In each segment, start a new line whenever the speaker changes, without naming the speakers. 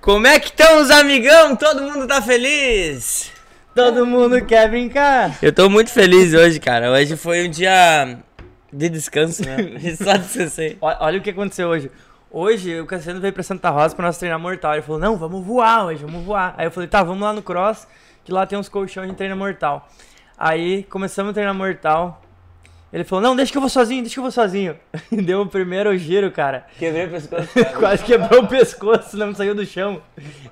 Como é que estão os amigão? Todo mundo tá feliz?
Todo mundo quer brincar.
Eu tô muito feliz hoje, cara. Hoje foi um dia de descanso, né? Só descansei.
Ó- Olha o que aconteceu hoje. Hoje o Cassiano veio pra Santa Rosa pra nós treinar mortal. Ele falou: Não, vamos voar hoje, vamos voar. Aí eu falei: Tá, vamos lá no cross, que lá tem uns colchões de treino mortal. Aí começamos a treinar mortal. Ele falou: Não, deixa que eu vou sozinho, deixa que eu vou sozinho. E deu o primeiro giro, cara.
Quebrei o pescoço.
Quase quebrou o pescoço, não saiu do chão.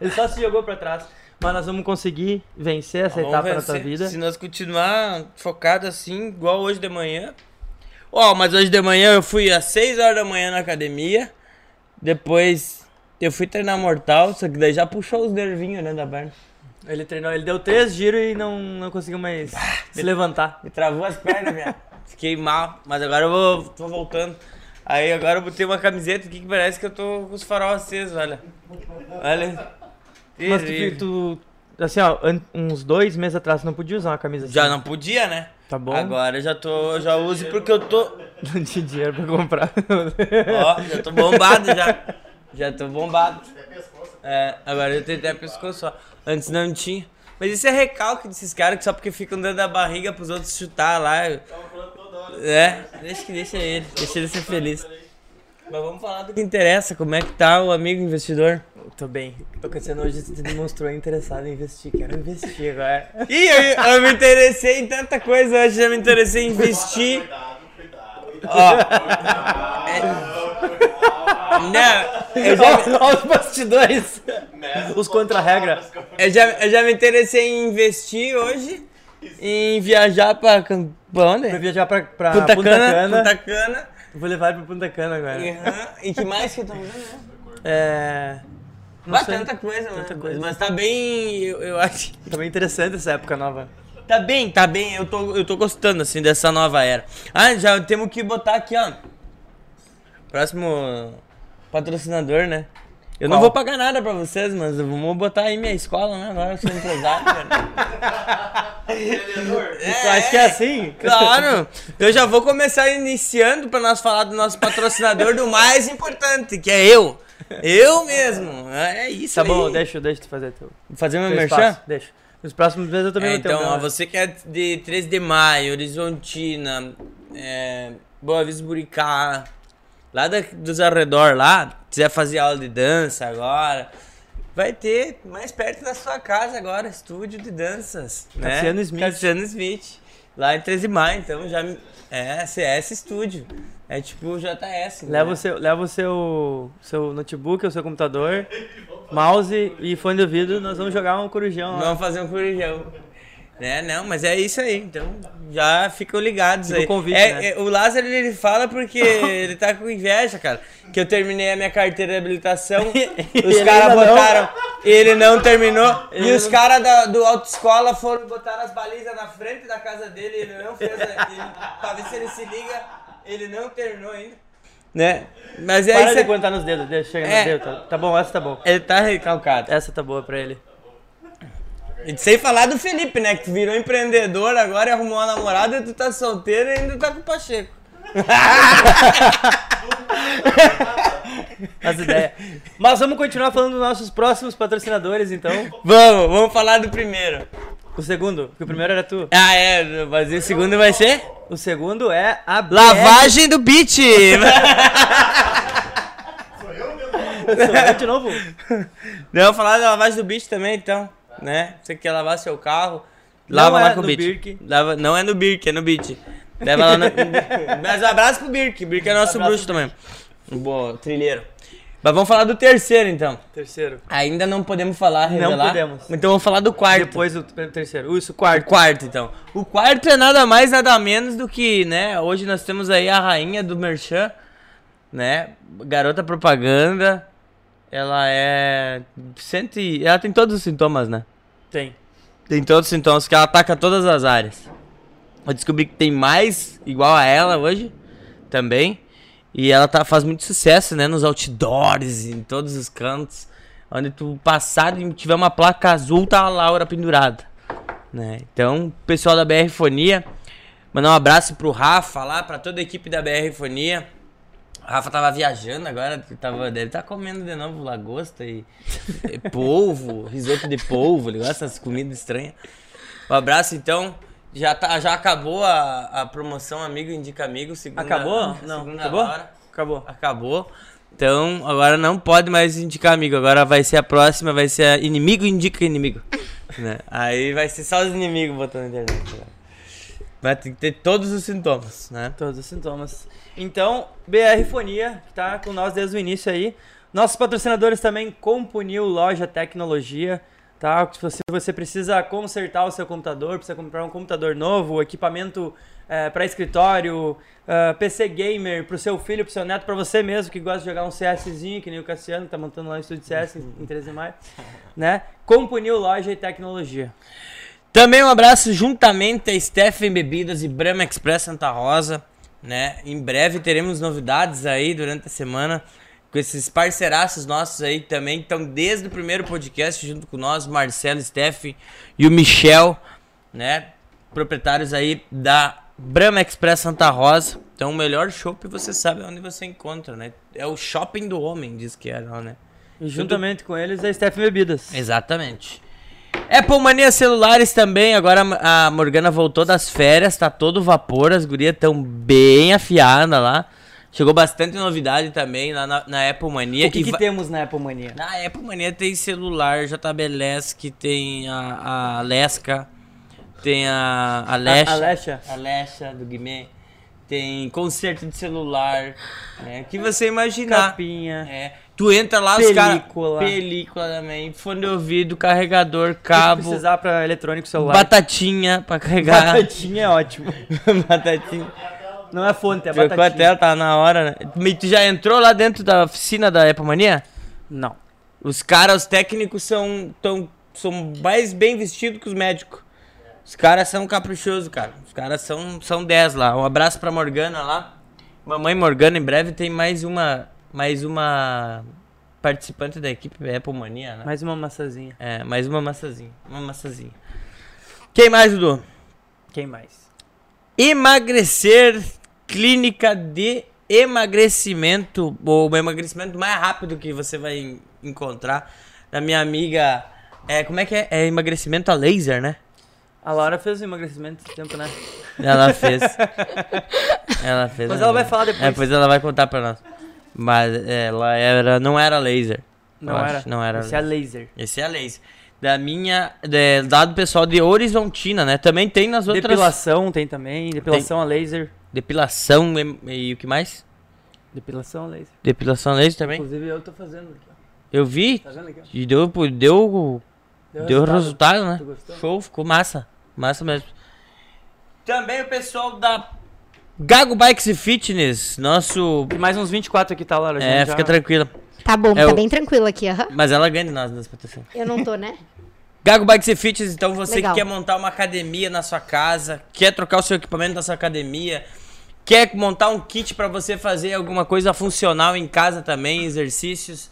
Ele só se jogou pra trás. Mas nós vamos conseguir vencer essa etapa na tua vida.
Se nós continuar focado assim, igual hoje de manhã. Ó, mas hoje de manhã eu fui às 6 horas da manhã na academia. Depois eu fui treinar mortal, só que daí já puxou os nervinhos, né, da perna.
Ele treinou, ele deu três giros e não, não conseguiu mais se levantar.
Me travou as pernas, minha. Fiquei mal, mas agora eu vou, tô voltando. Aí agora eu botei uma camiseta aqui que parece que eu tô com os faróis acesos, olha. Olha.
Mas
Terrível.
tu, tu- assim, ó, an- uns dois meses atrás tu não podia usar uma camisa assim.
Já não podia, né?
Tá bom.
Agora eu já tô, eu já uso porque eu tô,
Não tinha dinheiro pra comprar.
Ó, já tô bombado já. Já tô bombado. É, agora eu tenho até pescoço só. Antes não tinha. Mas isso é recalque desses caras que só porque ficam dando a barriga pros outros chutar lá. É, deixa que deixa ele, deixa ele ser feliz. Mas vamos falar do que interessa, como é que tá o amigo investidor?
Tô bem. Tô acontecendo hoje, tu te demonstrou interessado em investir. Quero investir agora.
Ih, eu, eu me interessei em tanta coisa hoje, já me interessei em investir. Ó. É- Não, eu já,
Olha os bastidores. Os contra-regra.
Eu já, eu já me interessei em investir hoje, em viajar pra, Can- pra onde?
Pra viajar pra, pra
Punta,
Punta, É.
Cana.
Cana.
Punta Cana.
Vou levar ele pra Punta Cana agora.
Aham. E que mais que eu tô fazendo?
É...
Bah,
sei.
tanta coisa, mano.
Tanta coisa.
Mas tá bem, eu, eu acho. que-
Tá bem interessante essa época nova.
Tá bem, tá bem. Eu tô, eu tô gostando, assim, dessa nova era. Ah, já temos que botar aqui, ó. Próximo patrocinador, né? Eu não
Qual?
vou pagar nada pra vocês, mas vamos botar aí minha escola, né? Agora eu sou empresário, cara.
tu acha que é assim?
Claro! Eu já vou começar iniciando para nós falar do nosso patrocinador do mais importante, que é eu. Eu mesmo. É isso
Tá bom,
aí.
deixa, deixa tu fazer teu,
Fazer meu
teu
merchan?
espaço. Deixa. Nos próximos meses eu também
É,
vou ter o
então,
meu,
ó,
né?
você que é de 3 de Maio, Horizontina, é, Boa Vista Buricá, lá da- dos arredor lá, quiser fazer aula de dança agora, vai ter mais perto da sua casa agora, estúdio de danças, né?
Cassiano Smith.
Cassiano Smith, lá em 13 de Maio, então já me- é CS Estúdio, é tipo o JS.
Leva
né?
o seu, leva o seu, seu notebook, o seu computador, mouse e fone de ouvido, nós vamos jogar um corujão lá.
Vamos fazer um corujão. Né? Não, mas é isso aí. Então já ficam ligados
Fica o
aí.
convite,
É,
né?
é, o Lázaro ele fala porque ele tá com inveja, cara. Que eu terminei a minha carteira de habilitação. os
Ele
caras
ainda não.
botaram. Ele não terminou.
Ele
e os
não-
caras da- do autoescola foram botar as balizas na frente da casa dele. Ele não fez. a- ele, pra ver se ele se liga. Ele não terminou ainda. Né? Mas é
Para
isso
de
aí.
contar nos dedos, deixa, chega
É.
nos dedos. Tá, tá bom, essa tá bom.
Ele tá recalcado.
Essa tá boa pra ele.
E sem falar do Felipe, né? Que tu virou empreendedor agora e arrumou uma namorada, tu tá solteiro e ainda tá com o Pacheco.
As ideias. Mas vamos continuar falando dos nossos próximos patrocinadores, então.
Vamos, vamos falar do primeiro.
O segundo, porque o primeiro era tu.
Ah, é, mas o segundo vai ser?
O segundo é a BR.
Lavagem do beat!
Sorvete de novo.
Não, falar da lavagem do beat também, então, né? Você quer lavar seu carro, lava
Não
lá
é
com o
no
beat.
Birk.
Lava- não é no Birk, é no beat. Leva lá no... Mas um abraço pro Birk, Birk é nosso
Um
bruxo
Abraço
também. Boa, trilheiro. Mas vamos falar do terceiro, então.
Terceiro.
Ainda não podemos falar, revelar.
podemos.
Então vamos falar do quarto.
Depois o terceiro. Isso, o
O
quarto.
quarto, então. O quarto é nada mais, nada menos do que, né? Hoje nós temos aí a rainha do Merchan, né? Garota propaganda. Ela é. Cento e... Ela tem todos os sintomas, né?
Tem.
Tem todos os sintomas, que ela ataca todas as áreas. Eu descobri que tem mais igual a ela hoje também. E ela tá, faz muito sucesso, né? Nos outdoors, em todos os cantos. Onde tu passar e tiver uma placa azul, tá a Laura pendurada. Né? Então, pessoal da BR Fonia, mandar um abraço pro Rafa lá, pra toda a equipe da BR Fonia. O Rafa tava viajando agora, porque tava, deve estar comendo de novo lagosta e, e polvo, risoto de polvo, ele gosta dessas comidas estranhas. Um abraço então. Já, tá, já acabou a, a promoção Amigo Indica Amigo, segunda,
Acabou? Não.
segunda
Acabou?
hora.
Acabou.
Acabou. Então, agora não pode mais indicar amigo. Agora vai ser a próxima, vai ser a inimigo indica inimigo. né? Aí vai ser só os inimigos botando na internet. né? Vai ter que ter todos os sintomas, né?
Todos os sintomas. Então, BR Fonia, que tá com nós desde o início aí. Nossos patrocinadores também, Compunil Loja Tecnologia, tá? Se você, você precisa consertar o seu computador, precisa comprar um computador novo, equipamento para escritório, eh, PC gamer, pro seu filho, pro seu neto, para você mesmo que gosta de jogar um CSzinho, que nem o Cassiano, que tá montando lá um estúdio de CS em 13 de maio, né? Compunil Loja e Tecnologia.
Também um abraço juntamente a Stephen Bebidas e Brahma Express Santa Rosa, né? Em breve teremos novidades aí durante a semana com esses parceiraços nossos aí que também estão desde o primeiro podcast junto com nós, Marcelo, Stephen e o Michel, né? Proprietários aí da Brahma Express Santa Rosa. Então o melhor shopping você sabe onde você encontra, né? É o shopping do homem, diz que é, não, né?
E juntamente com eles, a Steph Bebidas.
É, Exatamente. Apple Mania Celulares também, agora a Morgana voltou das férias, tá todo vapor, as gurias tão bem afiadas lá. Chegou bastante novidade também lá na, na Apple Mania.
O que,
e
que
va-
temos na Apple Mania?
Na Apple Mania tem celular, JBLesk, tem a, a Lesca, tem a Alexa.
A- Alexa.
Alexa do Guimê. Tem concerto de celular, né? O que você imaginar.
Capinha.
É. Tu entra lá, os
Película.
caras. Película também. Fone de ouvido, carregador,
Se
cabo.
precisar pra eletrônico celular.
Batatinha pra carregar.
Batatinha é ótimo.
batatinha.
Não é fonte, é
Trocou a
batatinha.
tela, tá na hora, né? E Tu já entrou lá dentro da oficina da Apple Mania?
Não.
Os caras, os técnicos são, tão, são mais bem vestidos que os médicos. Os caras são caprichosos, cara. Os caras são, são 10 lá. Um abraço pra Morgana lá. Mamãe Morgana, em breve tem mais uma mais uma participante da equipe Apple Mania, né?
Mais uma massazinha.
É, mais uma massazinha. Uma massazinha. Quem mais, Dudu?
Quem mais?
Emagrecer clínica de emagrecimento, ou o emagrecimento mais rápido que você vai en- encontrar. Da minha amiga. É, como é que é? É emagrecimento a laser, né?
A Laura fez um emagrecimento esse tempo, né?
Ela fez. ela fez.
Mas
a laser.
ela vai falar depois.
É, depois ela vai contar pra nós. Mas ela era, não era laser. eu
Não
acho,
era.
Não era.
Esse é laser.
Esse é a laser. Da minha. de- dado pessoal de Horizontina, né? Também tem nas outras.
Depilação tem também. Depilação a laser.
Depilação e, e o que mais?
Depilação a laser.
Depilação a laser também.
Inclusive eu tô fazendo aqui. ó.
Eu vi
Tá vendo aqui? ó?
e deu, pô, deu, deu resultado, né?
Tu gostou?
Show, ficou massa. Massa mesmo. Também o pessoal da Gago Bikes e Fitness, nosso.
Tem mais uns 24 aqui, tá, Laura? A
É,
gente
fica
já-
tranquila.
Tá bom,
É
tá
o-
bem tranquilo aqui, aham.
Mas ela ganha de nós nas patrocínios.
Eu não tô, né?
Gago Bikes e Fitness, então você
Legal.
que quer montar uma academia na sua casa, quer trocar o seu equipamento da sua academia, quer montar um kit pra você fazer alguma coisa funcional em casa também, exercícios,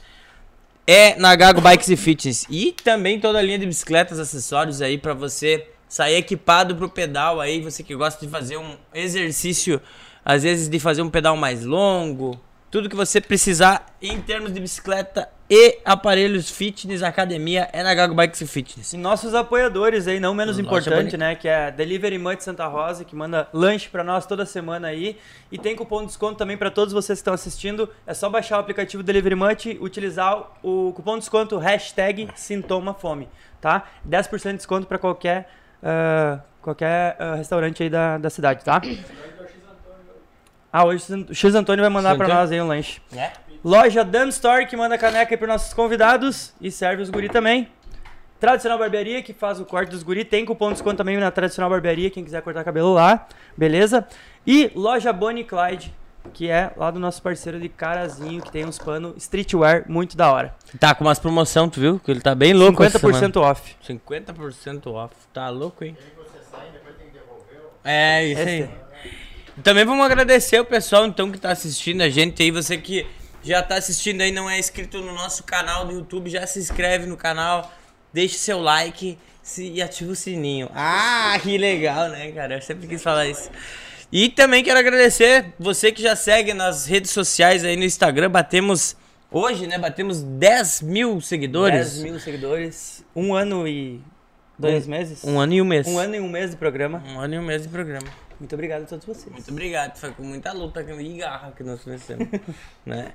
é na Gago Bikes e Fitness. E também toda a linha de bicicletas, acessórios aí pra você sair equipado pro pedal aí, você que gosta de fazer um exercício, às vezes de fazer um pedal mais longo, tudo que você precisar em termos de bicicleta e aparelhos fitness, academia, é na Gago Bikes e Fitness.
E nossos apoiadores aí, não menos
Loja
importante,
bonita.
né? Que é a Delivery Mud Santa Rosa, que manda lanche pra nós toda semana aí. E tem cupom de desconto também pra todos vocês que estão assistindo. É só baixar o aplicativo Delivery Mud, utilizar o o cupom de desconto hashtag sintoma fome, tá? 10% de desconto pra qualquer, ah, qualquer ah, restaurante aí da, da cidade, tá? Ah, hoje o X Antônio vai mandar
X
pra
Antônio?
nós aí um lanche.
né?
Loja Dan Store, que manda caneca aí para nossos convidados e serve os guri também. Tradicional Barbearia, que faz o corte dos guri. Tem cupom de desconto também na Tradicional Barbearia, quem quiser cortar cabelo lá, beleza? E Loja Bonnie Clyde, que é lá do nosso parceiro de Carazinho, que tem uns pano streetwear muito da hora.
Tá com umas promoção, tu viu? Que ele tá bem louco essa semana.
50% off.
50% off. Tá louco, hein? É, isso aí.
Esse.
Também vamos agradecer o pessoal, então, que tá assistindo a gente aí. Você que já tá assistindo aí, não é inscrito no nosso canal do YouTube, já se inscreve no canal, deixa seu like se- e ativa o sininho. Ah, que legal, né, cara? Eu sempre quis falar isso. E também quero agradecer você que já segue nas redes sociais aí no Instagram. Batemos hoje, né? Batemos 10 mil seguidores.
10 mil seguidores, um ano e dois meses.
Um ano e um mês.
Um ano e um mês de programa.
Um ano e um mês de programa.
Muito obrigado a todos vocês.
Muito obrigado, foi com muita luta e garra que nós conhecemos. né?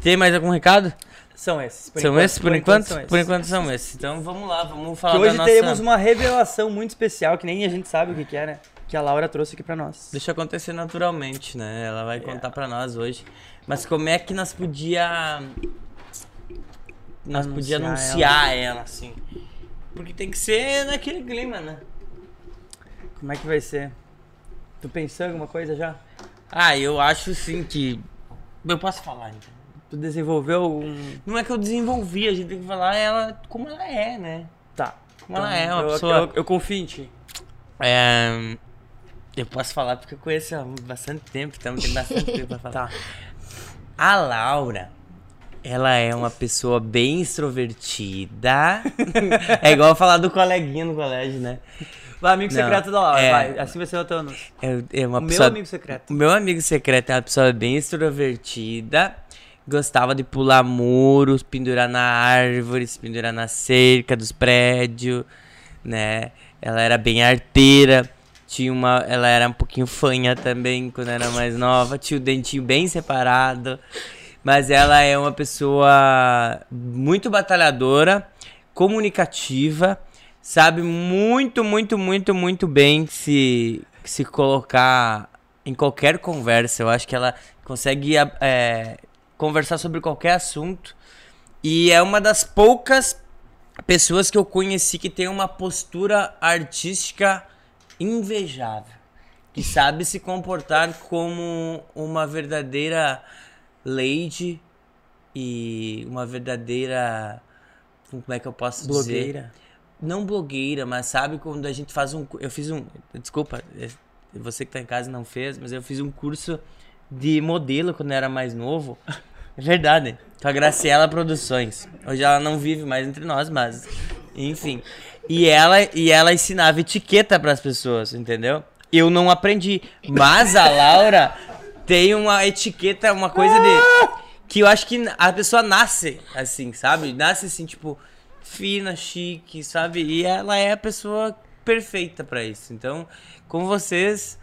Tem mais algum recado?
São esses. por
são
enquanto,
esses por, enquanto?
são esses.
Por enquanto são esses. Então vamos lá, vamos falar
Que
da
hoje
nossa...
teremos uma revelação muito especial, que nem a gente sabe o que, que é, né? Que a Laura trouxe aqui pra nós.
Deixa acontecer naturalmente, né? Ela vai contar pra nós hoje. Mas como é que nós podia nós podia
Anunciar
anunciar ela. assim? Porque tem que ser naquele clima, né?
Como é que vai ser? Tu pensou em alguma coisa já?
Ah, eu acho sim que eu posso falar, então.
Tu desenvolveu um.
Não é que eu desenvolvi, a gente tem que falar ela como ela é, né?
Tá.
Como ela é, uma
eu,
pessoa-
Eu, eu confio em ti.
É, eu posso falar porque eu conheço ela há bastante tempo, então tem bastante tempo pra falar.
Tá.
A Laura, ela é uma pessoa bem extrovertida. é igual falar do coleguinha no colégio, né?
Vai, amigo
Não,
secreto da Laura,
é.
vai. Assim vai ser o Thanos.
É, é uma
O meu
pessoa,
amigo secreto.
O meu amigo secreto é uma pessoa bem extrovertida. Gostava de pular muros, pendurar na árvore, se pendurar na cerca dos prédios, né? Ela era bem arteira. Tinha uma, ela era um pouquinho fanha também quando era mais nova. Tinha o dentinho bem separado. Mas ela é uma pessoa muito batalhadora, comunicativa, sabe muito, muito, muito, muito bem se, se colocar em qualquer conversa. Eu acho que ela consegue a- é, conversar sobre qualquer assunto. E é uma das poucas pessoas que eu conheci que tem uma postura artística invejável. Que sabe se comportar como uma verdadeira lady e uma verdadeira. Como é que eu posso dizer?
Blogueira.
não blogueira, mas sabe quando a gente faz um. cu- Eu fiz um. Desculpa, é, você que tá em casa não fez, mas eu fiz um curso de modelo quando eu era mais novo. É verdade. Com a Graciela Produções. Hoje ela não vive mais entre nós, mas. Enfim. E ela, e ela ensinava etiqueta pras pessoas, entendeu? Eu não aprendi. Mas a Laura tem uma etiqueta, uma coisa de. Que eu acho que a pessoa nasce assim, sabe? Nasce assim, tipo, fina, chique, sabe? E ela é a pessoa perfeita pra isso. Então, com vocês,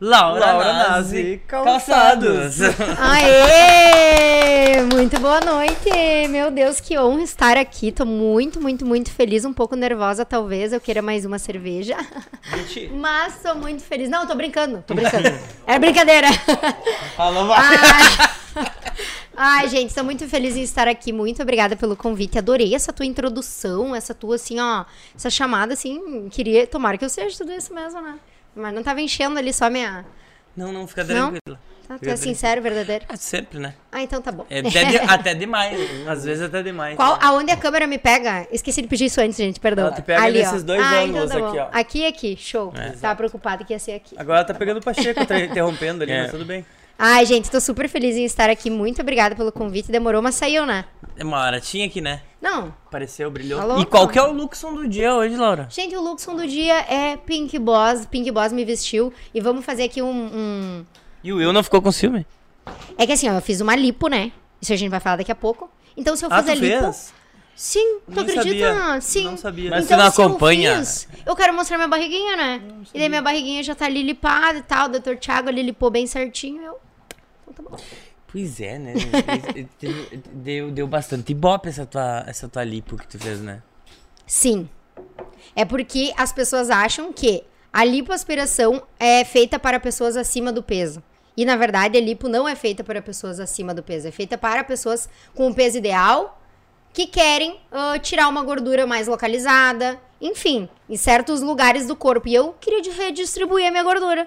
Laura,
Laura
Nazi,
Nazi
Calçados.
Aê! Muito boa noite! Meu Deus, que honra estar aqui. Tô muito, muito, muito feliz. Um pouco nervosa, talvez. Eu queira mais uma cerveja.
Gente,
Mas tô muito feliz. Não, tô brincando, tô brincando. É brincadeira.
falou
Ai. Ai, gente, tô muito feliz em estar aqui. Muito obrigada pelo convite. Adorei essa tua introdução, essa tua, assim, ó, essa chamada, assim. Queria. Tomara que eu seja tudo isso mesmo, né? Mas não tava enchendo ali só minha.
Não, não, fica
Não?
tranquila.
Tá, tu
Fica
é sincero, verdadeiro?
É sempre, né?
Ah, então tá bom.
É até, de- até demais. Às vezes até demais.
Qual, aonde a câmera me pega? Esqueci de pedir isso antes, gente, perdão.
Ela te pega
Ali,
nesses
ó.
dois
ah,
ângulos
então tá
aqui,
bom.
ó. É.
Aqui e aqui, show. Tava preocupada que ia ser aqui.
Agora tá pegando o Pacheco, tá interrompendo ali,
É.
mas tudo bem.
Ai, gente, tô super feliz em estar aqui. Muito obrigada pelo convite. Demorou, mas saiu, né?
É uma hora tinha aqui, né?
Não,
Apareceu, brilhou.
Alô?
E qual que é o Luxon do dia hoje, Laura?
Gente, o Luxon do dia é Pink Boss. Pink Boss me vestiu. E vamos fazer aqui um. um-
E o Will não ficou com ciúme?
É que assim, ó, eu fiz uma lipo, né? Isso a gente vai falar daqui a pouco. Então, se eu
Ah,
fiz
tu
a lipo.
fez?
Sim, tu
Nem
acredita?
sabia.
Sim.
Não sabia.
Mas
então,
tu não
se eu
acompanha.
fiz, Eu, quero mostrar minha barriguinha, né? E daí minha barriguinha já tá ali lipada e tal. O doutor Thiago ali lipou bem certinho. Eu. Então, tá bom.
Pois é, né? Teve- deu, deu bastante ibope essa tua, essa tua lipo que tu fez, né?
Sim. É porque as pessoas acham que a lipoaspiração é feita para pessoas acima do peso. E na verdade a lipo não é feita para pessoas acima do peso, é feita para pessoas com o peso ideal que querem ah, tirar uma gordura mais localizada, enfim, em certos lugares do corpo. E eu queria de- redistribuir a minha gordura.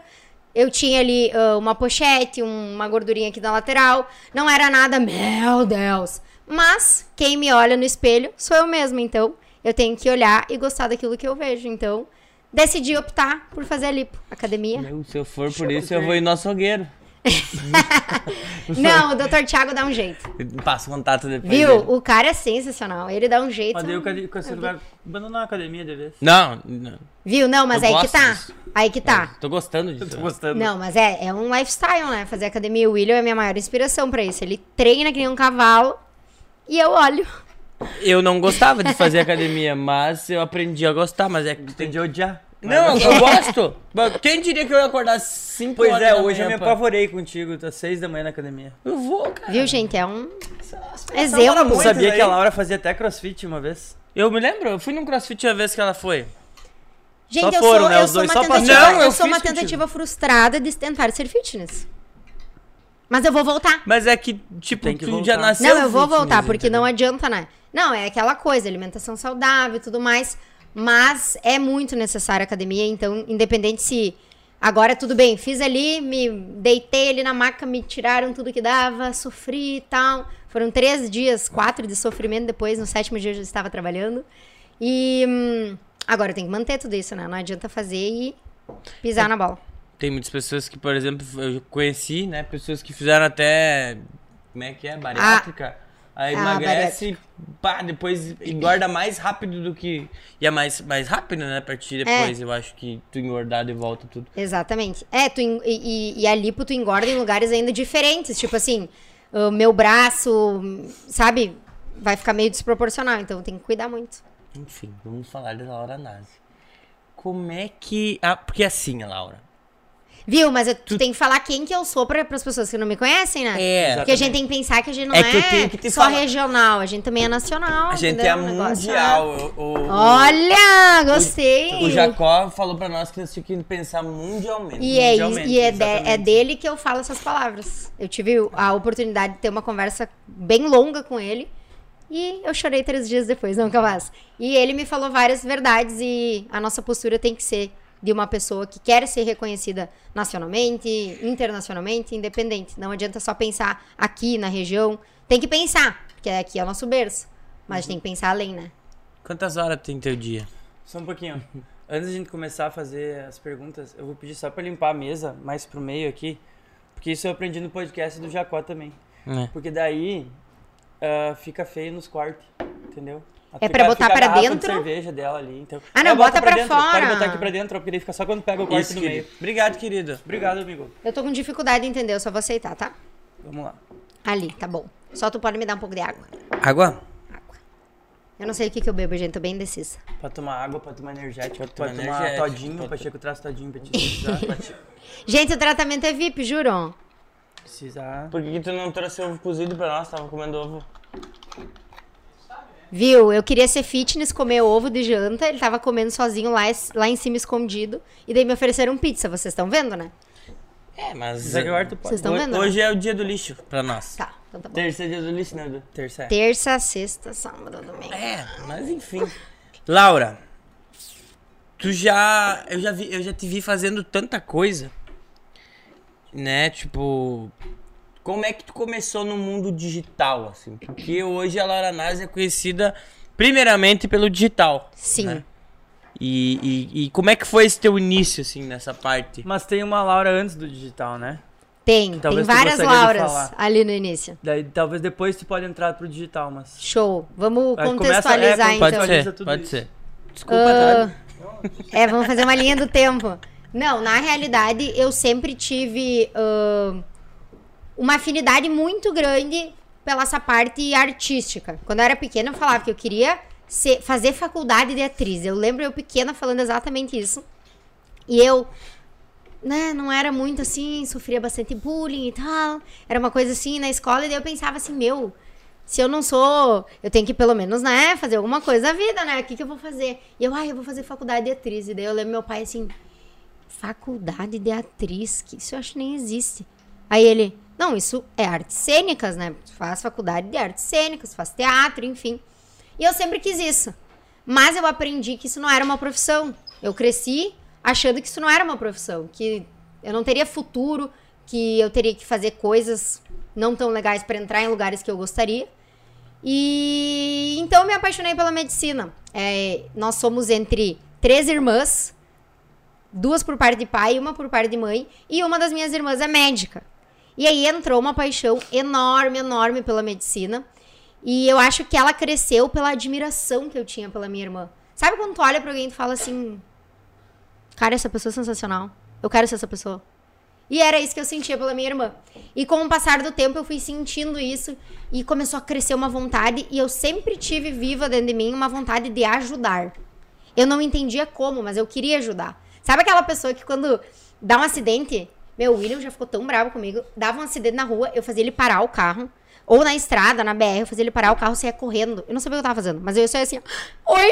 Eu tinha ali ah, uma pochete, um- uma gordurinha aqui na lateral. Não era nada, meu Deus. Mas quem me olha no espelho sou eu mesma, então eu tenho que olhar e gostar daquilo que eu vejo. Então decidi optar por fazer a lipo, academia.
Né? Meu, se eu for por isso, eu vou ir no açougueiro.
Não, o Dr. Thiago dá um jeito.
Passa o contato depois.
Viu?
dele.
O cara é sensacional. Ele dá um jeito.
Mas daí o cade- Cassiano vai abandonar a academia de vez.
Não, não.
Viu? Não, mas
Eu
aí que
gosto
tá.
disso. É.
Aí que tá.
Tô gostando disso. né?
Eu tô gostando.
Não, mas é, é um lifestyle, né? Fazer academia. O William é a minha maior inspiração pra isso. Ele treina que nem um cavalo e eu olho.
Eu não gostava de fazer academia, mas eu aprendi a gostar, mas é que tu tem
Tem de odiar.
Não, eu gosto. Mas Quem diria que eu ia acordar 5
Pois
horas da
é, hoje eu me
manhã, pá?
apavorei contigo, tá seis da manhã na academia.
Eu vou, cara.
Viu, gente? É um
Laura,
exemplo.
tu sabia
aí.
que a Laura fazia até crossfit uma vez?
Eu me lembro, eu fui num crossfit a vez que ela foi.
Gente,
Só
eu
foram,
sou,
né,
eu
os
sou
dois,
uma
só pra-
tentativa,
Não,
eu
eu
sou uma
fiz contigo.
tentativa frustrada de tentar ser fitness. Mas eu vou voltar.
Mas é que, tipo,
Tem que
tu
voltar.
já nasceu.
Não, eu vou
fitness,
voltar, porque
entendeu?
não adianta, né? Não, é aquela coisa, alimentação saudável e tudo mais. Mas é muito necessária a academia, então, independente se. Agora tudo bem, fiz ali, me deitei ali na maca, me tiraram tudo que dava, sofri e tal. Foram três dias, quatro de sofrimento depois, no sétimo dia eu já estava trabalhando. E hum, agora tem que manter tudo isso, né? Não adianta fazer e pisar na bola.
Tem muitas pessoas que, por exemplo, eu conheci, né? Pessoas que fizeram até. Como é que é? Bariátrica. Aí
Ah,
emagrece, pá, depois engorda mais rápido do que. E é mais, mais rápido, né? A
É.
partir de depois, eu acho que tu engordar de volta tudo.
Exatamente. É, tu en- e, e- e a lipo tu engorda em lugares ainda diferentes. Tipo assim, o meu braço, sabe? Vai ficar meio desproporcional, então tem que cuidar muito.
Enfim, vamos falar da Laura Nazi. Como é que. Ah, porque assim, Laura.
Viu? Mas eu- tu, tem que falar quem que eu sou para as pessoas que não me conhecem, né?
É.
Porque a gente tem que pensar que a gente não
É
é,
que eu tenho que te
só
falar.
regional, a gente também é nacional.
A gente
entendeu?
é
O negócio,
mundial.
né?
o- o-
Olha, gostei.
O Jacó falou pra nós que nós tínhamos que pensar mundialmente.
E é, isso-
mundialmente,
e é, de-
exatamente.
é dele que eu falo essas palavras. Eu tive o- a oportunidade de ter uma conversa bem longa com ele. E eu chorei três dias depois, não, Cavaz. E ele me falou várias verdades e a nossa postura tem que ser de uma pessoa que quer ser reconhecida nacionalmente, internacionalmente, independente. Não adianta só pensar aqui na região. Tem que pensar, porque aqui é o nosso berço. Mas tem que pensar além, né?
Quantas horas tem teu dia?
Só um pouquinho. Antes da gente começar a fazer as perguntas, eu vou pedir só pra limpar a mesa mais pro meio aqui, porque isso eu aprendi no podcast do Jacó também.
É.
Porque daí ah, fica feio nos quartos, entendeu?
É
Fica-
pra
fica
botar
a
pra
garrafa de
dentro?
cerveja dela ali, então.
Ah, não,
É,
bota pra
dentro.
fora.
Pode botar aqui pra dentro, porque daí fica só quando pega o quarto
Isso,
no
querido.
meio.
Obrigado, querido.
Obrigado, amigo.
Eu tô com dificuldade de entender, eu só vou aceitar, tá?
Vamos lá.
Ali, tá bom. Só tu pode me dar um pouco de água.
Água?
Eu não sei o que, que eu bebo, gente, tô bem indecisa.
Pra tomar água, pra tomar energético, pra
tomar
tomar,
energético,
todinho,
pra
pra,
to-
Pacheco traz todinho pra te precisar. pra te
Gente, o tratamento é VIP, juro.
precisar.
Por que, que tu não trouxe ovo cozido pra nós? Tava comendo ovo.
Viu? Eu queria ser fitness, comer ovo de janta. Ele tava comendo sozinho lá, es- lá em cima, escondido. E daí me ofereceram um pizza, vocês estão vendo, né?
É, mas.
Isso aqui agora tu pode.
Vocês estão
Ho-
vendo?
Hoje é o dia do lixo pra nós.
Tá, então tá bom.
Terceiro dia do lixo, né, Edu?
Terça é.
Terça, sexta, sábado, domingo.
É, mas enfim. Laura, tu já. Eu já, vi, eu já te vi fazendo tanta coisa. Né? Tipo. Como é que tu começou no mundo digital, assim? Porque hoje a Laura Nazi é conhecida primeiramente pelo digital.
Sim.
né? E, e, e como é que foi esse teu início, assim, nessa parte?
Mas tem uma Laura antes do digital, né?
Tem, tem
Talvez tu
várias
gostaria de
Lauras
falar.
ali no início.
Daí talvez depois tu pode entrar pro digital, mas.
Show. Vamos
Aí começa-
contextualizar,
é,
então.
Pode
Contextualiza
ser,
tudo
pode
isso.
ser. Desculpa,
Ah.
tá?
É, vamos fazer uma linha do tempo. Não, na realidade, eu sempre tive ahn, uma afinidade muito grande pela essa parte artística. Quando eu era pequena, eu falava que eu queria ser- fazer faculdade de atriz. Eu lembro eu pequena falando exatamente isso. E eu, né, não era muito assim, sofria bastante bullying e tal. Era uma coisa assim na escola, e daí eu pensava assim, meu, se eu não sou, eu tenho que pelo menos, né, fazer alguma coisa da vida, né? O que, que eu vou fazer? E eu, ai, eu vou fazer faculdade de atriz. E daí eu lembro meu pai assim, faculdade de atriz, que isso eu acho que nem existe. Aí ele, não, isso é artes cênicas, né? Tu faz faculdade de artes cênicas, faz teatro, enfim. E eu sempre quis isso. Mas eu aprendi que isso não era uma profissão. Eu cresci achando que isso não era uma profissão, que eu não teria futuro, que eu teria que fazer coisas não tão legais para entrar em lugares que eu gostaria. E então eu me apaixonei pela medicina. É, nós somos entre três irmãs, duas por parte de pai, uma por parte de mãe, e uma das minhas irmãs é médica. E aí entrou uma paixão enorme, enorme pela medicina. E eu acho que ela cresceu pela admiração que eu tinha pela minha irmã. Sabe quando tu olha pra alguém e tu fala assim: Cara, essa pessoa é sensacional. Eu quero ser essa pessoa. E era isso que eu sentia pela minha irmã. E com o passar do tempo eu fui sentindo isso e começou a crescer uma vontade e eu sempre tive viva dentro de mim uma vontade de ajudar. Eu não entendia como, mas eu queria ajudar. Sabe aquela pessoa que quando dá um acidente, meu o William já ficou tão bravo comigo, dava um acidente na rua, eu fazia ele parar o carro ou na estrada, na BR, eu fazia ele parar o carro, saia correndo. Eu não sabia o que eu tava fazendo, mas eu só ia assim, ó, oi,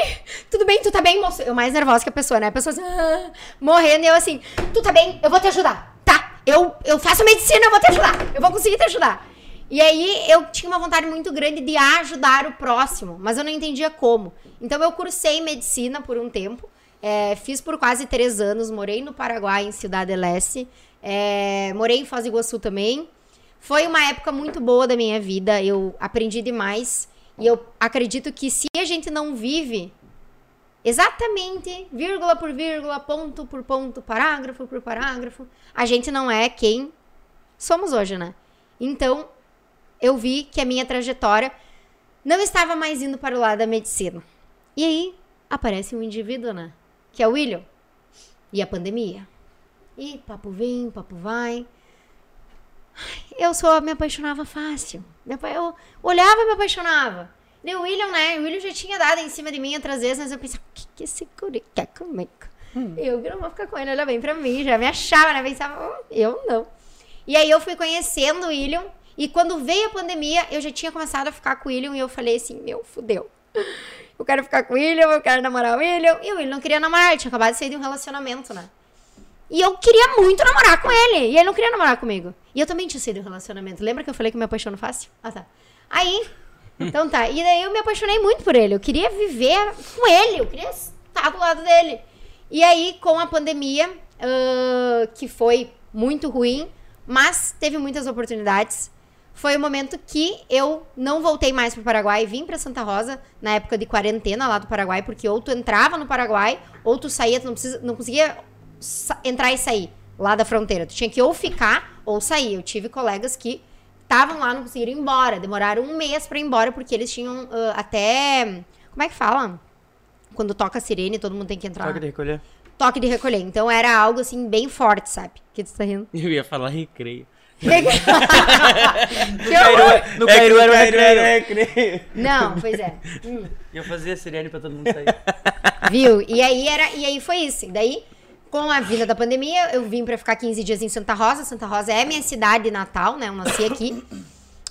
tudo bem? Tu tá bem, moço? Eu mais nervosa que a pessoa, né? A pessoa assim, ah, morrendo, e eu assim, tu tá bem? Eu vou te ajudar. Tá, eu, eu faço medicina, eu vou te ajudar. Eu vou conseguir te ajudar. E aí eu tinha uma vontade muito grande de ajudar o próximo, mas eu não entendia como. Então eu cursei medicina por um tempo, é, fiz por quase três anos, morei no Paraguai, em Cidade Leste, é, morei em Foz do Iguaçu também. Foi uma época muito boa da minha vida, eu aprendi demais. E eu acredito que se a gente não vive exatamente, vírgula por vírgula, ponto por ponto, parágrafo por parágrafo, a gente não é quem somos hoje, né? Então, eu vi que a minha trajetória não estava mais indo para o lado da medicina. E aí aparece um indivíduo, né? Que é o William. E a pandemia. E papo vem, papo vai eu só me apaixonava fácil. Meu pai, eu olhava e me apaixonava. E o William, né? O William já tinha dado em cima de mim outras vezes, mas eu pensava, o que, que esse guri quer comigo? Eu que não vou ficar com ele, olha bem pra mim. Já me achava, né? Pensava, "Hum, eu não. E aí eu fui conhecendo o William. E quando veio a pandemia, eu já tinha começado a ficar com o William. E eu falei assim, meu, fudeu. Eu quero ficar com o William, eu quero namorar o William. E o William não queria namorar, ele tinha acabado de sair de um relacionamento, né? E eu queria muito namorar com ele. E ele não queria namorar comigo. E eu também tinha saído do relacionamento. Lembra que eu falei que eu me apaixono fácil? Ah, tá. Aí. Então tá. E daí eu me apaixonei muito por ele. Eu queria viver com ele. Eu queria estar do lado dele. E aí, com a pandemia, ah, que foi muito ruim, mas teve muitas oportunidades. Foi o momento que eu não voltei mais pro Paraguai, vim pra Santa Rosa na época de quarentena lá do Paraguai, porque ou tu entrava no Paraguai, ou tu saía, tu não, precisa, não conseguia sa- entrar e sair lá da fronteira. Tu tinha que ou ficar ou sair. Eu tive colegas que estavam lá, não conseguiram ir embora. Demoraram um mês pra ir embora, porque eles tinham ah, até. Como é que fala? Quando toca a sirene, todo mundo tem que entrar.
Toca de recolher.
Toque de recolher. Então era algo assim, bem forte, sabe? Que tu tá rindo.
Eu ia falar recreio.
que horror!
No Cairu era o recreio.
recreio.
Não, pois é.
E eu fazia sirene pra todo mundo sair.
Viu? E aí era, e aí foi isso. E daí, com a vinda da pandemia, eu vim pra ficar 15 dias em Santa Rosa. Santa Rosa é minha cidade natal, né? Eu nasci aqui.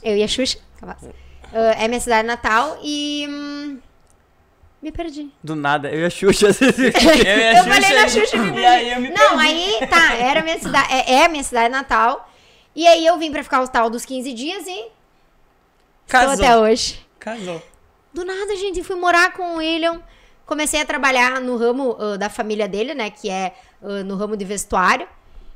Eu e a Xuxa, capaz. Ah, é minha cidade natal e. hum, me perdi.
Do nada, eu e a Xuxa. assim,
Eu, ia
Eu falei na
É e-
Xuxa que me
E aí eu me
Não,
perdi.
aí tá, era minha cidade, é, é minha cidade natal. E aí eu vim pra ficar o tal dos 15 dias e estou
Casou.
até hoje.
Casou.
Do nada, gente, fui morar com o William. Comecei a trabalhar no ramo ah, da família dele, né? Que é ah, no ramo de vestuário.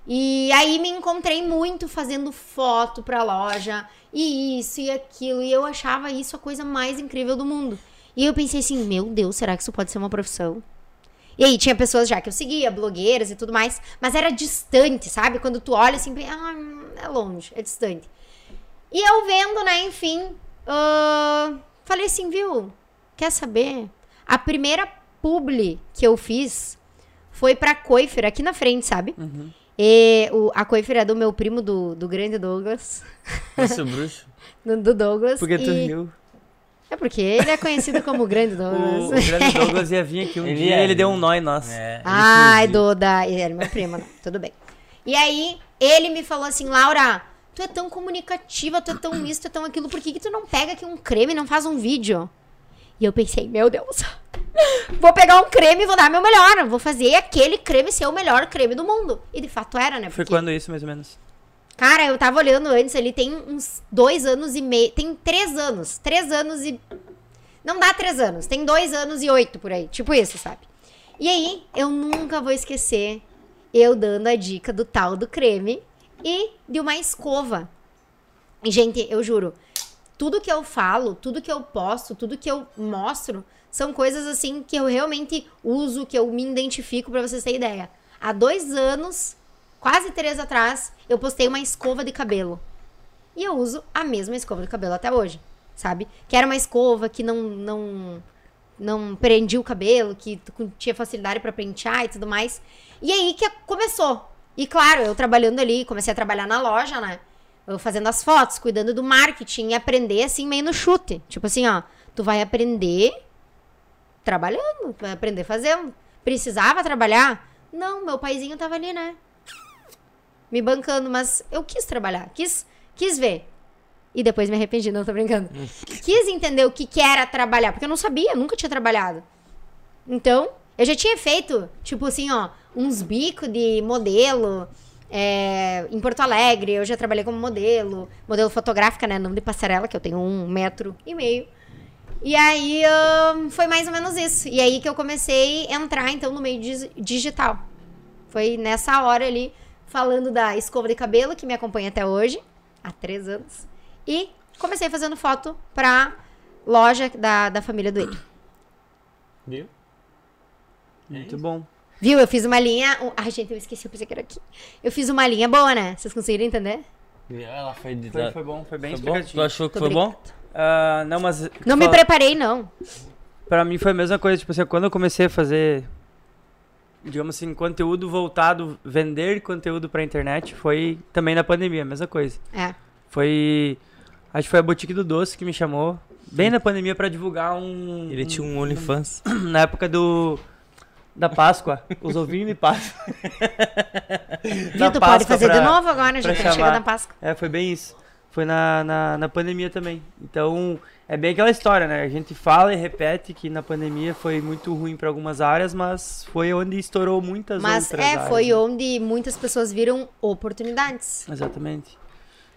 E aí me encontrei muito fazendo foto pra loja. E isso e aquilo. E eu achava isso a coisa mais incrível do mundo. E eu pensei assim, meu Deus, será que isso pode ser uma profissão? E aí tinha pessoas já que eu seguia, blogueiras e tudo mais. Mas era distante, sabe? Quando tu olha assim, ah, é longe, é distante. E eu vendo, né, enfim, ah, falei assim, viu? Quer saber? A primeira publi que eu fiz foi pra Coifer, aqui na frente, sabe?
Uhum.
E o, a Coifer é do meu primo, do, do grande Douglas.
Nossa, bruxo.
Do, do Douglas.
Porque tu
e-
riu.
É porque ele é conhecido como o grande Douglas.
O, o grande Douglas ia vir aqui um
Ele
dia
é.
e ele deu um nó em nós.
É.
Ai, Duda. Ele era meu primo, né? Tudo bem. E aí, ele me falou assim, Laura, tu é tão comunicativa, tu é tão isso, tu é tão aquilo, por que, que tu não pega aqui um creme e não faz um vídeo? E eu pensei, meu Deus, vou pegar um creme e vou dar meu melhor, vou fazer aquele creme ser o melhor creme do mundo. E de fato era, né?
Foi
Porque-
quando isso, mais ou menos?
Cara, eu tava olhando antes ali, tem uns dois anos e meio. Tem três anos. Três anos e. Não dá três anos, tem dois anos e oito por aí. Tipo isso, sabe? E aí, eu nunca vou esquecer eu dando a dica do tal do creme e de uma escova. E, Gente, eu juro, tudo que eu falo, tudo que eu posto, tudo que eu mostro, são coisas assim que eu realmente uso, que eu me identifico, pra vocês terem ideia. Há dois anos, quase três atrás, eu postei uma escova de cabelo. E eu uso a mesma escova do cabelo até hoje, sabe? Que era uma escova que não não não prendia o cabelo, que tu tinha facilidade pra pentear e tudo mais. E aí que começou. E claro, eu trabalhando ali, comecei a trabalhar na loja, né? Eu fazendo as fotos, cuidando do marketing, e aprender assim meio no chute. Tipo assim, ó, tu vai aprender trabalhando, vai aprender fazendo. Precisava trabalhar? Não, meu paizinho tava ali, né? Me bancando, mas eu quis trabalhar, quis, quis ver. E depois me arrependi, não, tô brincando. quis entender o que, que era trabalhar, porque eu não sabia, nunca tinha trabalhado. Então, eu já tinha feito, tipo assim, ó, uns bicos de modelo é, em Porto Alegre. Eu já trabalhei como modelo, modelo fotográfica, né? Não de passarela, que eu tenho um metro e meio. E aí ahn, foi mais ou menos isso. E aí que eu comecei a entrar, então, no meio dis- digital. Foi nessa hora ali, falando da escova de cabelo, que me acompanha até hoje, há três anos. E comecei fazendo foto pra loja da, da família do ele.
Viu? Muito bom.
Viu? Eu fiz uma linha. um- Ai, gente, eu esqueci, eu pensei que era aqui. Eu fiz uma linha boa, né? Vocês conseguiram entender?
Ela foi de
Foi, foi bom, foi bem
Foi bom? Tu
explicativo.
achou que
Muito
foi bom?
Ah, não, mas.
Não me
fala-
preparei, não.
Pra mim foi a mesma coisa, tipo assim, quando eu comecei a fazer, digamos assim, conteúdo voltado, vender conteúdo pra internet, foi também na pandemia, a mesma coisa.
É.
Foi, acho que foi a Boutique do Doce que me chamou, bem na pandemia, pra divulgar um,
Ele tinha um OnlyFans.
na época do, da Páscoa, os ovinhos de Páscoa. Da
Viu? Tu pode
Páscoa
fazer de
pra-
novo agora, já
pra
que tá
chamar.
chegando a Páscoa.
É, foi bem isso. Foi na, na, na pandemia também. Então, é bem aquela história, né? A gente fala e repete que na pandemia foi muito ruim para algumas áreas, mas foi onde estourou muitas
Mas
outras
é,
áreas,
foi
né?
onde muitas pessoas viram oportunidades.
Exatamente.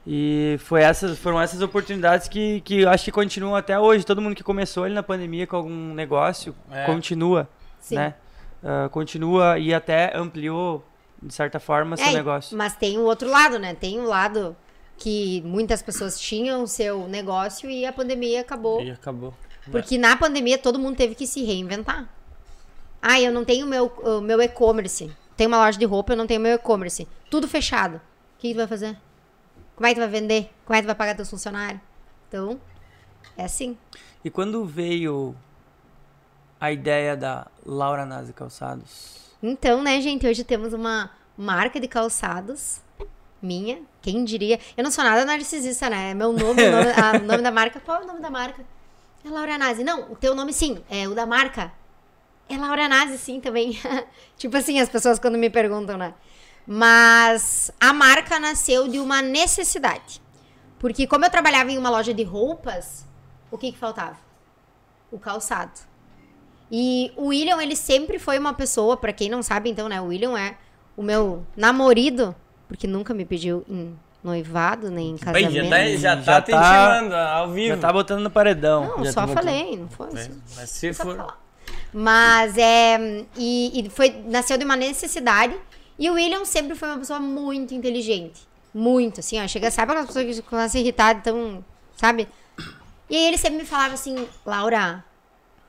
E foi essas, foram essas oportunidades que, que eu acho que continuam até hoje. Todo mundo que começou ali na pandemia com algum negócio,
É.
continua,
Sim.
né? Ah, continua e até ampliou, de certa forma, seu
É,
negócio.
Mas tem o outro lado, né? Tem o lado que muitas pessoas tinham o seu negócio e a pandemia acabou.
E acabou.
Porque na pandemia todo mundo teve que se reinventar. Ah, eu não tenho meu, o meu e-commerce. Tem uma loja de roupa, eu não tenho meu e-commerce. Tudo fechado. O que, que tu vai fazer? Como é que tu vai vender? Como é que tu vai pagar teus funcionários? Então, é assim.
E quando veio a ideia da Laura Nazi Calçados?
Então, né, gente, hoje temos uma marca de calçados. Minha, quem diria? Eu não sou nada narcisista, né? É Meu nome, o nome, a- o nome da marca. Qual é o nome da marca? É Laura Nazi. Não, o teu nome sim, é o da marca. É Laura Nazi, sim, também. tipo assim, as pessoas quando me perguntam, né? Mas a marca nasceu de uma necessidade. Porque como eu trabalhava em uma loja de roupas, o que que faltava? O calçado. E o William, ele sempre foi uma pessoa, pra quem não sabe, então, né? O William é o meu namorido, porque nunca me pediu em noivado, nem em
Bem,
casamento.
já tá, já
Já
tá te
tá-
intimando ao vivo.
Já tá botando no paredão. tá
Não,
já
só
tomou
falei, não foi
É,
assim.
Mas se
Só pra
for.
falar. Mas é. E, e foi, nasceu de uma necessidade. E o William sempre foi uma pessoa muito inteligente. Muito, assim, ó. Chega, sabe aquelas pessoas que começam a se irritar, então. Sabe? E aí ele sempre me falava assim, Laura.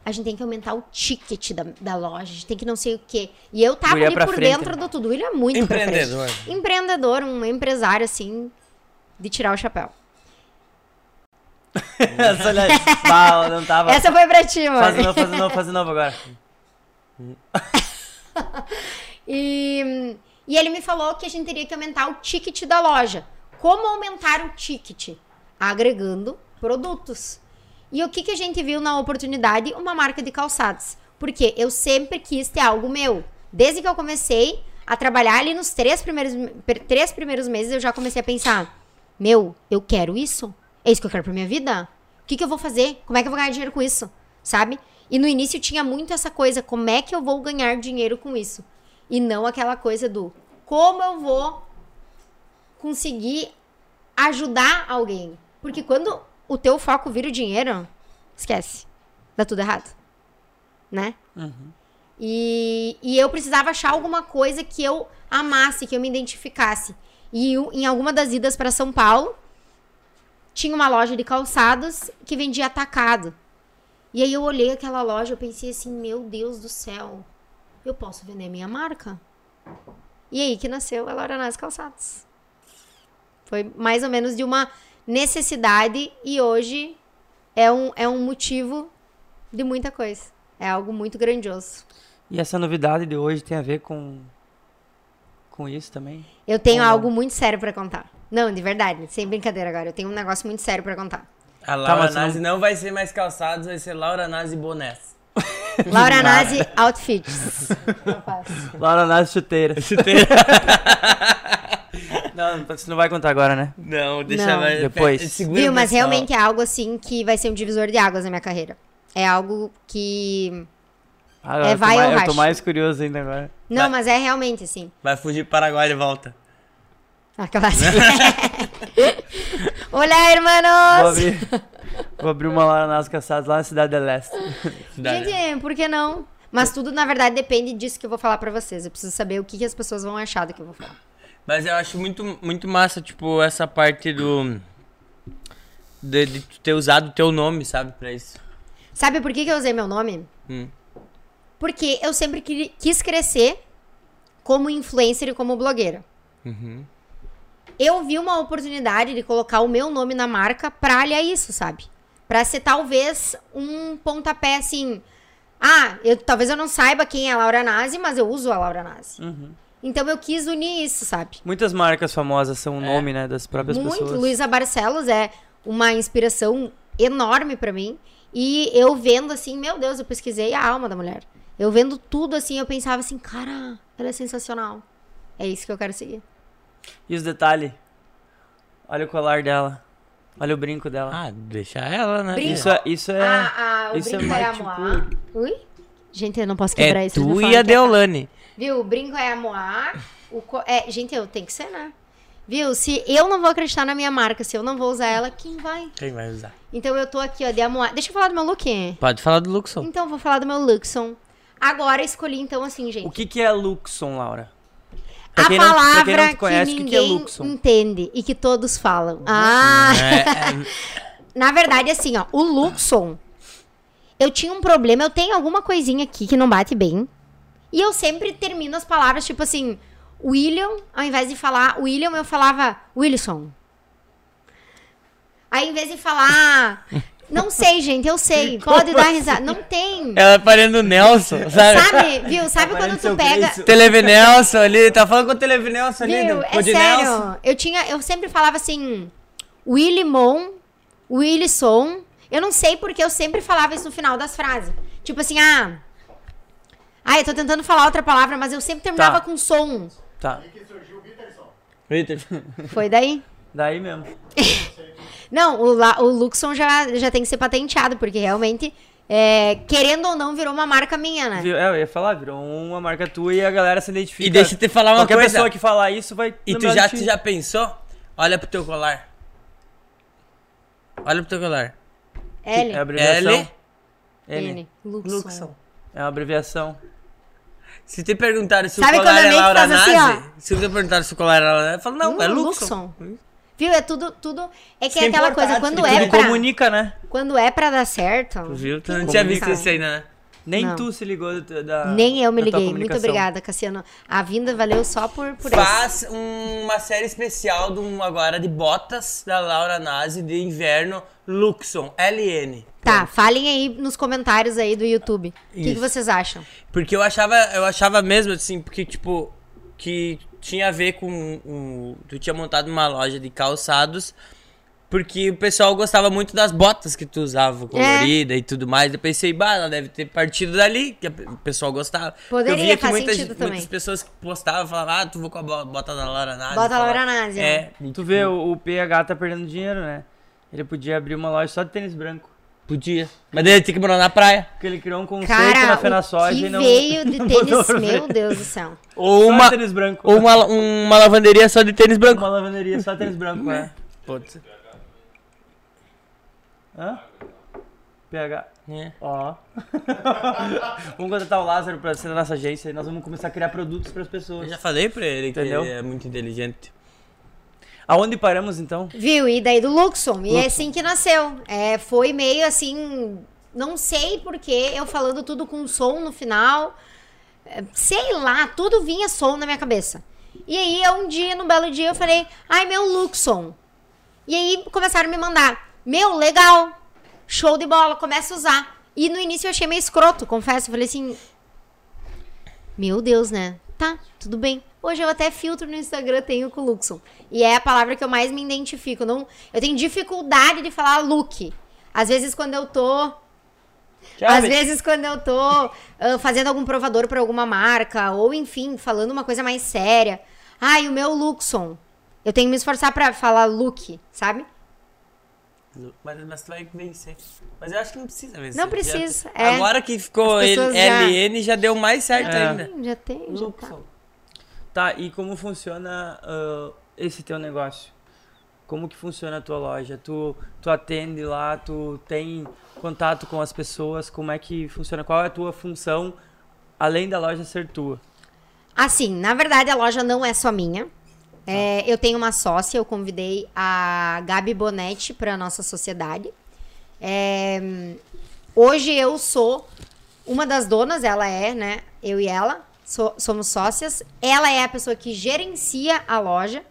A gente tem que aumentar o ticket da, da loja, a gente tem que não sei o quê. E eu tava
Guria
ali
pra
por
frente,
dentro
né?
do tudo. Ele é muito pra frente.
Empreendedor.
Empreendedor, um empresário, assim, de tirar o chapéu.
Essa olha aí. Bah, não tava.
Essa é foi pra ti, mano.
Faz de novo, faz de novo, faz de novo agora.
E, e ele me falou que a gente teria que aumentar o ticket da loja. Como aumentar o ticket? Agregando produtos. E o que, que a gente viu na oportunidade? Uma marca de calçados. Porque eu sempre quis ter algo meu. Desde que eu comecei a trabalhar ali nos três primeiros, me- per- três primeiros meses, eu já comecei a pensar: meu, eu quero isso? É isso que eu quero pra minha vida? O que, que eu vou fazer? Como é que eu vou ganhar dinheiro com isso? Sabe? E no início tinha muito essa coisa: como é que eu vou ganhar dinheiro com isso? E não aquela coisa do como eu vou conseguir ajudar alguém. Porque quando o teu foco vira o dinheiro, esquece. Dá tudo errado. Né? E, e eu precisava achar alguma coisa que eu amasse, que eu me identificasse. E eu, em alguma das idas para São Paulo, tinha uma loja de calçados que vendia atacado. E aí eu olhei aquela loja, eu pensei assim, meu Deus do céu, eu posso vender minha marca? E aí que nasceu a Laura Nas Calçados. Foi mais ou menos de uma necessidade e hoje é um, é um motivo de muita coisa. É algo muito grandioso.
E essa novidade de hoje tem a ver com com isso também?
Eu tenho
Ou não?
algo muito sério pra contar. Não, de verdade, sem brincadeira agora. Eu tenho um negócio muito sério pra contar.
A Laura
Tá, mas não-
Nazi não vai ser mais calçados, vai ser Laura Nazi bonés.
Laura Nazi Outfits. Eu faço.
Laura Nath chuteira.
Chuteira.
Não, você não vai contar agora, né?
Não, deixa
Não.
mais.
Depois.
pe- segura
Viu,
o
mas
pessoal.
realmente é algo assim que vai ser um divisor de águas na minha carreira. É algo que.
Ah,
É,
eu tô
vai
mais-
ou
Eu tô
racha?
mais curioso ainda agora.
Não,
Vai.
mas é realmente assim.
Vai fugir pro Paraguai e volta.
Aquela. Olá,
Vou
irmãos!
abrir, vou abrir uma Laura Nath caçados lá na Cidade da Leste.
Gente, por que não? Mas tudo, na verdade, depende disso que eu vou falar pra vocês. Eu preciso saber o que, que as pessoas vão achar do que eu vou falar.
Mas eu acho muito, muito massa, tipo, essa parte do. De, de tu ter usado o teu nome, sabe, pra isso.
Sabe por que, que eu usei meu nome?
Hum.
Porque eu sempre qui- quis crescer como influencer e como blogueira. Eu vi uma oportunidade de colocar o meu nome na marca pra aliar isso, sabe? Pra ser talvez um pontapé assim. Ah, eu, talvez eu não saiba quem é a Laura Nazi, mas eu uso a Laura Nazi. Então eu quis unir isso, sabe?
Muitas marcas famosas são o nome, né, das próprias
É. Muito.
pessoas.
Luísa Barcelos é uma inspiração enorme pra mim. E eu vendo assim, meu Deus, eu pesquisei a alma da mulher. Eu vendo tudo assim, eu pensava assim, cara, ela é sensacional. É isso que eu quero seguir.
E os detalhes? Olha o colar dela. Olha o brinco dela.
Ah, deixa ela, né?
Brinco.
Isso é, isso é.
Ah, ah, o
isso é
brinco é,
mais,
a
tipo-
Moá. Ui? Gente, eu não posso quebrar
É
isso. eles me
tu e
falam
a
que é-
Deolane.
Viu? O brinco é a Moá. O co- é, gente, eu tenho que ser, né? Viu? Se eu não vou acreditar na minha marca, se eu não vou usar ela, quem vai?
Quem vai usar?
Então eu tô aqui, ó, de Amoá. Deixa eu falar do meu look.
Pode falar do Luxon.
Então, vou falar do meu Luxon. Agora escolhi, então, assim, gente.
O que, que é Luxon, Laura? pra
a
quem não- pra
palavra
quem não te conhece, o
que
que
ninguém
que é Luxon? né?
entende e que todos falam. Ah!
É,
Na verdade, assim, ó, o Luxon. Eu tinha um problema, eu tenho alguma coisinha aqui que não bate bem. E eu sempre termino as palavras, tipo assim, William, ao invés de falar William, eu falava Wilson. Aí, em vez de falar. Não sei, gente, eu sei. Pode
assim?
dar risada. Não tem.
Ela parando o Nelson, sabe?
Sabe, viu? Sabe quando tu
É. Apareceu
pega.
Grace.
Televe Nelson ali, tá falando com o Televe Nelson ali,
Viu?
do-
É
o de
sério.
Nelson.
Eu tinha, eu sempre falava assim, Willimon, Willison. Eu não sei porque eu sempre falava isso no final das frases. Tipo assim, ah, ah, eu tô tentando falar outra palavra, mas eu sempre terminava
Tá.
com som.
Tá.
Eita.
Foi daí?
Daí mesmo.
Não, o, La- o Luxon já, já tem que ser patenteado, porque realmente, é, querendo ou não, virou uma marca minha, né?
Viu? É, eu ia falar, virou uma marca tua e a galera se identifica.
E deixa eu te falar uma
Qualquer
coisa.
pessoa que falar isso vai.
E tu
lembrar
já,
de
tu
ti.
já pensou? Olha pro teu colar. Olha pro teu colar.
L,
É a
N,
abreviação.
L. É,
N.
Luxon.
Luxon.
É uma abreviação.
Se te perguntaram se
Sabe
o colar
quando a
é
mente
Laura
faz assim,
Nazi, se te perguntaram se o colar é Laura Nazi, eu falo, não,
Hum,
é Luxon.
Viu? É tudo, tudo... É que
Isso
é
é
aquela coisa,
importante,
quando
que
é
Tudo
pra...
comunica, né?
Quando é pra dar certo...
Viu? Tu
tem
não
como
tinha visto
sabe?
isso ainda, né?
Nem
Tá. Não.
tu se ligou da- da.
Nem eu me
da Ah, tua
liguei. Muito
comunicação.
obrigada, Cassiano. A vinda valeu só por, por isso.
Faz um- uma série especial de um agora de botas da Laura Nazi de inverno Luxon, LN.
Tá, falem aí nos comentários aí do YouTube. O que, que
Isso.
vocês acham?
Porque eu achava, eu achava mesmo assim, porque tipo, que tinha a ver com o, tu tinha montado uma loja de calçados, porque o pessoal gostava muito das botas que tu
É.
usava, colorida e tudo mais. Eu pensei, bah, ela deve ter partido dali, que a- o pessoal gostava.
Poderia,
eu via que
faz
muitas,
sentido
muitas
também.
pessoas que postavam falavam, ah, tu vou com a bo- bota da Laura Nazi.
Bota da
falava-
Laura né? Nazi,
É,
Tu vê, o, o PH tá perdendo dinheiro, né? Ele podia abrir uma loja só de tênis branco.
podia. Mas daí tinha que morar na praia.
Porque ele criou um conceito na
Cara, o
Fenasoja
que
e não.
veio de
não
tênis,
mandou
meu
ver.
Deus do céu.
Ou
Só
uma,
tênis branco.
ou uma, uma lavanderia só de tênis branco.
Uma lavanderia, só tênis branco, né?
Pode ser.
Hã? PH.
É.
Ó. vamos contratar o Lázaro pra ser da nossa agência e nós vamos começar a criar produtos pras pessoas.
Eu já falei pra ele
Entendeu?
que ele é muito inteligente.
Aonde paramos então?
Viu? E daí do Luxon. E é assim que nasceu. É, foi meio assim. Não sei porquê, eu falando tudo com som no final. É, Sei lá, tudo vinha som na minha cabeça. E aí, um dia, num belo dia, eu falei: ai, meu Luxon. E aí começaram a me mandar. Meu, legal. Show de bola, começa a usar. E no início eu achei meio escroto, confesso. Eu falei assim. Meu Deus, né? Tá, tudo bem. Hoje eu até filtro no Instagram, tenho com Luxon. E é a palavra que eu mais me identifico. Não, eu tenho dificuldade de falar look. Às vezes quando eu tô às vezes, quando eu tô ah, fazendo algum provador pra alguma marca, ou enfim, falando uma coisa mais séria. Ai, o meu Luxon. Eu tenho que me esforçar pra falar look, sabe?
Mas, mas tu vai vencer. Mas eu acho que não precisa vencer.
Não precisa,
Já-
é.
Agora que ficou
As
L-
pessoas já-
LN, já deu mais certo
É.
ainda.
Hum, Já tem, já tá.
Luxon.
Tá, e como funciona ah, esse teu negócio? Como que funciona a tua loja? Tu, tu atende lá, tu tem contato com as pessoas, como é que funciona? Qual é a tua função, além da loja ser tua?
Assim, na verdade a loja não é só minha. É, eu tenho uma sócia, eu convidei a Gabi Bonetti para nossa sociedade. É, hoje eu sou uma das donas, ela é, né? Eu e ela so- somos sócias. Ela é a pessoa que gerencia a loja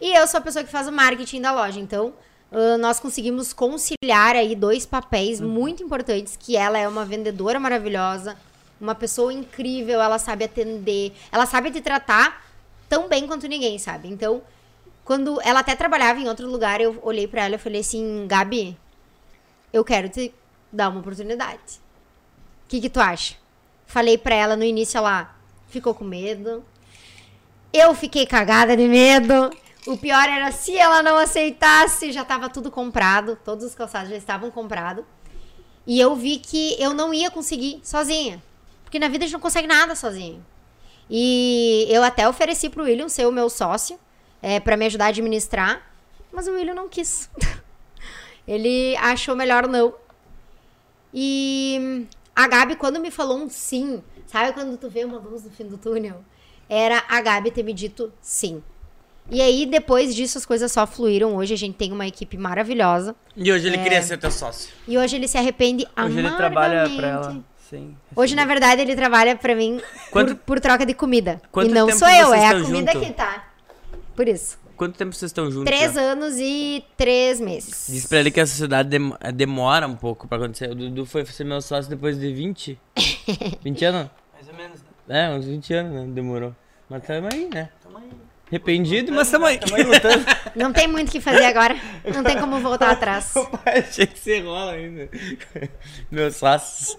e eu sou a pessoa que faz o marketing da loja. Então, ah, nós conseguimos conciliar aí dois papéis muito importantes, que ela é uma vendedora maravilhosa, uma pessoa incrível, ela sabe atender, ela sabe te tratar tão bem quanto ninguém, sabe? Então, quando ela até trabalhava em outro lugar, eu olhei pra ela e falei assim, Gabi, eu quero te dar uma oportunidade. O que que tu acha? Falei pra ela no início, ela ficou com medo. Eu fiquei cagada de medo. O pior era se ela não aceitasse, já tava tudo comprado, todos os calçados já estavam comprados. E eu vi que eu não ia conseguir sozinha. Porque na vida a gente não consegue nada sozinho. E eu até ofereci pro William ser o meu sócio, é, para me ajudar a administrar, mas o William não quis. Ele achou melhor não. E a Gabi, quando me falou um sim, sabe quando tu vê uma luz no fim do túnel? Era a Gabi ter me dito sim. E aí, depois disso, as coisas só fluíram. Hoje a gente tem uma equipe maravilhosa.
E hoje ele
É.
queria ser teu sócio.
E hoje ele se arrepende
Hoje
amargamente.
ele trabalha pra ela. Sim.
Hoje, na verdade, ele trabalha pra mim
Quanto-
por, por troca de comida. E
Quanto
não
tempo
sou eu,
vocês
é a
estão
comida
junto?
que tá. Por isso.
Quanto tempo vocês estão juntos?
Três
já?
anos e três meses.
Diz pra ele que a sociedade dem- eh, demora um pouco pra acontecer. O Dudu foi ser meu sócio depois de 20? 20 anos?
Mais ou menos, né?
É, uns 20 anos, né? Demorou. Mas tamo aí, né?
Tamo aí.
Arrependido, mas tamo aí.
lutando.
Não tem muito o que fazer agora. Não tem como voltar atrás.
Achei que você rola ainda. Meus sócios.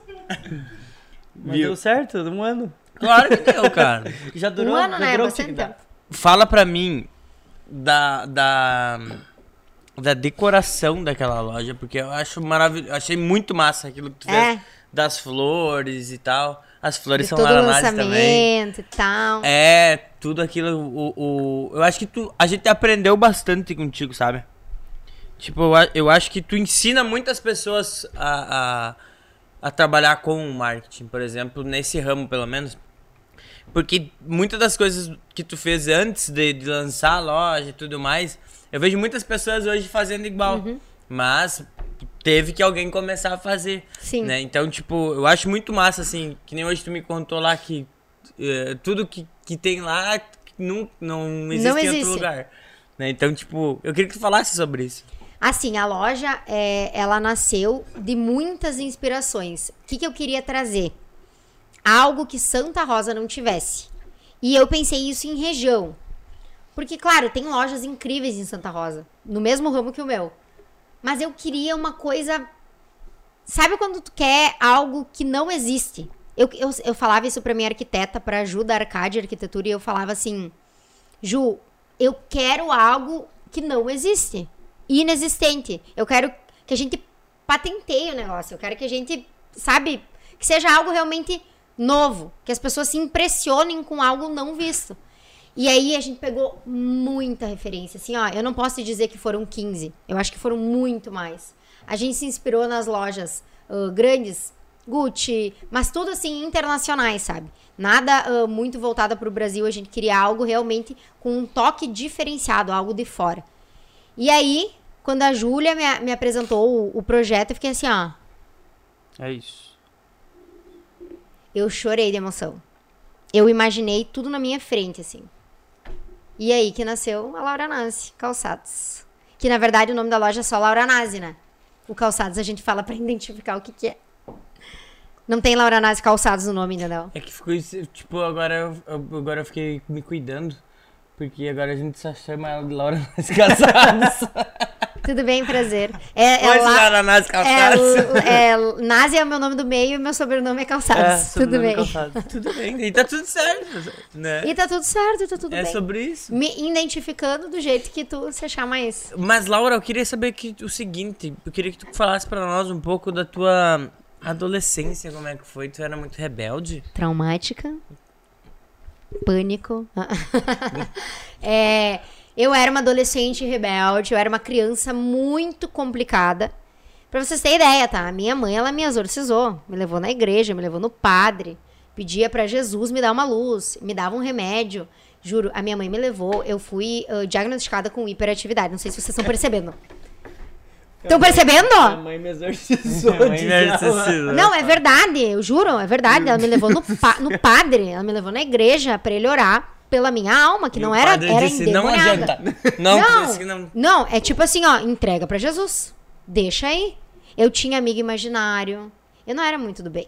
Mas deu certo, um ano.
Claro que deu, cara.
Já durou,
Um ano,
já
né?
durou o
Bastante
que dá.
tempo.
Fala pra mim da, da, da decoração daquela loja, porque eu acho maravilhoso. Achei muito massa aquilo que tu
É.
fez das flores e tal. As flores
De
são
todo o
laranjadas também.
lançamento e tal.
É, tudo aquilo. O, o- eu acho que tu, a gente aprendeu bastante contigo, sabe? Tipo, eu, a- eu acho que tu ensina muitas pessoas a, a, a trabalhar com o marketing, por exemplo, nesse ramo, pelo menos. Porque muitas das coisas que tu fez antes de, de lançar a loja e tudo mais, eu vejo muitas pessoas hoje fazendo igual.
Uhum.
Mas teve que alguém começar a fazer.
Sim.
né? Então, tipo, eu acho muito massa, assim, que nem hoje tu me contou lá que eh, tudo que, que tem lá não, não existe
Não
em
existe.
outro lugar. né? Então, tipo, eu queria que tu falasse sobre isso.
Assim, a loja, é, ela nasceu de muitas inspirações. O que, que eu queria trazer? Algo que Santa Rosa não tivesse. E eu pensei isso em região. Porque, claro, tem lojas incríveis em Santa Rosa, no mesmo ramo que o meu. Mas eu queria uma coisa. Sabe quando tu quer algo que não existe? Eu, eu, eu falava isso pra minha arquiteta, pra ajuda Arcade Arquitetura, e eu falava assim. Ju, eu quero algo que não existe. Inexistente. Eu quero que a gente patenteie o negócio. Eu quero que a gente, sabe, que seja algo realmente novo. Que as pessoas se impressionem com algo não visto. E aí a gente pegou muita referência. Assim, ó, eu não posso te dizer que foram 15. Eu acho que foram muito mais. A gente se inspirou nas lojas ah, grandes, Gucci, mas tudo assim internacionais, sabe? Nada ah, muito voltado para o Brasil. A gente queria algo realmente com um toque diferenciado, algo de fora. E aí, quando a Júlia me, a- me apresentou o, o projeto, eu fiquei assim, ó.
É isso.
Eu chorei de emoção. Eu imaginei tudo na minha frente, assim. E aí que nasceu a Laura Nance, calçados. Que na verdade o nome da loja é só Laura Nazi, né? O calçados a gente fala pra identificar o que, que é. Não tem Laura Nazi calçados no nome, entendeu?
É que ficou isso, tipo, agora eu, eu- agora eu fiquei me cuidando. Porque agora a gente só chama ela de Laura nas casadas.
Tudo bem, prazer. É, é
Oi,
La-
Laura nas
É,
casadas.
l- é, l- Nazi é o meu nome do meio e meu sobrenome é Calçados. Tudo
sobrenome
bem.
calçado.
Tudo bem, e tá tudo certo, né?
E tá tudo certo, tá tudo
é
bem.
sobre isso.
Me identificando do jeito que tu se achar mais.
Mas, Laura, eu queria saber que, o seguinte, eu queria que tu falasse pra nós um pouco da tua adolescência, como é que foi? Tu era muito rebelde?
Traumática. Pânico. Ah. É, eu era uma adolescente rebelde, eu era uma criança muito complicada. Pra vocês terem ideia, tá? A minha mãe, ela me exorcizou. Me levou na igreja, me levou no padre. Pedia pra Jesus me dar uma luz, me dava um remédio. Juro, a minha mãe me levou. Eu fui ah, diagnosticada com hiperatividade. Não sei se vocês estão percebendo. Estão percebendo?
mãe me exorcizou. diz ela.
Não,
Tá.
é verdade, eu juro, é verdade.
Hum.
Ela me levou no, pa- no padre, ela me levou na igreja pra ele orar pela minha alma, que não era, era
não
endemoniada.
adianta. Não,
Não.
disse que não.
Não, é tipo assim, ó, entrega pra Jesus. Deixa aí. Eu tinha amigo imaginário. Eu não era muito do bem.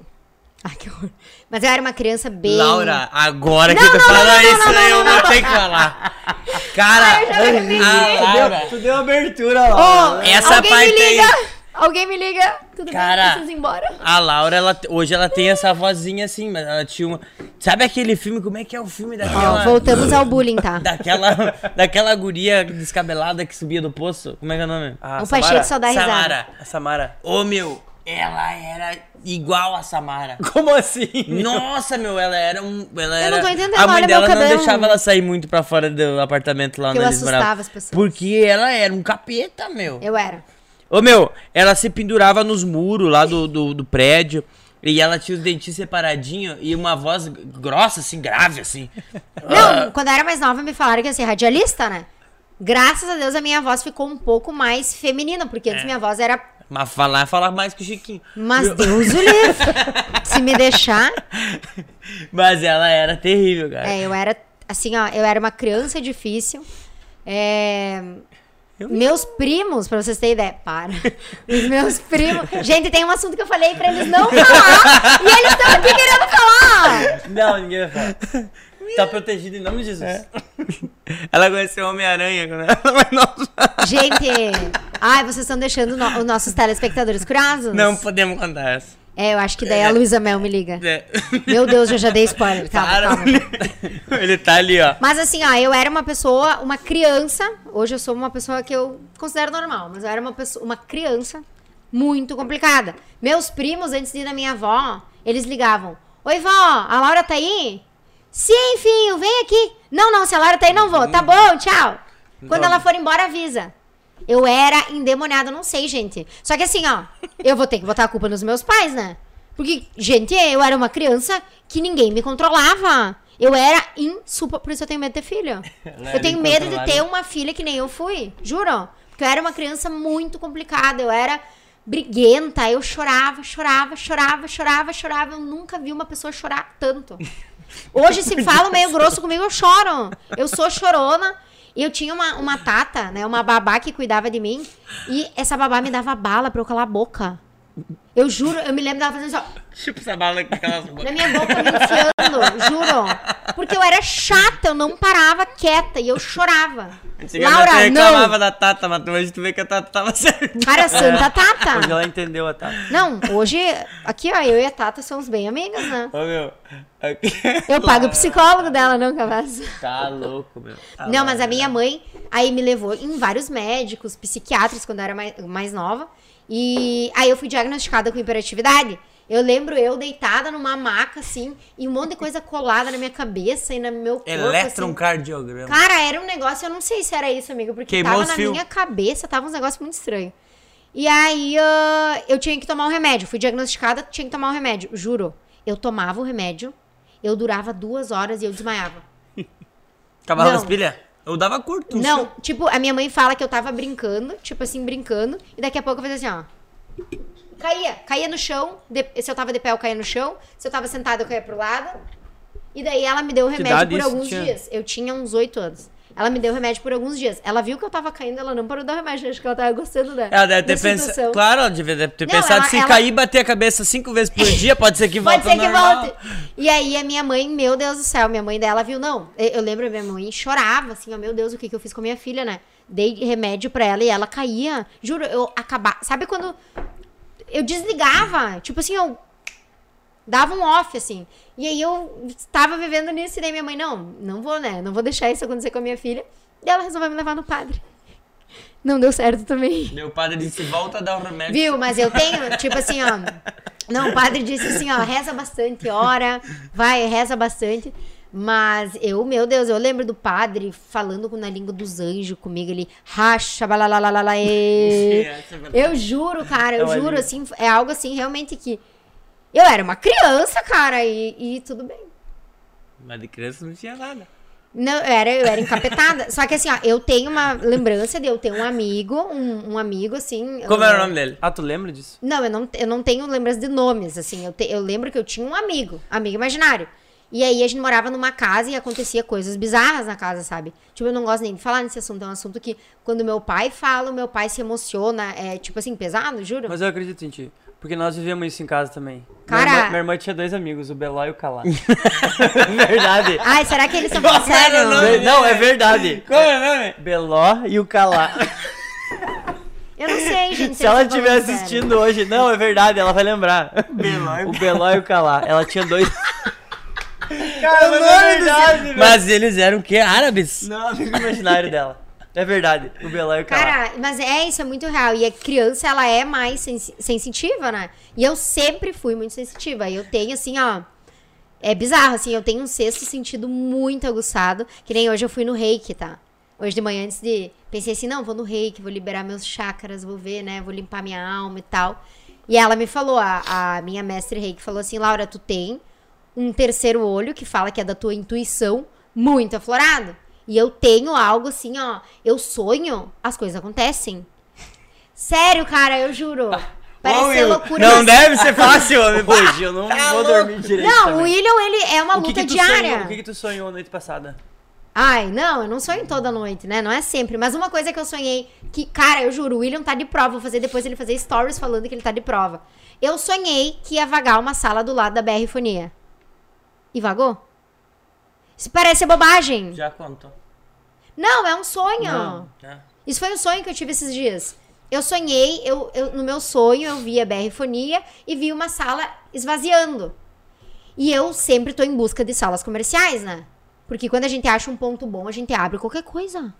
Ai, que horror. Mas eu era uma criança bem.
Laura, agora que
Não,
tu
não,
fala
não, não,
isso,
não,
aí
não,
eu
não,
vou ter que falar. Cara, a
Tu deu-
Laura,
Tu deu abertura
Ô,
lá. né?
Essa
alguém
parte
me
aí.
liga! Alguém me liga! Tudo
Cara.
bem, preciso ir embora.
a Laura, ela, hoje ela tem essa vozinha assim, mas ela tinha uma... Sabe aquele filme, como é que é o filme daquela...
Ó, voltamos ao bullying, tá?
Daquela, daquela guria descabelada que subia do poço. Como é que é o nome?
Ah,
O Pacheco só dá risada.
Samara.
A Samara.
Ô, meu, ela era igual a Samara.
Como assim?
Nossa, meu, ela era um. Ela era...
não tô entendendo,
A mãe
olha
dela
meu
não
cabelo.
deixava ela sair muito pra fora do apartamento lá
Porque
onde
eu
eles
assustava
moravam.
as pessoas.
Porque ela era um capeta, meu.
Eu era.
Ô, meu, ela se pendurava nos muros lá do, do, do prédio. E ela tinha os dentinhos separadinhos e uma voz grossa, assim, grave, assim.
Não, quando eu era mais nova, me falaram que ia ser radialista, né? Graças a Deus, a minha voz ficou um pouco mais feminina, porque antes minha voz era.
Mas falar, falar mais que o Chiquinho.
Mas Deus o livre! Se me deixar.
Mas ela era terrível, cara.
É, eu era. Assim, ó, eu era uma criança difícil. É, Meus primos, pra vocês terem ideia. Para. Os meus primos. Gente, tem um assunto que eu falei pra eles não falar. e eles estão aqui querendo falar!
Não, ninguém vai falar.
É.
Tá protegido em nome de Jesus.
Ela conheceu o Homem-Aranha quando ela era mais nova.
Gente! Ai, vocês estão deixando no- os nossos telespectadores curiosos?
Não podemos contar essa.
É, eu acho que daí a Luísa Mel me liga.
É.
Meu Deus, eu já dei spoiler. Calma,
Para,
calma.
ele- ele tá ali, ó.
Mas assim, ó, eu era uma pessoa, uma criança. Hoje eu sou uma pessoa que eu considero normal, mas eu era uma pessoa, uma criança muito complicada. Meus primos, antes de ir na minha avó, eles ligavam: Oi, vó, a Laura tá aí? Sim, filho, vem aqui. Não, não, se a Laura tá aí, não vou. Tá bom, tchau. Quando ela for embora, avisa. Eu era endemoniada, não sei, gente. Só que assim, ó, eu vou ter que botar a culpa nos meus pais, né? Porque, gente, eu era uma criança que ninguém me controlava. Eu era insuportável. Por isso eu tenho medo de ter filho. eu tenho medo de ter uma filha que nem eu fui. Juro. Porque eu era uma criança muito complicada. Eu era briguenta. Eu chorava, chorava, chorava, chorava, chorava. Eu nunca vi uma pessoa chorar tanto. Hoje, se falam meio grosso comigo, eu choro. Eu sou chorona. E eu tinha uma, uma tata, né? Uma babá que cuidava de mim. E essa babá me dava bala pra eu calar a boca. Eu juro, eu me lembro dela fazendo assim, ó.
Chupa Tipo essa bala com aquelas
Na minha boca me enfiando, juro. Porque eu era chata, eu não parava quieta e eu chorava.
Antigamente eu
Laura,
reclamava É.
não!
da Tata, mas hoje tu vê que a Tata tava certa.
Cara santa, Tata!
Hoje ela entendeu a
é.
tática.
Não, hoje, aqui ó, eu e a Tata somos bem amigas, né?
Ô, meu. aqui-
Eu pago o psicólogo dela, não, Cavaz?
Tá louco, meu. Tá
Não,
louco.
mas a minha mãe aí me levou em vários médicos, psiquiatras, quando eu era mais, mais nova. E aí eu fui diagnosticada com hiperatividade. Eu lembro eu deitada numa maca, assim, e um monte de coisa colada na minha cabeça e no meu corpo. assim.
Eletrocardiograma.
Cara, era um negócio, eu não sei se era isso, amigo, porque
Queimou
tava
os
na
fio.
minha cabeça, tava uns negócios muito estranhos. E aí ah, eu tinha que tomar um remédio. Fui diagnosticada, tinha que tomar um remédio. Juro, eu tomava o remédio, eu durava duas horas e eu desmaiava.
Acabava
Não.
as pilhas? Eu dava curto. um
Não, tipo, a minha mãe fala que eu tava brincando, tipo assim, brincando, e daqui a pouco eu fazia assim, ó. Caía, caía no chão, de- se eu tava de pé eu caía no chão, se eu tava sentada eu caía pro lado. E daí ela me deu o remédio
idade
por
isso
alguns
tinha?
dias. Eu tinha uns oito anos. Ela me deu remédio por alguns dias. Ela viu que eu tava caindo, ela não parou de dar remédio, acho que ela tava gostando da.
Ela deve
da
ter pensado.
situação.
Claro, ela devia ter ter
Não,
pensado.
ela-
se
ela-
cair e bater a cabeça cinco vezes por dia, pode ser que volte.
Pode ser
ao
que
normal.
volte. E aí a minha mãe, meu Deus do céu, minha mãe dela viu, não. Eu eu lembro, a minha mãe chorava, assim, ó, meu Deus, o que, que eu fiz com a minha filha, né? Dei remédio pra ela e ela caía. Juro, eu acabava. Sabe quando eu desligava? Tipo assim, eu dava um off, assim. E aí eu estava vivendo nisso e daí minha mãe, não, não vou, né? Não vou deixar isso acontecer com a minha filha. E ela resolveu me levar no padre. Não deu certo também.
Meu padre disse: volta a dar o remédio.
Viu? Mas eu tenho, tipo assim, ó. Não, o padre disse assim, ó, reza bastante, ora, vai, reza bastante. Mas eu, meu Deus, eu lembro do padre falando com- na língua dos anjos comigo, ele racha, balalalala,
Sim,
e...
essa é verdade.
Eu juro, cara, eu
É uma
juro,
língua.
assim, é algo assim, realmente que... Eu era uma criança, cara, e, e tudo bem.
Mas de criança não tinha nada.
Não, eu era, eu era encapetada. Só que assim, ó, eu tenho uma lembrança de eu ter um amigo, um, um amigo, assim...
Como
eu-
era o nome dele?
Ah, tu lembra disso?
Não, eu não, eu não tenho lembrança de nomes, assim. Eu, te- eu lembro que eu tinha um amigo, amigo imaginário. E aí a gente morava numa casa e acontecia coisas bizarras na casa, sabe? Tipo, eu não gosto nem de falar nesse assunto. É um assunto que, quando meu pai fala, o meu pai se emociona. É, tipo assim, pesado, juro.
Mas eu acredito em ti. Porque nós vivíamos isso em casa também.
Cara-
Minha irmã, minha irmã tinha dois amigos, o Beló e o Calá. verdade.
Ai, será que eles são
Qual era o
sério?
nome?
Não, é verdade.
Como é o nome?
Beló e o Calá.
Eu não sei, gente.
Se ela
eles são
estiver
falando sério.
assistindo hoje, não, é verdade, ela vai lembrar.
Belói.
O Beló e o Calá. Ela tinha dois.
Cara,
mas
não
é verdade, velho.
Mas eles eram o quê? Árabes?
Não, amigo imaginário dela. É verdade, o Beló e o Calá.
Cara, mas é isso, é muito real. E a criança, ela é mais sensi- sensitiva, né? E eu sempre fui muito sensitiva. E eu tenho, assim, ó. É bizarro, assim, eu tenho um sexto sentido muito aguçado. Que nem hoje eu fui no reiki, tá? Hoje de manhã, antes de. Pensei assim, não, vou no reiki, vou liberar meus chakras, vou ver, né? Vou limpar minha alma e tal. E ela me falou, a, a minha mestre reiki falou assim: Laura, tu tem um terceiro olho que fala que é da tua intuição muito aflorado. E eu tenho algo assim, ó. Eu sonho, as coisas acontecem. Sério, cara, eu juro. Parece ser loucura.
Não
mas-
deve
É
ser fácil, homem. tá
Hoje eu não vou dormir direito.
Tá Não, o
também.
William, ele é uma
O que
luta
que tu
diária.
Sonhou, o que, que tu sonhou noite passada?
Ai, não, eu não sonho toda noite, né? Não é sempre. Mas uma coisa que eu sonhei, que, cara, eu juro, o William tá de prova. Vou fazer depois ele fazer stories falando que ele tá de prova. Eu sonhei que ia vagar uma sala do lado da BR Fonia. E vagou? Isso parece bobagem.
Já contou.
Não, é um sonho.
Já.
Isso foi um sonho que eu tive esses dias. Eu sonhei, eu, eu- no meu sonho, eu vi a BR Fonia e vi uma sala esvaziando. E eu sempre tô em busca de salas comerciais, né? Porque quando a gente acha um ponto bom, a gente abre qualquer coisa.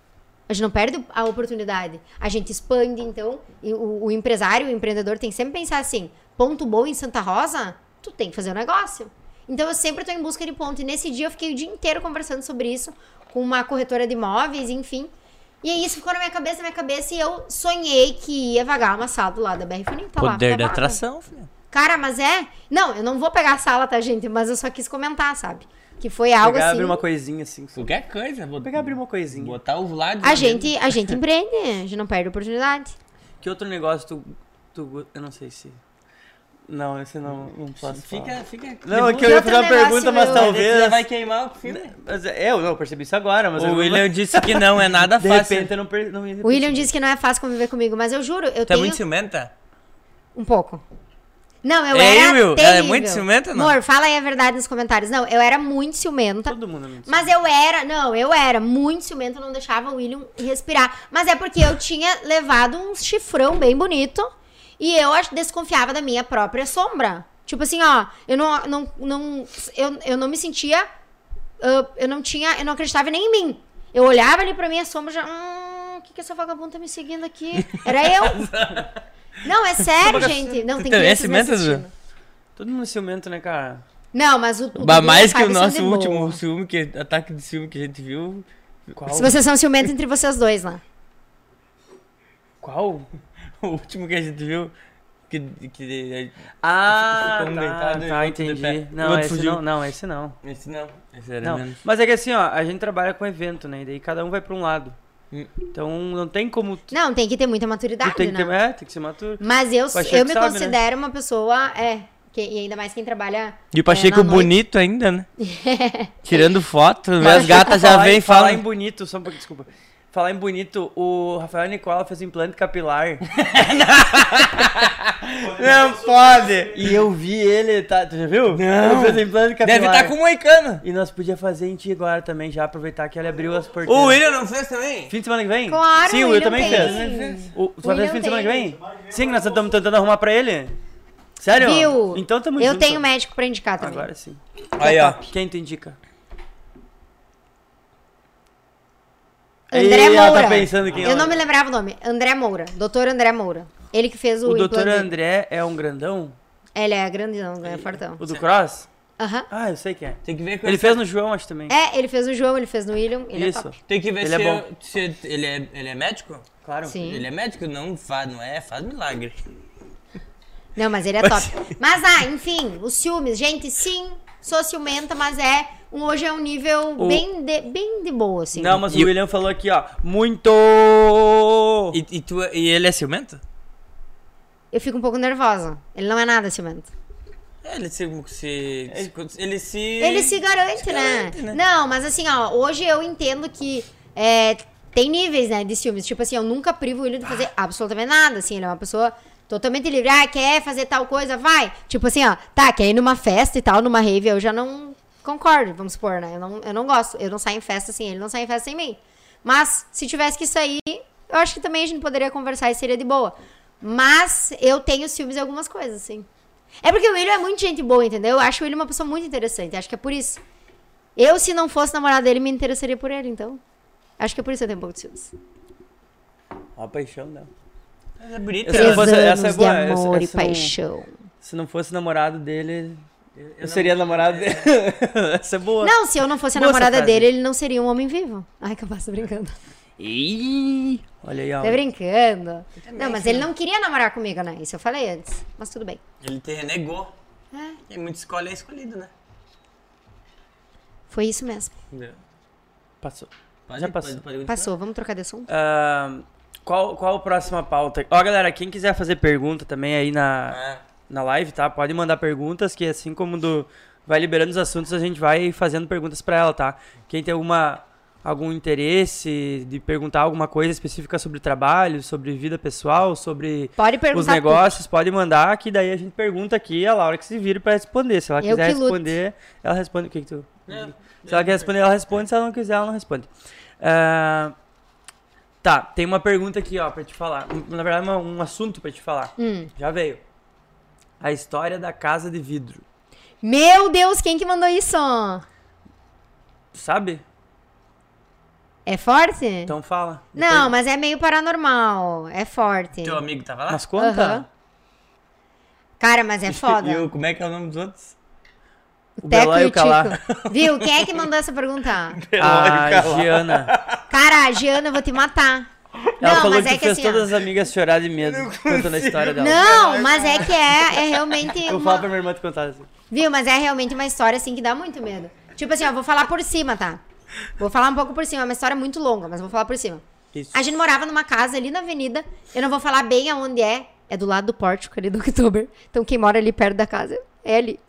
A gente não perde a oportunidade. A gente expande, então, e o, o empresário, o empreendedor tem que sempre pensar assim: ponto bom em Santa Rosa, tu tem que fazer um negócio. Então eu sempre tô em busca de ponto. E nesse dia eu fiquei o dia inteiro conversando sobre isso com uma corretora de imóveis, enfim. E aí isso ficou na minha cabeça, na minha cabeça, e eu sonhei que ia vagar uma sala do lado da BR Funil. Tá lá,
Poder
tá
da
vaga.
atração, filho.
Cara, mas é. Não, eu não vou pegar a sala, tá, gente? Mas eu só quis comentar, sabe? Que foi algo
Pegar e
assim.
abrir uma coisinha assim. só.
Qualquer coisa. Vou
Pegar e abrir uma coisinha.
Botar o Vlad.
A gente, a gente empreende, a gente não perde a oportunidade.
Que outro negócio tu, tu. Eu não sei se. Não, esse não, não posso.
Fica,
falar.
fica.
Não, é que
Que
eu ia
outro
fazer uma
negócio
pergunta,
meu?
mas talvez.
vai queimar o filme.
Mas é, eu, eu percebi isso agora, mas
O
eu
William disse que não é nada
de
fácil.
repente eu não, per... não ia
O William
perceber.
disse que não é fácil conviver comigo, mas eu juro, eu
Tu é
tenho
muito ciumenta?
um pouco. Não, eu
Ei,
era
Will, ela é
terrível.
muito ciumenta, não?
Amor, fala aí a verdade nos comentários. Não, eu era muito ciumenta.
Todo mundo é muito
tá- Mas eu era, não, eu era muito ciumenta, eu não deixava o William respirar. Mas é porque eu tinha levado um chifrão bem bonito e eu ach- desconfiava da minha própria sombra. Tipo assim, ó, eu não, não, não, eu, eu não me sentia, eu, eu não tinha, eu não acreditava nem em mim. Eu olhava ali pra minha sombra e já, hum, o que que essa vagabunda tá me seguindo aqui? Era eu. Não, é sério, gente. Não,
Tu
tem
também é
crianças me
ciumenta, Ju?
assistindo.
Todo mundo é ciumento, né, cara?
Não, mas o, o
Bah,
Dudu e
mais que o
Fábio são é de
nosso
boa.
último ciúme, que, ataque de ciúme que a gente viu.
Qual?
Se vocês são ciumentos entre vocês dois lá.
Qual?
O último que a gente viu. Que, que,
Ah,
Ficou um
tá,
deitado e
tá,
outro de pé.
entendi.
O
Não,
outro
esse
fugiu.
não, não, esse não.
esse não. Esse era
Não,
menos.
Mas é que assim, ó, a gente trabalha com evento, né? E daí cada um vai pra um lado.
Hum.
Então não tem como. Tu,
Não, tem que ter muita
tu
maturidade,
tem, que
né?
ter, é, tem que ser maturo.
Mas eu,
Vai achar
eu
que
me
sabe, né?
considero uma pessoa é, Que- e ainda mais quem trabalha.
E o Pacheco
É, na noite.
bonito ainda, né? Tirando foto,
Pacheco,
minhas gatas já
falar em-
vêm e falam.
falar
em
em
bonito, só um pouco, desculpa. Falar em bonito, o Rafael Nicola fez implante capilar.
Não pode!
e eu vi ele, tá, tu já viu?
Não.
Ele fez implante capilar.
Deve estar com moicano.
E nós podíamos fazer em ti agora também, já aproveitar que ele abriu as portas.
O William não fez também?
Fim de semana que vem?
Claro,
Sim,
o
o Will
William
também
tem.
fez. O, tu vai
William
fazer fim de semana que
tem.
vem? Sim, nós estamos tentando arrumar pra ele. Sério?
Viu?
Então tamo
Eu
junto.
tenho médico pra indicar também.
Agora sim.
Aí,
Tá.
ó.
Quem tu indica?
André
Ih, ela
Moura.
tá pensando quem
eu
ela-
não me lembrava o nome. André Moura. Doutor André Moura. Ele que fez o.
O doutor
implante-
André é um grandão?
Ele é grandão, é fortão.
O do Cross?
Aham.
Ah, eu sei quem é.
Tem que ver com
Ele fez no João, acho também.
É, ele fez o João, ele fez no William. Ele é
Isso.
top.
Tem que ver
Ele
se,
é bom.
eu- se ele, é, ele é médico?
Claro.
Sim.
Ele é médico? Não faz, não é? Faz milagre.
Não, mas ele é top. Mas, ah, enfim, os ciúmes. Gente, sim, sou ciumenta, mas é. Hoje é um nível
O-
bem, de, bem de boa, assim.
Não, mas
E
o
o-
William falou aqui, ó. Muito!
E, e, tu, e ele é ciumento?
Eu fico um pouco nervosa. Ele não é nada ciumento.
É, Ele se. se- se- ele se.
Ele se garante, né?
garante, né?
Não, mas assim, ó, hoje eu entendo que é, tem níveis, né, de ciúmes. Tipo assim, eu nunca privo o William de fazer absolutamente nada, assim, ele é uma pessoa totalmente livre. Ah, quer fazer tal coisa, vai. Tipo assim, ó, tá, quer ir numa festa e tal, numa rave, eu já não concordo, vamos supor, né? Eu não, eu não gosto, eu não saio em festa sem ele, não saio em festa sem mim. Mas, se tivesse que sair, eu acho que também a gente poderia conversar e seria de boa. Mas, eu tenho ciúmes em algumas coisas, assim. É porque o William é muito gente boa, entendeu? Eu acho o William uma pessoa muito interessante. Acho que é por isso. Eu, se não fosse namorada dele, me interessaria por ele, então. Acho que é por isso que eu tenho um pouco de ciúmes.
Ó, a paixão né? dela.
É bonito,
Essa
Três
né?
fosse-
anos
essa é boa,
de
essa- essa
amor e
não-
paixão.
Se não fosse namorado dele, eu, seria namorado dele. Essa é boa.
Não, se eu não fosse a
Boa essa
namorada
frase.
dele, ele não seria um homem vivo. Ai, capaz, tô brincando.
Ih, olha aí, ó.
Tô brincando. Não,
né?
mas ele não queria namorar comigo, né? Isso eu falei antes. Mas tudo bem.
Ele te renegou.
É,
Quem muito escolhe é escolhido, né?
foi isso mesmo.
Passou.
Pode-
Já passou.
pode- pode
Passou, vamos trocar de assunto?
Ah, qual, qual a próxima pauta? Ó, galera, quem quiser fazer pergunta também aí na,
continuar? Ah,
na live, tá? Pode mandar perguntas, que assim como do vai liberando os assuntos, a gente vai fazendo perguntas pra ela, tá? Quem tem alguma algum interesse de perguntar alguma coisa específica sobre trabalho, sobre vida pessoal, sobre
Pode perguntar.
os negócios, pode mandar, que daí a gente pergunta aqui, a Laura que se vira pra responder. Se ela
Eu
quiser
que luto.
responder, ela responde. O que, que tu.
Não,
Se ela quer responder, ela responde. Se ela não quiser, ela não responde. Ah, tá, tem uma pergunta aqui, ó, pra te falar. Um- Na verdade, uma- um assunto pra te falar.
Hum.
Já veio. A história da casa de vidro.
tudo. Meu Deus, quem que mandou isso?
Tu sabe?
É forte?
Então fala.
Não, mas é meio paranormal. É forte.
Então,
Teu amigo tava lá?
Mas conta.
Aham. Cara, mas é foda.
E o, como é que é o nome dos outros?
O Beló e o Calá.
Tico. Viu? Quem é que mandou essa pergunta?
A
Calá.
Giana.
Cara, Giana, eu vou te matar.
Ela
não,
falou
mas
que,
é que
fez
assim. ó.
todas as amigas chorar de medo contando a história dela.
Não, mas é que é, é realmente.
Eu falo
uma-
pra minha irmã te contar assim.
Viu? Mas é realmente uma história assim que dá muito medo. Tipo assim, ó, vou falar por cima, tá? Vou falar um pouco por cima. É uma história muito longa, mas vou falar por cima.
Isso.
A gente morava numa casa ali na avenida. Eu não vou falar bem aonde é. É do lado do pórtico ali do Oktober. Então quem mora ali perto da casa é ali.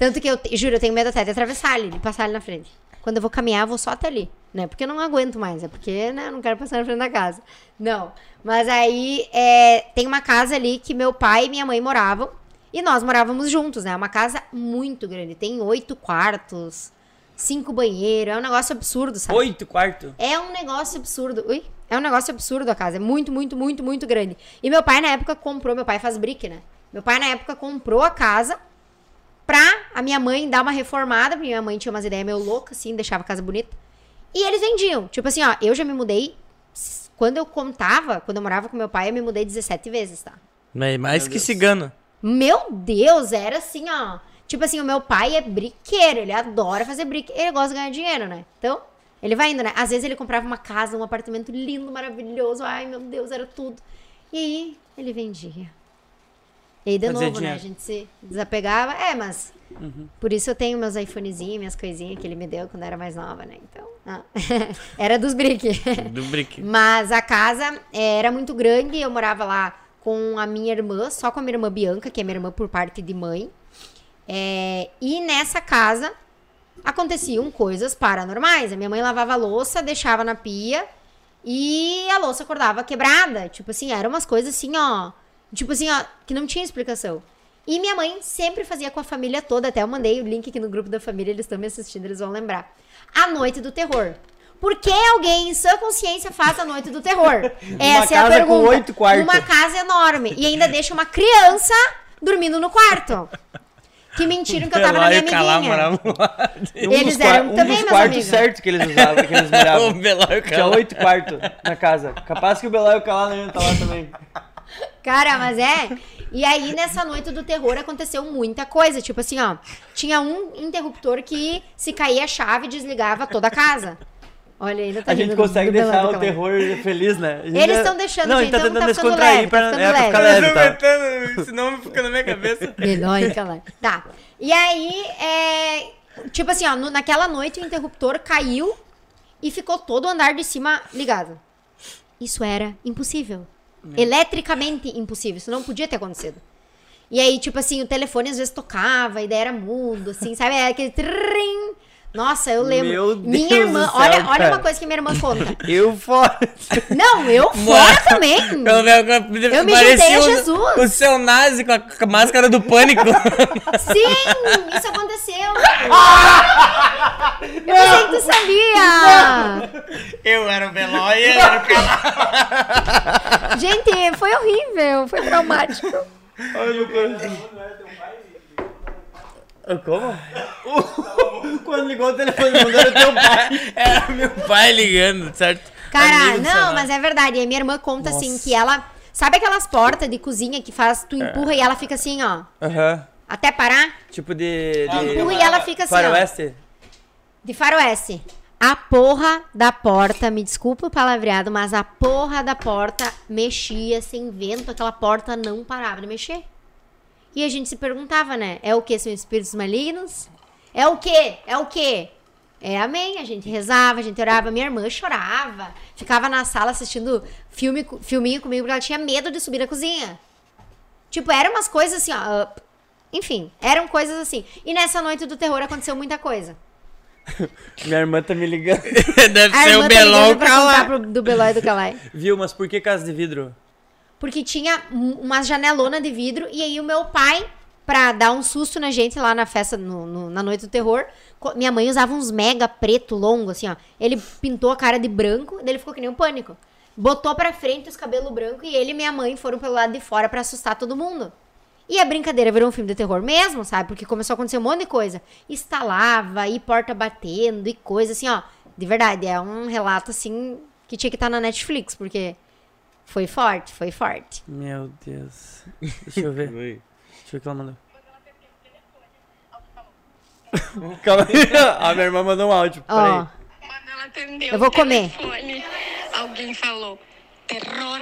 Tanto que eu, te- juro, eu tenho medo até de atravessar ali, de passar ali na frente. Quando eu vou caminhar, eu vou só até ali. Não é porque eu não aguento mais, é porque né, eu não quero passar na frente da casa. Não. Mas aí é, tem uma casa ali que meu pai e minha mãe moravam. E nós morávamos juntos, né? É uma casa muito grande. Tem oito quartos, cinco banheiros. É um negócio absurdo, sabe?
Oito quarto?
É um negócio absurdo. Ui, é um negócio absurdo a casa. É muito, muito, muito, muito grande. E meu pai, na época, comprou. Meu pai faz brick, né? Meu pai, na época, comprou a casa pra a minha mãe dar uma reformada. Porque minha mãe tinha umas ideias meio loucas, assim, deixava a casa bonita. E eles vendiam. Tipo assim, ó, eu já me mudei. Quando eu contava, quando eu morava com meu pai, eu me mudei 17 vezes, tá?
é Mais que cigano.
Meu Deus, era assim, ó. Tipo assim, o meu pai é briqueiro, ele adora fazer brique. Ele gosta de ganhar dinheiro, né? Então, ele vai indo, né? Às vezes ele comprava uma casa, um apartamento lindo, maravilhoso. Ai, meu Deus, era tudo. E aí, ele vendia. E aí, de
Fazia
novo, né?
dinheiro. Uhum.
A gente se desapegava. É, mas. Por isso eu tenho meus iPhonezinhos, minhas coisinhas que ele me deu quando era mais nova, né? Então. ah. era dos briques.
Do brick.
Mas a casa eh, era muito grande, eu morava lá com a minha irmã, só com a minha irmã Bianca, que é minha irmã por parte de mãe. É, e nessa casa aconteciam coisas paranormais. A minha mãe lavava a louça, deixava na pia e a louça acordava quebrada. Tipo assim, eram umas coisas assim, ó. Tipo assim, ó, que não tinha explicação. E minha mãe sempre fazia com a família toda, até eu mandei o link aqui no grupo da família, eles estão me assistindo, eles vão lembrar. A Noite do Terror. Por que alguém em sã consciência faz a Noite do Terror? Essa é
casa
a
com
pergunta.
oito quartos.
Uma casa enorme. E ainda deixa uma criança dormindo no quarto. Que mentiram que eu tava na minha
Belário Calá
amiguinha.
morava lá.
Um
Eles
dos, quar-
eram
um
também,
dos
meus
quartos
amigos.
certos que eles usavam, que eles moravam.
O Belário
Tinha
Calá.
oito quartos na casa. Capaz que o Belau e o Calá não iam estar lá também.
Cara, mas é. E aí, nessa noite do terror, aconteceu muita coisa. Tipo assim, ó. Tinha um interruptor que, se caía a chave, desligava toda a casa. Olha, ainda tá
A gente
rindo do-
consegue
do Beleza,
deixar o
calma.
terror feliz, né? A gente
Eles
é-
tão deixando,
Não, a
gente,
gente tá
então
tentando
tá ficando
descontrair
leve,
pra,
tá ficando
é, pra ficar
Eu tô
leve, tá?
inventando, esse nome fica na minha cabeça.
Melônica lá. Tá. E aí, é, tipo assim, ó, no- naquela noite o interruptor caiu e ficou todo o andar de cima ligado. Isso era impossível. Eletricamente impossível. Isso não podia ter acontecido. E aí, tipo assim, o telefone às vezes tocava e daí era mudo, assim, sabe? Era aquele trim. Nossa, eu lembro.
Meu
minha
Deus
irmã,
do céu,
olha, olha
cara.
uma coisa que minha irmã conta.
Eu fora.
Não, eu fora também.
Eu
me juntei a Jesus.
O seu nazi com a c- máscara do pânico.
Sim, isso aconteceu. Eu pensei que tu sabia.
eu era o Belói e ele era o Calá.
Gente, foi horrível, foi traumático.
Olha meu coração. Como? Quando ligou o telefone, mandou era teu pai.
Era meu pai ligando, certo?
Cara,
Amigo do seu
não,
nazi.
mas é verdade. E a minha irmã conta assim que ela. Sabe aquelas portas de cozinha que faz, tu
É.
empurra e ela fica assim, ó.
Aham.
Até parar?
Tipo de.
Ah,
de...
não.
Empurra e ela fica assim,
Para
ó.
oeste?
De faroeste. A porra da porta, me desculpa o palavreado, mas a porra da porta mexia sem vento, aquela porta não parava de mexer. E a gente se perguntava, né? É o que? São espíritos malignos? É o que? É o que? É amém. A gente rezava, a gente orava. Minha irmã chorava, ficava na sala assistindo filme, co- filminho comigo porque ela tinha medo de subir na cozinha. Tipo, eram umas coisas assim, ó. up. Enfim, eram coisas assim. E nessa noite do terror aconteceu muita coisa.
Minha irmã tá me ligando.
Deve
A
ser
irmã
o
tá ligando
Belão
pra contar
Calá.
pro, do Belói e do Calai.
Viu, mas por que casa de vidro?
Porque tinha um- uma janelona de vidro e aí o meu pai, pra dar um susto na gente lá na festa, no- no- na noite do terror, co- minha mãe usava uns mega preto longo, assim, ó. Ele pintou a cara de branco, daí ele ficou que nem um pânico. Botou pra frente os cabelos brancos e ele e minha mãe foram pelo lado de fora pra assustar todo mundo. E a brincadeira virou um filme de terror mesmo, sabe? Porque começou a acontecer um monte de coisa. Estalava, e porta batendo, e coisa assim, ó. De verdade, é um relato, assim, que tinha que estar na Netflix, porque foi forte, foi forte.
Meu Deus. Deixa eu ver. Deixa eu ver o que ela mandou. Calma aí. A minha irmã mandou um áudio.
Ó,
Peraí.
Quando ela atendeu
Eu vou
o
comer.
telefone, alguém falou, terror.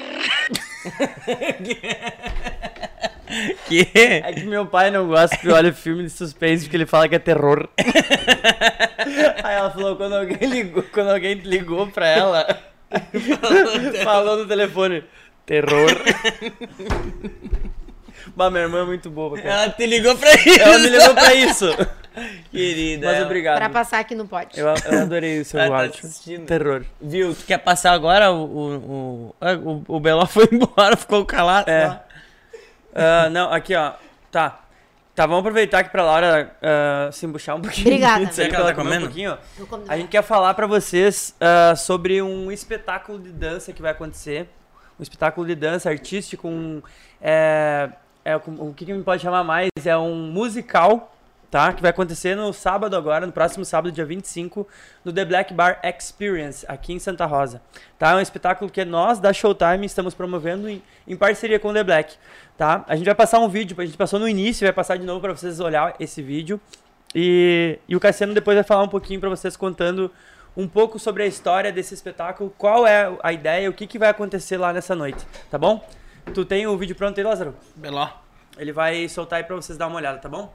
Que?
É que meu pai não gosta que eu olhe filme de suspense porque ele fala que é terror. Aí ela falou, quando alguém ligou, quando alguém ligou pra ela, falou no telefone, terror. Bah, minha irmã é muito boba, cara.
Ela te ligou pra
Ela me
isso.
ligou pra isso.
Querida.
Mas
ela-
pra
obrigado.
passar aqui no pote.
Eu, eu adorei o seu
Ela tá
áudio.
assistindo.
Terror.
Viu, tu quer passar agora? O, o, o, ah, o- o Beló foi embora, ficou calado.
É.
lá. É.
Ah, não, aqui, ó. Tá. Tá, vamos aproveitar aqui pra Laura ah, se embuchar um pouquinho.
Obrigada.
Antes aí
Será que
pra
ela
ela
tá
comer
comendo?
Um pouquinho.
Eu como
A gente quer falar pra vocês ah, sobre um espetáculo de dança que vai acontecer. Um espetáculo de dança artístico, um. É, é, com- o que, que me pode chamar mais? É um musical, tá? Que vai acontecer no sábado agora, no próximo sábado, dia 25, no The Black Bar Experience, aqui em Santa Rosa. Tá? É um espetáculo que nós, da Showtime, estamos promovendo em, em parceria com o The Black. Tá? A gente vai passar um vídeo, a gente passou no início, vai passar de novo pra vocês olhar esse vídeo. E, e o Cassiano depois vai falar um pouquinho para vocês contando um pouco sobre a história desse espetáculo, qual é a ideia, o que, que vai acontecer lá nessa noite, tá bom? Tu tem o vídeo pronto aí, Lázaro?
Beló.
Ele vai soltar aí pra vocês dar uma olhada, tá bom?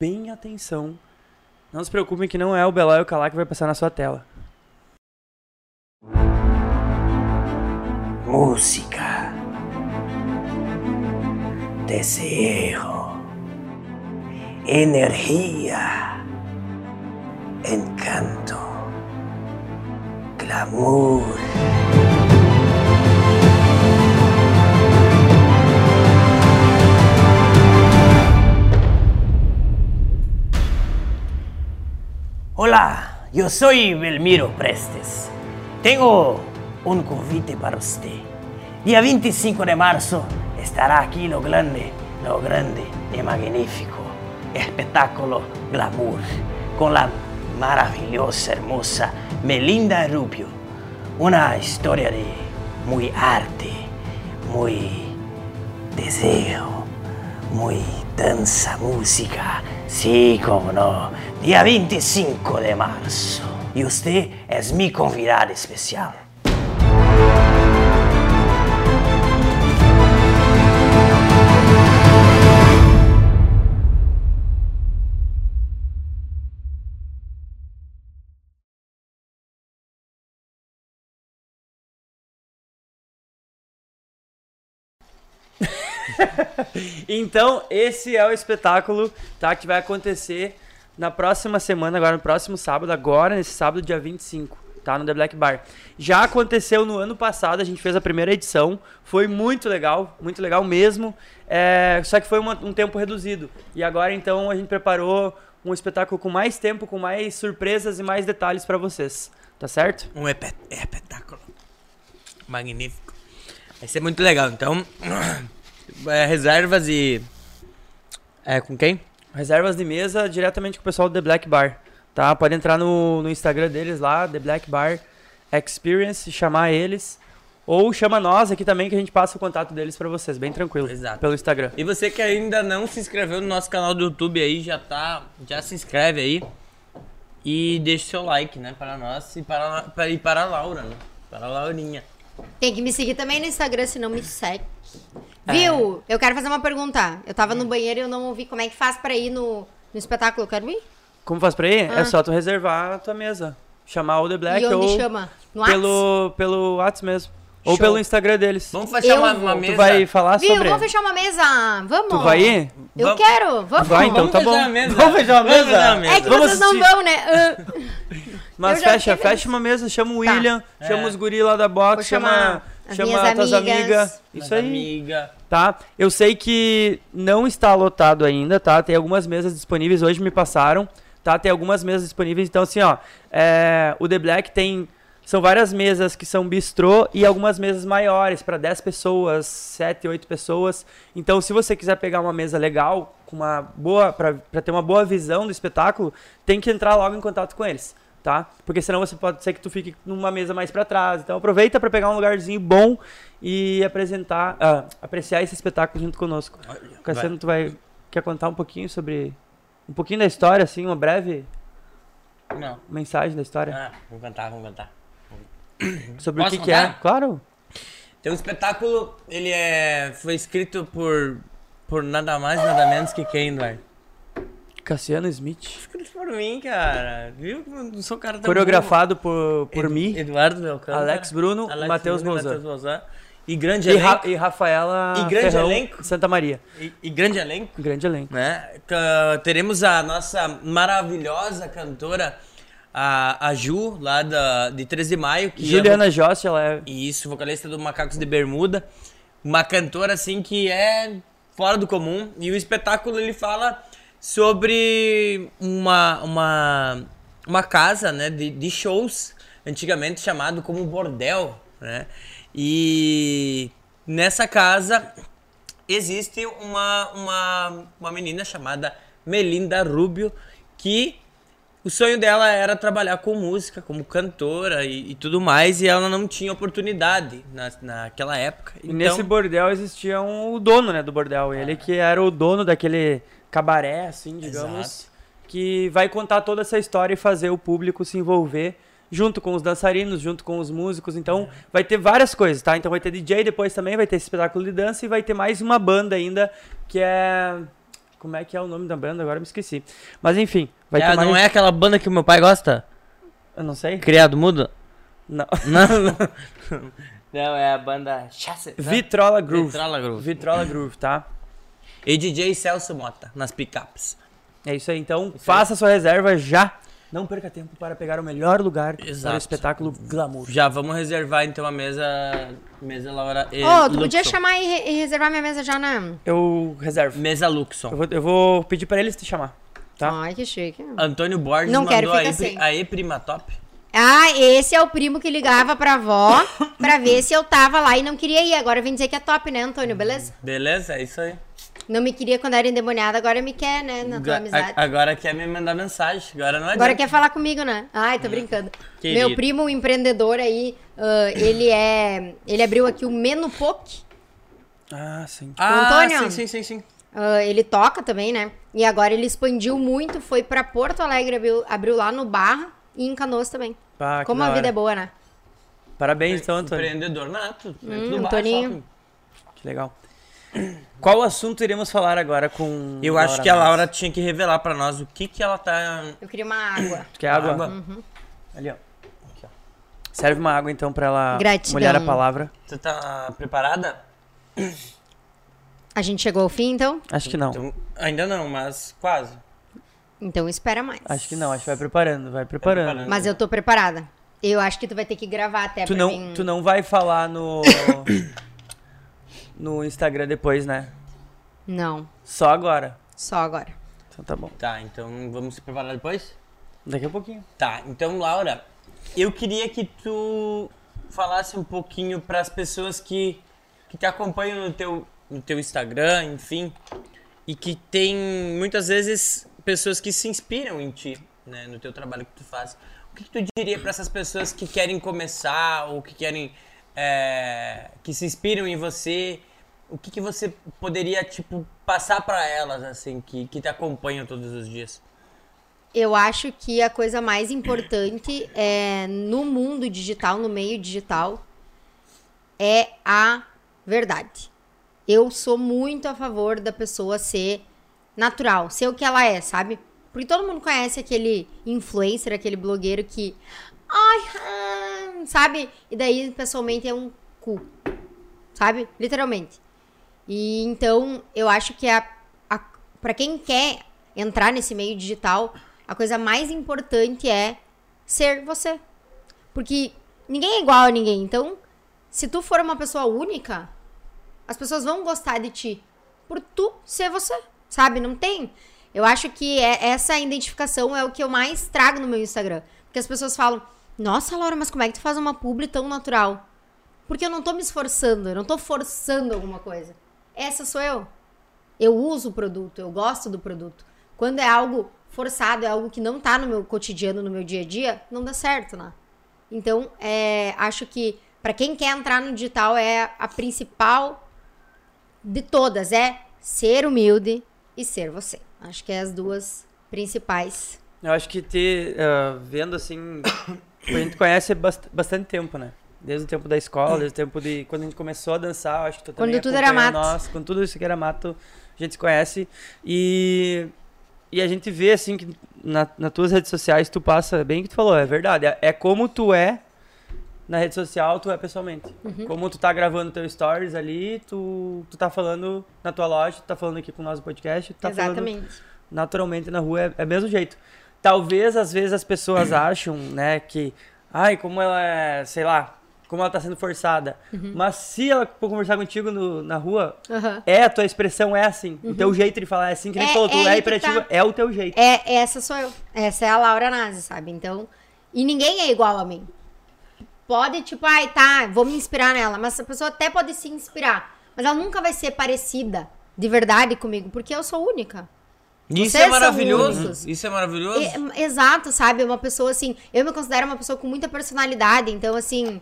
Bem atenção. Não se preocupem que não é o Beló e o Calá que vai passar na sua tela.
música,
Deseo. Energía. Encanto. Glamour.
Hola, yo soy Belmiro Prestes. Tengo un convite para usted. Día 25 de marzo estará aquí lo grande, lo grande y magnífico espectáculo Glamour con la maravillosa, hermosa Melinda Rubio. Una historia de muy arte, muy deseo, muy danza, música. Sí, como no. Día 25 de marzo. Y usted es mi convidado especial.
Então, esse é o espetáculo, tá? Que vai acontecer na próxima semana, agora no próximo sábado, agora nesse sábado, dia 25, tá? No The Black Bar. Já aconteceu no ano passado, a gente fez a primeira edição, foi muito legal, muito legal mesmo, é, só que foi uma- um tempo reduzido. E agora, então, a gente preparou um espetáculo com mais tempo, com mais surpresas e mais detalhes pra vocês, tá certo?
Um espe- espetáculo. Magnífico. Vai ser muito legal. Então, é, reservas e. É com quem?
Reservas de mesa diretamente com o pessoal do The Black Bar, tá? Pode entrar no, no Instagram deles lá, The Black Bar Experience, chamar eles. Ou chama nós aqui também que a gente passa o contato deles pra vocês, bem tranquilo.
Exato.
Pelo Instagram.
E você que ainda não se inscreveu no nosso canal do YouTube aí, já tá. Já se inscreve aí. E deixa o seu like, né? Para nós e para, para- e para a Laura, né? Para a Laurinha.
Tem que me seguir também no Instagram, se não me segue.
É.
Viu? Eu quero fazer uma pergunta. Eu tava no banheiro e eu não ouvi como é que faz pra ir no, no espetáculo. Eu quero ir.
Como faz pra ir? É só tu reservar a tua mesa. Chamar o The Black
Ah. e onde
ou
chama? No Whats?
pelo pelo Whats mesmo. Ou
Show.
pelo Instagram deles.
Vamos fechar
Eu
uma,
vou.
uma
Tu
mesa.
tu vai falar
Viu?
sobre.
Vamos fechar uma mesa. Vamos.
Tu vai ir?
Eu
Vamos.
quero. Vamos.
Vai então,
Vamos
tá
fechar
bom.
a mesa.
Vamos fechar a
Vamos
mesa.
fechar a mesa.
É que
Vamos
vocês não
assistir.
vão, né? Ah.
Mas
Eu já
fecha,
fiquei
fecha uma mesa, chama o
Tá.
William, chama os guri lá da box,
Vou
chama,
chamar as
chama
minhas
tuas
amigas.
amigas.
Mas,
Isso aí,
Amiga.
tá? Eu sei que não está lotado ainda, tá? Tem algumas mesas disponíveis, hoje me passaram, tá? Tem algumas mesas disponíveis, então assim, ó, é, o The Black tem... São várias mesas que são bistrô e algumas mesas maiores, para 10 pessoas, 7, 8 pessoas. Então, se você quiser pegar uma mesa legal, com uma boa para ter uma boa visão do espetáculo, tem que entrar logo em contato com eles, tá? Porque senão você pode ser que tu fique numa mesa mais pra trás. Então aproveita pra pegar um lugarzinho bom e apresentar, ah, apreciar esse espetáculo junto conosco. Cassiano, tu vai quer contar um pouquinho sobre um pouquinho da história assim, uma breve
Não.
mensagem da história
Ah, vamos cantar, vamos cantar.
sobre
posso
o que, que é?
contar?
Claro.
Então o espetáculo, ele é. Foi escrito por. Por nada mais, nada menos que quem, Eduardo?
Cassiano Smith,
Escrito por mim, cara. Viu? que eu Não sou um cara tão
coreografado por, por
Edu-
mim
Eduardo né? Belcão.
Alex Bruno, Matheus Mozart.
E grande
e, Ra
elenco.
e Rafaela
E grande
Ferrão,
elenco?
Santa Maria.
E, e grande elenco.
Grande elenco.
Né? Ca- Teremos a nossa maravilhosa cantora, a, a Ju, lá da, de 13 de maio. Que é
Juliana Jost, ela é
E isso, vocalista do Macacos de Bermuda. Uma cantora, assim, que é fora do comum. E o espetáculo, ele fala sobre uma, uma, uma casa, né, de, de shows, antigamente chamado como bordel, né? E nessa casa existe uma, uma, uma menina chamada Melinda Rubio, que o sonho dela era trabalhar com música, como cantora e, e tudo mais, e ela não tinha oportunidade na, naquela época. Então,
E nesse bordel existia um, o dono, né, do bordel. Ele que era o dono daquele cabaré, assim, digamos,
É. Exato.
que vai contar toda essa história e fazer o público se envolver junto com os dançarinos, junto com os músicos. Então,
É.
vai ter várias coisas, tá? Então vai ter DJ depois também, vai ter esse espetáculo de dança e vai ter mais uma banda ainda, que é como é que é o nome da banda? Agora eu me esqueci. Mas enfim, vai
É,
ter mais...
Não é aquela banda que o meu pai gosta?
Eu não sei.
Criado Mudo?
Não.
Não, não. não, é a banda Chasset.
Vitrola Groove.
Vitrola Groove.
Vitrola Groove, tá?
E DJ Celso Mota, nas picapes.
É isso aí, então faça sua reserva já. Não perca tempo para pegar o melhor lugar para
Exato.
o espetáculo Glamour.
Já vamos reservar então a mesa. Mesa Laura. e-
Ah. Ô, tu podia
Luxo.
chamar e, re- e reservar minha mesa já né? na.
Eu reservo.
Mesa
Eu
Luxon.
vou, eu vou pedir para eles te chamar, tá?
Ai, que chique.
Antônio Borges
Não quero,
mandou a,
fica
Epri-
sem.
a E-Prima Top.
Ah, esse é o primo que ligava pra avó pra ver se eu tava lá e não queria ir. Agora vem dizer que é top, né, Antônio? Beleza?
Beleza? É isso aí.
Não me queria quando era endemoniada, agora me quer, né? Na tua
Ga-
amizade.
a- agora quer me mandar mensagem. Agora não é
Agora
adianta.
quer falar comigo, né? Ai,
Ah,
tô brincando.
Querido.
Meu primo, um empreendedor aí, ah, ele é. Ele abriu aqui o Menupoc.
Ah, sim.
Ah, sim,
Antônio?
sim, sim, sim.
Ah, ele toca também, né? E agora ele expandiu muito, foi pra Porto Alegre, abriu, abriu lá no Barra e em Canoas também.
Pá, Ah, que
Como
da
a
hora.
vida é boa, né?
Parabéns então, Antônio.
Empreendedor nato.
né?
Hum,
Hum,
Antoninho.
Que legal. Qual assunto iremos falar agora com
Eu acho que é a Laura tinha que revelar pra nós o que que ela tá...
Eu queria uma água.
Que água?
Água.
Uhum.
Ali, ó. Aqui, ó. Serve uma água então para ela
Gratidão.
molhar a palavra.
Você tá preparada?
A gente chegou ao fim, então?
Acho que não.
Então, ainda não, mas quase.
Então espera mais.
Acho que não, acho que vai preparando, vai preparando.
preparando.
Mas eu tô preparada. Eu acho que tu vai ter que gravar até
Tu
pra
não,
mim.
tu não vai falar no no Instagram depois, né?
Não,
Só agora.
só agora.
Então tá bom.
Tá, então vamos se preparar depois?
Daqui a pouquinho.
Tá, então Laura, eu queria que tu falasse um pouquinho pras pessoas que, que te acompanham no teu, no teu Instagram, enfim, e que tem muitas vezes pessoas que se inspiram em ti, né, no teu trabalho que tu faz. O que, que tu diria pra essas pessoas que querem começar ou que querem é, que se inspiram em você? O que, que você poderia tipo passar pra elas assim que, que te acompanham todos os dias?
Eu acho que a coisa mais importante é no mundo digital, no meio digital, é a verdade. Eu sou muito a favor da pessoa ser natural, ser o que ela é, sabe? Porque todo mundo conhece aquele influencer, aquele blogueiro que. Ai, hum", sabe? E daí, pessoalmente, é um cu. Sabe? Literalmente. E então, eu acho que a, a, para quem quer entrar nesse meio digital, a coisa mais importante é ser você. Porque ninguém é igual a ninguém. Então, se tu for uma pessoa única, as pessoas vão gostar de ti por tu ser você, sabe? Não tem. Eu acho que é- essa identificação é o que eu mais trago no meu Instagram. Porque as pessoas falam: Nossa, Laura, mas como é que tu faz uma publi tão natural? Porque eu não tô me esforçando, eu não tô forçando alguma coisa. Essa sou eu. Eu uso o produto, eu gosto do produto. Quando é algo forçado, é algo que não tá no meu cotidiano, no meu dia a dia, não dá certo, né? Então, é, acho que para quem quer entrar no digital é a principal de todas, é ser humilde e ser você. Acho que é as duas principais.
Eu acho que ter ah, vendo assim, a gente conhece bast- bastante tempo, né? Desde o tempo da escola, desde o tempo de quando a gente começou a dançar, eu acho que tu também
Quando tudo era
acompanha
mato.
Nós, quando tudo isso que era mato, a gente se conhece e e a gente vê assim que na, nas tuas redes sociais tu passa bem o que tu falou, é verdade, é, é como tu é na rede social, tu é pessoalmente.
Uhum.
Como tu tá gravando teu stories ali, tu, tu tá falando na tua loja, tu tá falando aqui com o nosso podcast, tu tá falando
Exatamente.
naturalmente na rua é, é mesmo jeito. Talvez às vezes as pessoas acham, né, que ai, como ela é, sei lá, como ela tá sendo forçada. Mas se ela for conversar contigo no- na rua,
Uhum. Aham.
é a tua expressão é assim, o teu jeito de falar é assim, que nem
É-
tu falou, tu
é
é,
aí que
hiperativa,
tá.
é o teu jeito.
É, essa sou eu. Essa é a Laura Nazi, sabe? Então, e ninguém é igual a mim. Pode, tipo, ai, tá, vou me inspirar nela. Mas a pessoa até pode se inspirar. Mas ela nunca vai ser parecida de verdade comigo, porque eu sou única.
Isso
Vocês
é
são únicos.
maravilhoso. Isso é maravilhoso.
E- exato, sabe? Uma pessoa assim. Eu me considero uma pessoa com muita personalidade, então assim.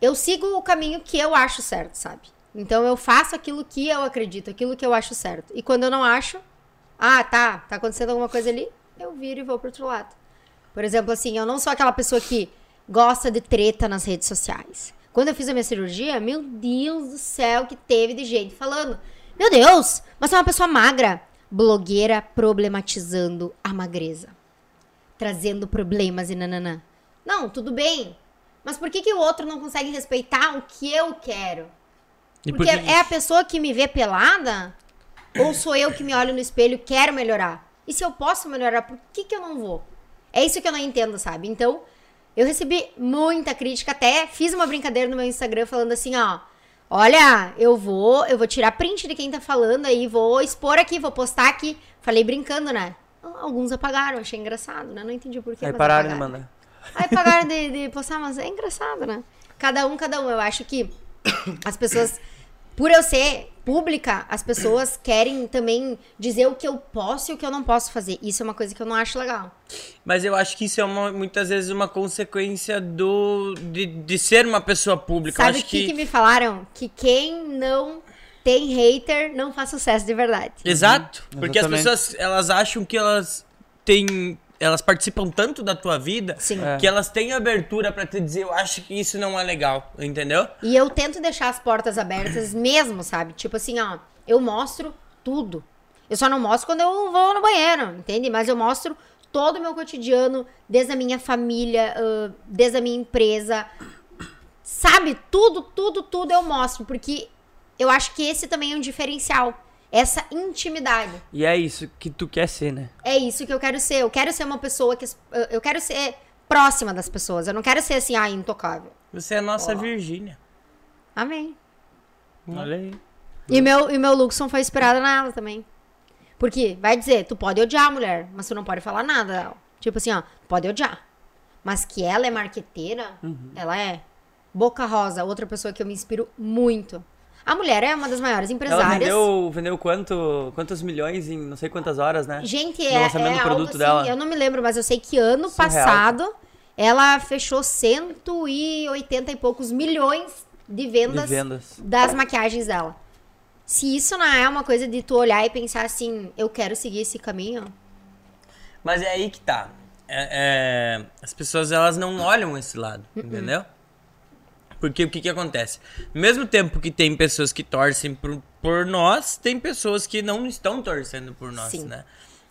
Eu sigo o caminho que eu acho certo, sabe? Então eu faço aquilo que eu acredito, aquilo que eu acho certo. E quando eu não acho, ah, tá, tá acontecendo alguma coisa ali, eu viro e vou pro outro lado. Por exemplo, assim, eu não sou aquela pessoa que gosta de treta nas redes sociais. Quando eu fiz a minha cirurgia, meu Deus do céu, que teve de gente falando. Meu Deus, mas você é uma pessoa magra. Blogueira problematizando a magreza. Trazendo problemas e nananã. Não, tudo bem. Mas por que, que o outro não consegue respeitar o que eu quero?
E por
Porque
que-
é a pessoa que me vê pelada Ou sou eu que me olho no espelho e quero melhorar? E se eu posso melhorar, por que, que eu não vou? É isso que eu não entendo, sabe? Então, eu recebi muita crítica, até fiz uma brincadeira no meu Instagram falando assim, ó. Olha, eu vou, eu vou tirar print de quem tá falando aí, vou expor aqui, vou postar aqui. Falei brincando, né? Alguns apagaram, achei engraçado, né? Não entendi por quê.
Aí
mas
pararam de
apagaram.
mandar.
Aí pagaram de, de postar, mas é engraçado, né? Cada um, cada um. Eu acho que as pessoas, por eu ser pública, as pessoas querem também dizer o que eu posso e o que eu não posso fazer. Isso é uma coisa que eu não acho legal.
Mas eu acho que isso é uma- muitas vezes uma consequência do de, de ser uma pessoa pública. eu
Sabe o
acho
que, que me falaram? Que quem não tem hater não faz sucesso de verdade.
Exato. Porque
Exatamente.
as pessoas, elas acham que elas têm. Elas participam tanto da tua vida
Sim.
que elas têm abertura pra te dizer, eu acho que isso não é legal, entendeu?
E eu tento deixar as portas abertas mesmo, sabe? Tipo assim, ó, eu mostro tudo. Eu só não mostro quando eu vou no banheiro, entende? Mas eu mostro todo o meu cotidiano, desde a minha família, ãh, desde a minha empresa. Sabe? Tudo, tudo, tudo eu mostro. Porque eu acho que esse também é um diferencial. Essa intimidade.
E é isso que tu quer ser, né?
É isso que eu quero ser. Eu quero ser uma pessoa que. as- eu- Eu quero ser próxima das pessoas. Eu não quero ser assim, ah, intocável.
Você é a nossa Virgínia.
Amém.
Olha aí.
E meu, e meu Luxon foi inspirado nela também. Porque, vai dizer, tu pode odiar a mulher, mas tu não pode falar nada dela. Tipo assim, ó, pode odiar. Mas que ela é marqueteira,
Uhum.
ela é. Boca Rosa, outra pessoa que eu me inspiro muito. A mulher é uma das maiores
Ela
empresárias.
vendeu, vendeu quanto, quantos milhões em não sei quantas horas, né?
Gente,
No
é,
lançamento
é
do
algo
produto
assim,
dela.
eu não me lembro, mas eu sei que ano
Surreal.
passado ela fechou 180 e poucos milhões de vendas,
De vendas.
das maquiagens dela. Se isso não é uma coisa de tu olhar e pensar assim, eu quero seguir esse caminho,
Mas é aí que tá. É- é, as pessoas elas não olham esse lado,
Uhum.
entendeu? Porque o que que acontece? Mesmo tempo que tem pessoas que torcem por, por nós, tem pessoas que não estão torcendo por nós,
Sim.
né?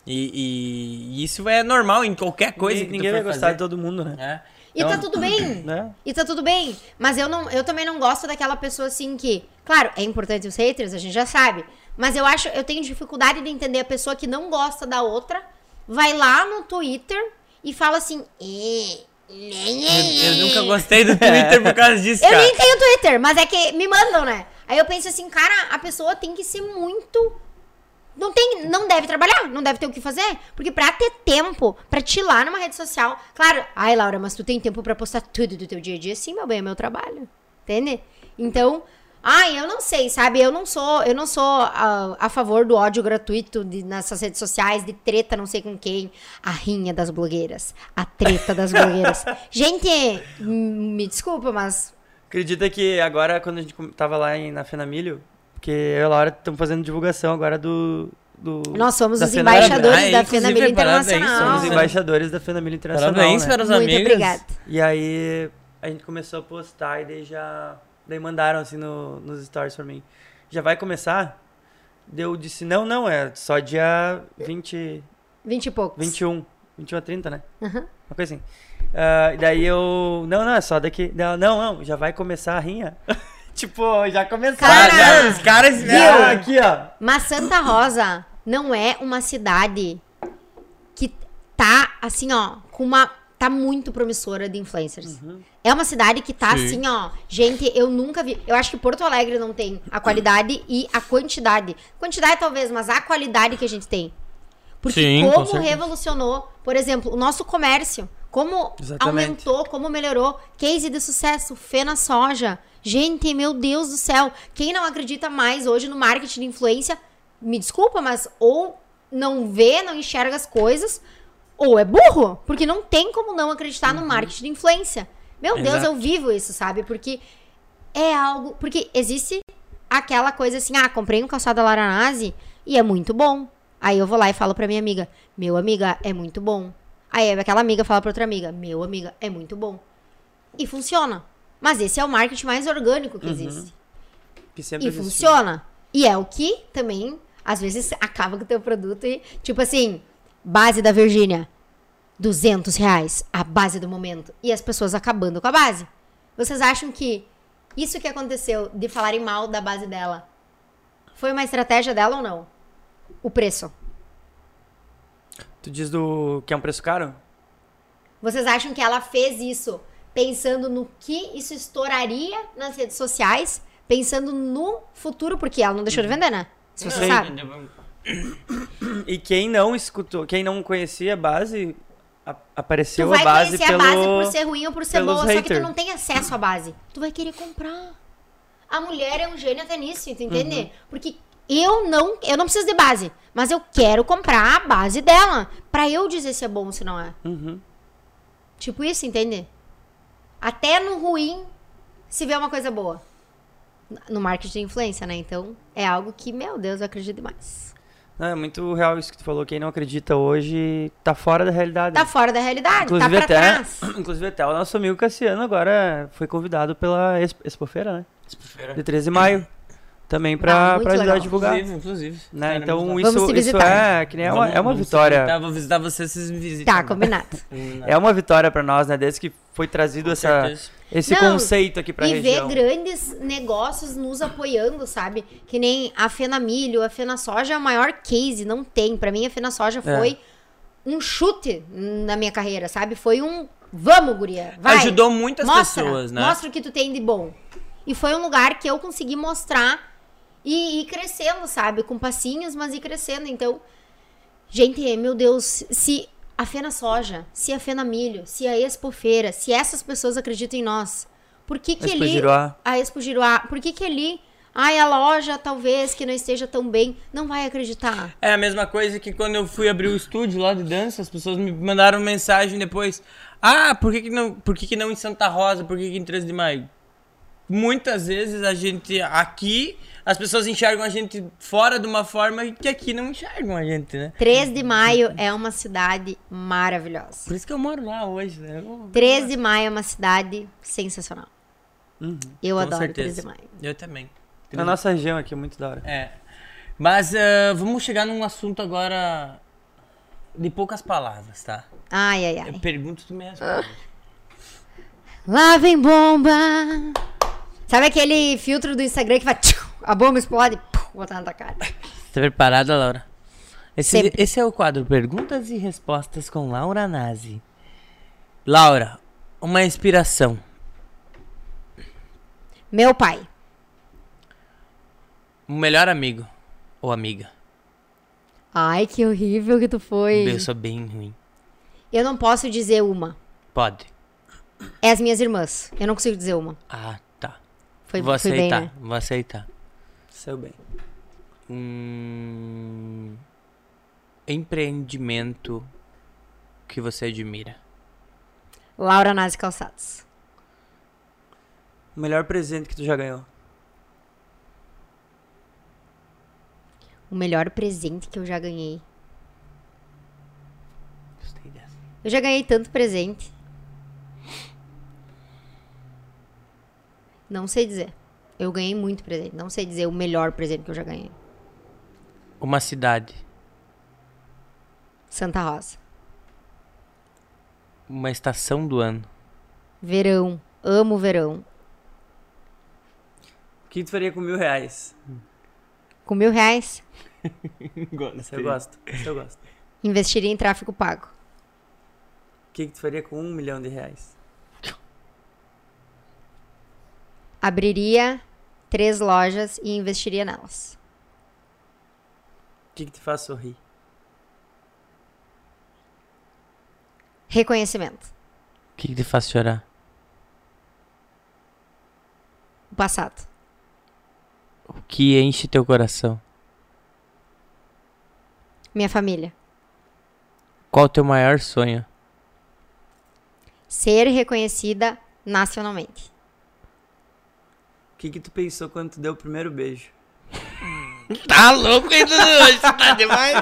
E, e- e isso é normal em qualquer coisa
Ni-
que
ninguém
tu
vai
for
gostar
fazer.
de todo mundo, né?
É.
E tá tudo bem.
Né?
E tá tudo bem. Mas eu, não, eu também não gosto daquela pessoa assim que. Claro, é importante os haters, a gente já sabe. Mas eu acho, eu tenho dificuldade de entender a pessoa que não gosta da outra, vai lá no Twitter e fala assim. né, "Ih, nem
Eu
aí".
nunca gostei do Twitter por causa disso,
Eu
cara.
nem tenho Twitter, mas é que me mandam, né? Aí eu penso assim, cara, a pessoa tem que ser muito. Não tem, não deve trabalhar, não deve ter o que fazer, porque pra ter tempo pra te ir lá numa rede social, claro. Ai, Laura, mas tu tem tempo pra postar tudo do teu dia a dia, sim, meu bem, é meu trabalho. Entende? Então, ai, eu não sei, sabe? Eu não sou, eu não sou a, a favor do ódio gratuito de- nessas redes sociais, de treta, não sei com quem, a rinha das blogueiras, a treta das blogueiras. Gente, hum, me desculpa, mas
Acredita que agora, quando a gente com- tava lá em, na Fenamilho, porque eu e a Laura estamos fazendo divulgação agora do. do
Nós somos
Tipo, da
os
Fenamilho.
embaixadores
Ah,
da
inclusive,
Fenamilha
parabéns,
Internacional.
Somos
Nossa.
embaixadores da Fenamilho Internacional.
Parabéns
né?
para os
Muito
amigos.
obrigada.
E aí a gente começou a postar e daí já. Daí mandaram assim no- nos stories pra mim. Já vai começar? Daí Eu disse, não, não, é só dia 20.
20 e poucos.
21. 21 a 30, né? Uma coisa assim. Ah, e daí eu. Não, não, é só daqui. Daí ela, Não, não, já vai começar a rinha. tipo, já
Ah,
começaram.
Cara,
já, os caras
Ah, aqui, ó.
Mas Santa Rosa não é uma cidade que tá assim, ó, com uma tá muito promissora de influencers. É uma cidade que tá
Sim.
assim, ó, gente, eu nunca vi. Eu acho que Porto Alegre não tem a qualidade e a quantidade. Quantidade talvez, mas a qualidade que a gente tem. Porque
Sim, com
como
certeza.
revolucionou, por exemplo, o nosso comércio, como
Exatamente.
aumentou, como melhorou, case de sucesso, Fena Soja. Gente, meu Deus do céu, quem não acredita mais hoje no marketing de influência, me desculpa, mas ou não vê, não enxerga as coisas, ou é burro, porque não tem como não acreditar no marketing de influência. Meu Deus, eu vivo isso, sabe? Porque é algo. Porque existe aquela coisa assim, ah, comprei um calçado da Laranase e é muito bom. Aí eu vou lá e falo pra minha amiga, meu amiga, é muito bom. Aí aquela amiga fala pra outra amiga, meu amiga, é muito bom. E funciona. Mas esse é o marketing mais orgânico que existe.
Que sempre
E
existiu.
funciona. E é o que também, às vezes, acaba com o teu produto e, tipo assim, base da Virgínia, 200 reais, a base do momento. E as pessoas acabando com a base. Vocês acham que isso que aconteceu de falarem mal da base dela foi uma estratégia dela ou não? o preço.
Tu diz do que é um preço caro?
Vocês acham que ela fez isso pensando no que isso estouraria nas redes sociais, pensando no futuro, porque ela não deixou de vender, né? Se você
Sim.
sabe.
E quem não escutou, quem não conhecia a base, a-
Tu
apareceu
vai
a base
conhecer
pelo...
a base por ser ruim ou por ser
pelos
boa, só que tu
hater.
não tem acesso à base. Tu vai querer comprar. A mulher é um gênio até nisso, tu entende?
Uhum.
Porque eu não, eu não preciso de base, mas eu quero comprar a base dela pra eu dizer se é bom ou se não é.
Uhum.
Tipo isso, entende? Até no ruim se vê uma coisa boa. No marketing de influência, né? Então, é algo que, meu Deus, eu acredito demais.
Não, é muito real isso que tu falou. Quem não acredita hoje tá fora da realidade.
Tá fora da realidade,
Inclusive
tá pra
até,
trás.
inclusive até o nosso amigo Cassiano agora foi convidado pela Exp- Expofeira, né? De 13 de maio. Também
Ah,
pra,
muito
pra ajudar a
legal.
divulgar.
Inclusive, inclusive.
né?
Quero visitar.
Então
Vamos
isso,
se
isso
visitar.
é que nem é uma, é uma
Vamos visitar,
vitória.
vou visitar vocês, vocês me visitam. né?
Tá, combinado.
É uma vitória pra nós, né? Desde que foi trazido essa,
certeza.
esse
Não,
conceito aqui pra
e
região.
ver grandes negócios nos apoiando, sabe? Que nem a Fena Milho, a Fena Soja é o maior case, não tem. Pra mim, a Fena Soja
É.
foi um chute na minha carreira, sabe? Foi um. Vamos, guria. Vai.
Ajudou muitas
Mostra,
pessoas, né?
Mostra o que tu tem de bom. E foi um lugar que eu consegui mostrar e ir crescendo, sabe? Com passinhos, mas ir crescendo. Então, gente, é, meu Deus, se a Fena Soja, se a Fena Milho, se a Expo Feira, se essas pessoas acreditam em nós, por que que
Expo
ali...
Giroá.
A Expo Giroá. Por que que ali... Ai, a loja, talvez, que não esteja tão bem, não vai acreditar.
É a mesma coisa que quando eu fui abrir o estúdio lá de dança, as pessoas me mandaram mensagem depois. Ah, por que, que, não, por que, que não em Santa Rosa? Por que, que em 13 de maio? Muitas vezes a gente aqui, as pessoas enxergam a gente fora de uma forma que aqui não enxergam a gente, né?
3 de maio é uma cidade maravilhosa.
Por isso que eu moro lá hoje, né? Eu-
13 de maio é uma cidade sensacional. Eu
Uhum. com
adoro
certeza.
13 de maio.
Eu também.
Na nossa região aqui, muito da hora.
É. Mas ah, vamos chegar num assunto agora de poucas palavras, tá?
Ai, ai, ai.
Eu pergunto tu mesmo.
Lá vem bomba. Sabe aquele filtro do Instagram que vai. tchiu, a bomba explode. puf, Botar na tua cara.
Tá preparada, Laura? Esse,
Sempre.
esse é o quadro Perguntas e Respostas com Laura Nazi. Laura, uma inspiração.
Meu pai.
Um melhor amigo ou amiga.
Ai, que horrível que tu foi.
Eu sou bem ruim.
Eu não posso dizer uma.
Pode.
É as minhas irmãs. Eu não consigo dizer uma.
Ah, tá.
Foi,
vou
foi bem,
aceitar,
né?
vou aceitar.
Saiu bem.
Hum, empreendimento que você admira.
Laura Nazi Calçados.
O melhor presente que tu já ganhou.
O melhor presente que eu já ganhei.
Gostei dessa.
Eu já ganhei tanto presente. Não sei dizer. Eu ganhei muito presente. Não sei dizer o melhor presente que eu já ganhei.
Uma cidade.
Santa Rosa.
Uma estação do ano.
Verão. Amo o verão.
O que tu faria com mil reais?
Com mil reais,
Essa eu gosto. Essa eu gosto.
investiria em tráfego pago.
O que, que tu faria com um milhão de reais?
Abriria três lojas e investiria nelas.
O que, que te faz sorrir?
Reconhecimento.
O que, que te faz chorar?
O passado.
O que enche teu coração?
Minha família.
Qual o teu maior sonho?
Ser reconhecida nacionalmente.
O que, que tu pensou quando tu deu o primeiro beijo?
Tá louco ainda hoje, tá demais?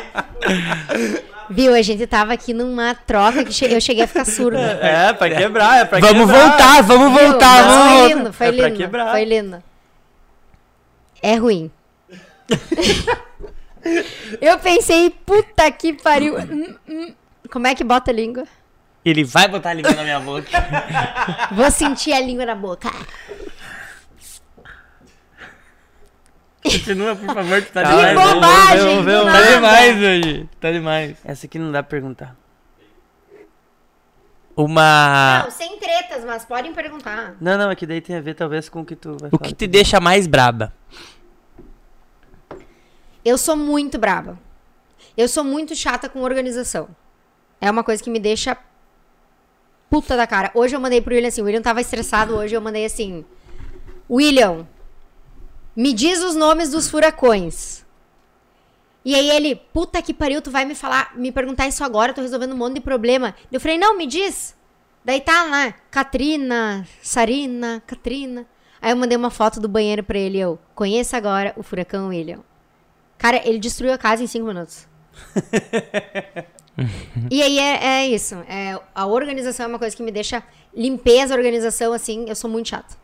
Viu? A gente tava aqui numa troca que che- eu cheguei a ficar surda.
É, pra quebrar, é pra
Vamos voltar, vamos
Viu?
voltar,
Mas
vamos
Foi
voltar.
lindo, foi
É pra
lindo.
quebrar.
Foi lindo. É ruim. eu pensei, puta que pariu. Hum, hum. Como é que bota a língua?
Ele vai botar a língua na minha boca.
Vou sentir a língua na boca.
Continua, por favor, que tá
Que
demais. hoje.
bobagem, do
Tá
nada.
demais hoje. Tá demais.
Essa aqui não dá pra perguntar.
Não,
Ah.
Uma.
sem tretas, mas podem perguntar.
Não, não, é que daí tem a ver talvez com o que tu vai
O
falar.
que te deixa mais braba?
Eu sou muito braba. Eu sou muito chata com organização. É uma coisa que me deixa puta da cara. Hoje eu mandei pro William assim, o William tava estressado hoje, eu mandei assim: "William, me diz os nomes dos furacões". E aí ele, puta que pariu, tu vai me falar, me perguntar isso agora, eu tô resolvendo um monte de problema. Eu falei: "Não, me diz". Daí tá lá, Katrina, Sarina, Katrina. Aí eu mandei uma foto do banheiro pra ele, eu, conheça agora o furacão William. Cara, ele destruiu a casa em cinco minutos. e aí é, é isso. É, a organização é uma coisa que me deixa. Limpeza, organização, assim, eu sou muito chata.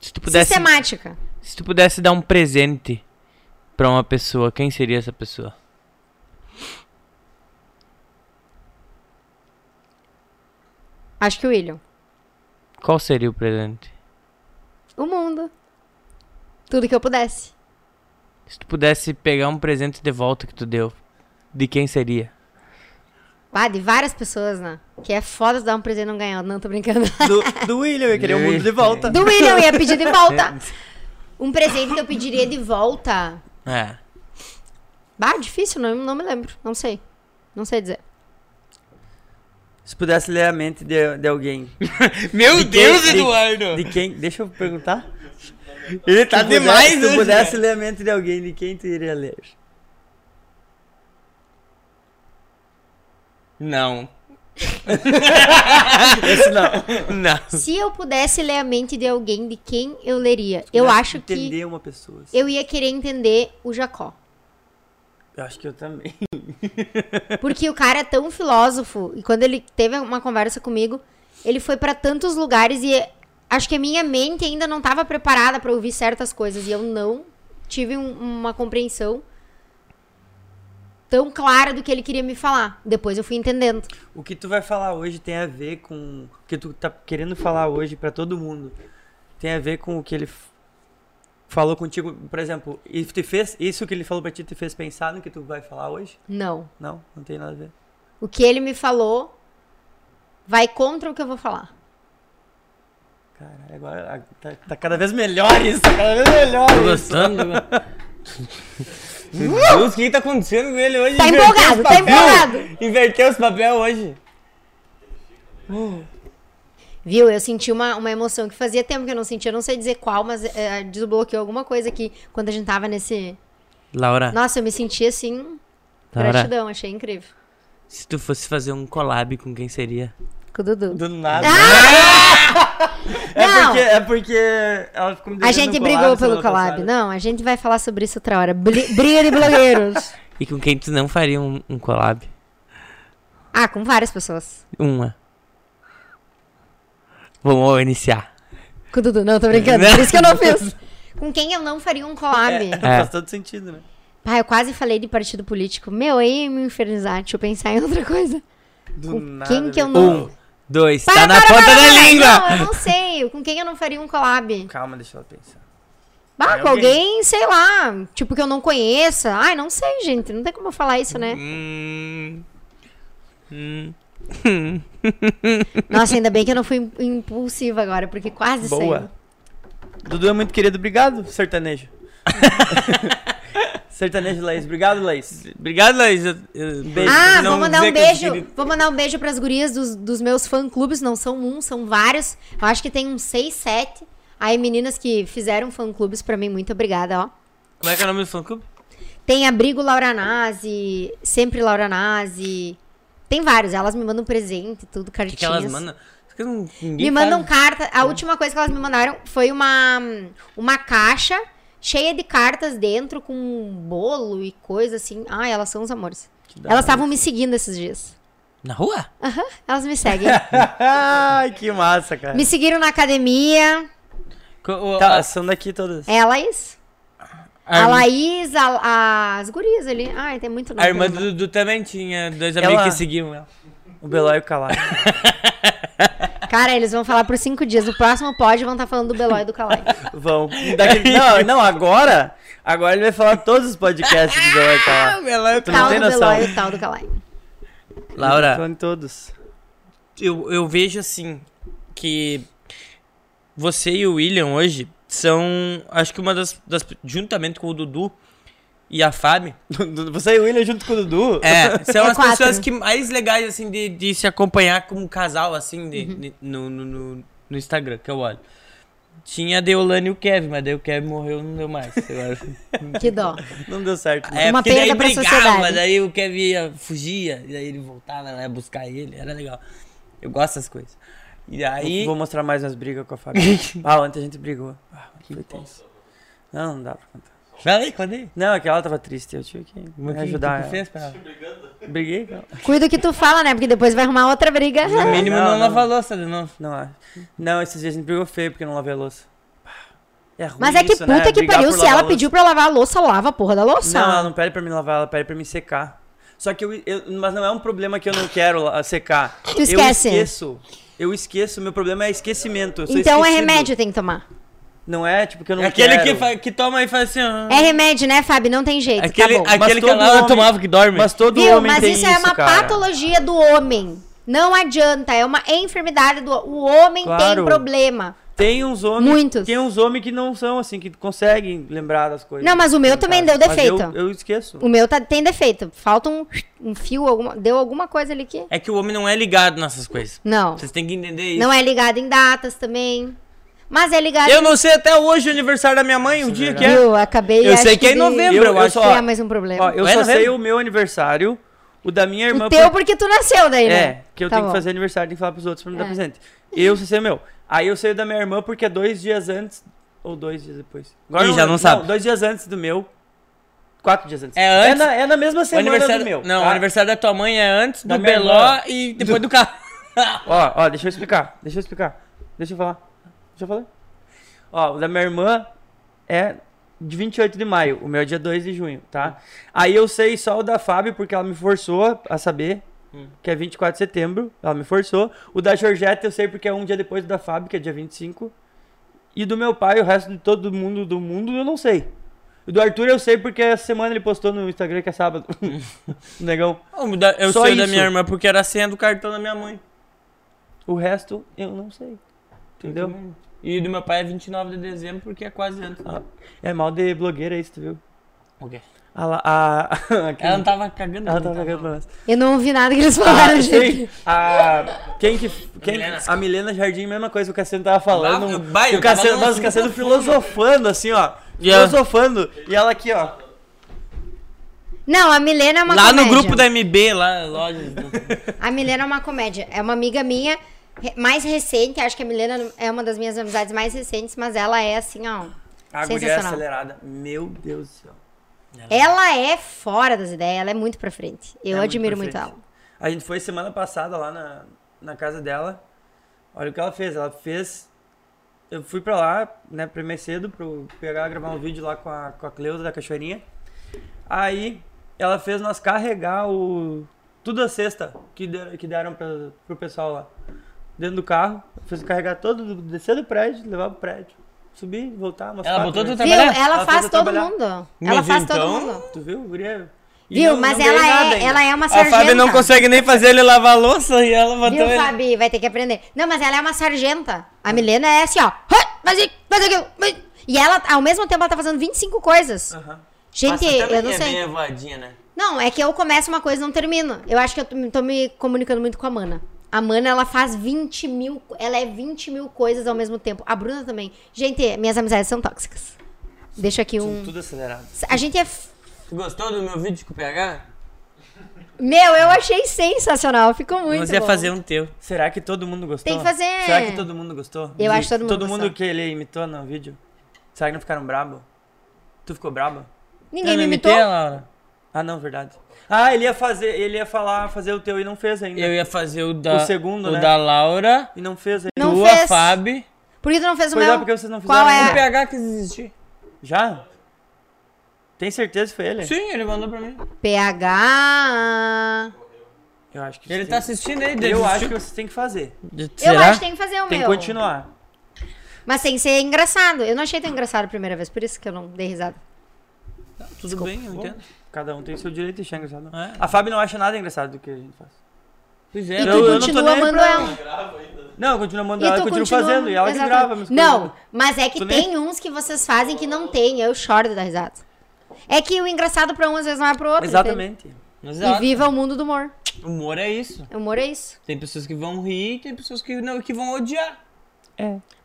Se tu pudesse,
Sistemática.
se tu pudesse dar um presente pra uma pessoa, quem seria essa pessoa?
Acho que o William.
Qual seria o presente?
O mundo. Tudo que eu pudesse.
Se tu pudesse pegar um presente de volta que tu deu, de quem seria?
Ah, de várias pessoas, né? Que é foda dar um presente e não ganhar. Não, tô brincando.
Do, do William, eu queria o mundo de volta.
Do William eu ia pedir de volta. Um presente que eu pediria de volta.
É.
Bah, difícil, não, não me lembro. Não sei. Não sei dizer.
Se pudesse ler a mente de, de alguém.
Meu
Deus,
Deus, Eduardo!
De quem? Deixa eu perguntar.
Ele tá
Se
demais,
pudesse, Se
hoje,
pudesse
né?
ler a mente de alguém, de quem tu iria ler?
Não.
Esse não.
Não.
Se eu pudesse ler a mente de alguém, de quem eu leria? Eu
Pudesse
acho que
Entender uma pessoa. assim.
eu ia querer entender o Jacó.
Eu acho que eu também.
Porque o cara é tão filósofo. E quando ele teve uma conversa comigo, ele foi pra tantos lugares e acho que a minha mente ainda não estava preparada pra ouvir certas coisas. E eu não tive um- uma compreensão tão clara do que ele queria me falar. Depois eu fui entendendo.
O que tu vai falar hoje tem a ver com o que tu tá querendo falar hoje pra todo mundo. Tem a ver com o que ele f- falou contigo, por exemplo, e te fez isso que ele falou pra ti te fez pensar no que tu vai falar hoje?
Não.
Não, não tem nada a ver.
O que ele me falou vai contra o que eu vou falar.
Cara, agora a- tá, tá cada vez melhor isso, tá cada vez melhor.
Tô gostando. Meu Deus, o que que tá acontecendo com ele hoje?
Tá
Inverteu os
empolgado, tá
papel.
empolgado.
Inverteu os papel hoje.
Viu? Eu senti uma, uma emoção que fazia tempo que eu não sentia. Eu não sei dizer qual, mas é, desbloqueou alguma coisa aqui quando a gente tava nesse.
Laura,
Nossa, eu me senti assim.
Laura.
Gratidão, achei incrível.
se tu fosse fazer um collab com quem seria?
Com o Dudu.
Do nada. É
Não!
porque, é porque ela ficou me
A
devendo
gente
um
brigou
collab
pelo
semana
collab.
passada.
né? Não, a gente vai falar sobre isso outra hora. Bli- Briga de blogueiros.
E com quem tu não faria um, um collab?
Ah, com várias pessoas.
Uma. Vamos iniciar.
Com o Dudu. Não, tô brincando. Por isso que eu não fiz. Com quem eu não faria um collab?
Né? É.
Faz todo sentido, né?
Pai, eu quase falei de partido político. Meu, aí ia me infernizar. Deixa eu pensar em outra coisa.
Do
Com
nada. né?
quem que eu
velho.
não.
Um, dois,
Para,
tá na
para,
ponta
para,
da
para.
língua!
Não, eu não sei. Com quem eu não faria um collab?
Calma, deixa ela pensar.
Bah, com alguém, sei lá, tipo que eu não conheça. Ai, não sei, gente. Não tem como eu falar isso, né?
Hum, hum.
Nossa, ainda bem que eu não fui im- impulsiva agora, porque quase saiu.
Boa. Dudu é muito querido, obrigado, sertanejo. sertanejo Laís, obrigado, Laís.
Obrigado, Laís. Eu- eu- beijo.
Ah,
Vocês
vou
vão
mandar
dizer
um
que eu te
beijo.
queria-
Vou mandar um beijo pras gurias dos, dos meus fã-clubes. Não são um, são vários. Eu acho que tem uns seis, sete. Aí, meninas que fizeram fã-clubes pra mim, muito obrigada, ó.
Como é que é o nome do fã clube?
Tem Abrigo Laura Nazi, Sempre Laura Nazi. Tem vários. Elas me mandam presente, tudo,
O
cartinhas.
que, que elas mandam? Isso que não- ninguém
Me mandam
sabe.
carta. A última coisa que elas me mandaram foi uma, uma caixa cheia de cartas dentro com um bolo e coisa assim. Ai, elas são os amores. Elas estavam me seguindo esses dias.
Na rua?
Aham, elas me seguem.
Ai, que massa, cara.
me seguiram na academia.
Co- o-
Tá, são daqui
É.
todas.
Elas.
a,
A
irmã-
Laís, a- as gurias ali. Ai, tem muito nome.
a irmã
pra
do
lembrar.
Dudu também tinha dois amigos
Ela-
que seguiam ela.
O Beló e o Calado.
Cara, eles vão falar por cinco dias. No próximo pod vão estar falando do Beló e do Calai.
Vão. Daquele- Não, não, agora. Agora ele vai falar todos os podcasts do Belói
Ah,
tá lá.
Belão.
Tu
tal
não
do
tem
Beló
noção.
e o tal do Calai.
Laura,
Falando em todos.
eu, eu vejo assim que você e o William hoje são, acho que uma das, das juntamente com o Dudu e a Fábio,
Você e o William junto com o Dudu?
É, são
É
as
quatro.
pessoas que mais legais, assim, de, de se acompanhar como casal, assim, de-
Uhum.
de- no, no, no- no Instagram, que eu olho. Tinha a Deolane e o Kevin, mas daí o Kevin morreu não deu mais. agora.
Que dó.
Não deu certo. né?
é,
Uma
porque daí
perda pra
brigava,
sociedade.
daí o Kevin ia, fugia, e daí ele voltava, ela ia buscar ele, era legal. Eu gosto dessas coisas. E aí...
Vou mostrar mais umas brigas com a Fabi. ah, ontem a gente brigou. Ah, que foi tenso. Não, não dá pra contar.
Fala aí, conta aí.
Não, é que ela tava triste, eu tive que
O que-
ajudar
o que
ela.
fez pra ela?
Briguei com ela.
Cuida o que tu fala, né? Porque depois vai arrumar outra briga.
No mínimo
Não,
não,
não.
lavou a louça de novo.
Não, é. não, esses dias a gente brigou feio porque eu não lavei a louça. Pá, É ruim
Mas é que
isso,
puta
né?
que
Brigar
pariu.
por
Se
lavar
ela
a louça.
pediu pra lavar a louça, lava a porra da louça.
Não, ela não pede pra me lavar, ela pede pra me secar. Só que eu, eu- Mas não é um problema que eu não quero la- secar.
Tu esquece.
Eu esqueço. Eu esqueço. Meu problema é esquecimento. eu sou
então é
esquecido.
remédio tem que tomar.
Não é tipo que eu não
Aquele que,
quero.
fa- que toma e faz assim... ó.
É remédio, né, Fábio? Não tem
É
jeito.
Aquele,
acabou.
aquele que
todo
ela
homem-
tomava que dorme.
Mas todo
Viu?
homem
Mas
tem
isso, é uma
cara.
patologia do homem. Não adianta, é uma enfermidade do o homem tem
Claro.
problema.
Tem uns homens.
Muitos.
Tem uns homens que não são assim, que conseguem lembrar das coisas.
Não, mas o meu
Em
também
casa.
deu
Mas
defeito.
eu, eu esqueço.
O meu tá, tem defeito. Falta um, um fio, alguma, deu alguma coisa ali que.
É que o homem não é ligado nessas coisas.
Não.
Vocês têm que entender isso.
Não é ligado em datas também. Mas é ligado
Eu não sei até hoje o aniversário da minha mãe, o dia que é.
Viu? Acabei
Eu
acho
sei que é em
de
novembro, eu
eu
acho.
só-
criar mais um problema.
Ó, eu
Não é
só
novembro?
sei o meu aniversário, o da minha irmã.
o teu porque tu nasceu daí, né?
É, que eu
Tá
tenho
bom. É.
que fazer aniversário, tenho que falar pros outros pra me dar presente. Eu só sei o meu. Aí eu sei o da minha irmã porque é dois dias antes, ou dois dias depois.
Ih, já
lembro.
não sabe.
dois dias antes do meu. Quatro dias antes.
É antes-
na, é na mesma
O
semana
aniversário,
do meu.
não,
tá?
o aniversário da tua mãe é antes
Da
do
minha
Beló
irmã.
e depois do carro.
Ó, ó, deixa eu explicar. Deixa eu explicar. Deixa eu falar. Deixa eu falar. Ó, o da minha irmã é de 28 de maio. O meu é dia 2 de junho, tá? Aí eu sei só o da Fábio, porque ela me forçou a saber. Que é 24 de setembro. Ela me forçou. O da Georgette eu sei porque é um dia depois do da Fábio, que é dia 25. E do meu pai, o resto de todo mundo do mundo, eu não sei. E do Arthur eu sei porque essa semana ele postou no Instagram que é sábado. Negão.
O da- Eu
Só
sei o da
isso.
minha irmã porque era a senha do cartão da minha mãe.
O resto eu não sei. Entendeu?
E do meu pai é 29 de dezembro porque é quase antes.
Ah, É mal de blogueira isso, tu viu?
O quê?
A, la- a, aquele-
Ela não tava cagando.
ela
não
tava cagando pra nós.
Eu não ouvi nada que eles
Ah,
falaram, gente.
sim, a, quem que, quem,
Milena.
a Milena Jardim, mesma coisa, o Cassiano tava falando.
Ah, vai, eu
o Cassiano,
tava no
nossa, o Cassiano
fundo do fundo.
filosofando, assim, ó.
Yeah.
Filosofando. E ela aqui, ó.
Não, a Milena é uma
Lá no
comédia.
grupo da MB, lá, loja.
A Milena é uma comédia. É uma amiga minha re- mais recente. Acho que a Milena é uma das minhas amizades mais recentes, mas ela é assim, ó.
A guria é-
sensacional.
acelerada. Meu Deus do céu.
Ela é fora das ideias, ela é muito pra frente. Eu
É muito
admiro
pra
muito,
frente.
ela.
A gente foi semana passada lá na, na casa dela. Olha o que ela fez. Ela fez. Eu fui pra lá, né, pra ir mais cedo, pra eu pegar gravar um vídeo lá com a, com a Cleusa da Cachoeirinha. Aí ela fez nós carregar o. Tudo a cesta que, der- que deram pra, pro pessoal lá. Dentro do carro. Fez carregar todo, do- descer do prédio, levar pro prédio. Subir, voltar, umas
Ela
quatro
botou
vezes.
tudo-
Viu?
Trabalhar?
Ela,
Ela
faz
fez eu
todo
trabalhar.
mundo. ela
Mas
faz todo
então-
mundo.
Tu viu, guria? E
Viu?
não-
Mas
não ganhei
ela,
nada
é,
ainda.
ela é uma
A
sargenta.
Fábio não consegue nem fazer ele lavar a louça e ela
então
botou
Viu,
ele.
é-
Fabi? Vai ter que aprender. Não, mas ela é uma sargenta. A Milena é assim, ó. "Hã, Faz isso, faz aquilo. faz-" E ela, ao mesmo tempo, ela tá fazendo 25 coisas.
Aham.
Gente, eu não sei.
voadinha, né?
Não, é que eu começo uma coisa e não termino. Eu acho que eu tô- tô me comunicando muito com a Mana. A Mana, ela faz 20 mil. Ela é 20 mil coisas ao mesmo tempo. A Bruna também. Gente, minhas amizades são tóxicas. Deixa aqui um.
Tudo acelerado.
A gente é. f-
Tu gostou do meu vídeo com o PH?
Meu, eu achei sensacional. Ficou muito.
Nós ia
bom.
fazer um teu.
Será que todo mundo gostou?
Tem que fazer.
Será que todo mundo gostou?
Eu acho que todo mundo
Todo
gostou.
mundo que ele imitou no vídeo? Será que não ficaram brabo? Tu ficou brabo?
Ninguém
Eu
me
um
não
imitou.
imitei a Laura.
Ah, não, verdade. Ah, ele ia fazer, ele ia falar, fazer o teu e não fez ainda.
Eu ia fazer o da,
O segundo,
o
né?
da Laura,
E não fez ainda.
Não
o
fez.
a Fábio.
Por que tu não fez o
Pois
meu?
é, porque vocês não
Qual
O
fizeram
é?
ainda.
PH quis desistir.
Já? Tem certeza que foi ele?
Sim, ele mandou pra mim.
PH.
Eu acho que
Ele tá
você tem-
assistindo aí,
Eu
desistiu.
acho que você tem que fazer.
Eu
Será?
acho que tem que fazer o
Tem que
meu.
continuar.
Mas tem que ser engraçado. Eu não achei tão engraçado a primeira vez, por isso que eu não dei risada.
Tudo bem, eu entendo.
Cada um tem seu direito de achar engraçado.
É.
A Fábio não acha nada engraçado do que a gente faz.
Pois
E
é,
tu
eu não tô
continua
nem aí
amando
pra-
ela.
Não, continua mandando
E
ela,
tu
continua
continua.
fazendo. E ela que
Exatamente.
grava. mas
Não,
continua.
mas é que
Tu nem-
tem uns que vocês fazem que não tem. Eu choro de dar risada. É que o engraçado pra um às vezes não é pro outro. entende?
Exatamente.
E viva o mundo do humor.
Humor é isso.
O humor é isso.
Tem pessoas que vão rir, tem pessoas que, não, que vão odiar.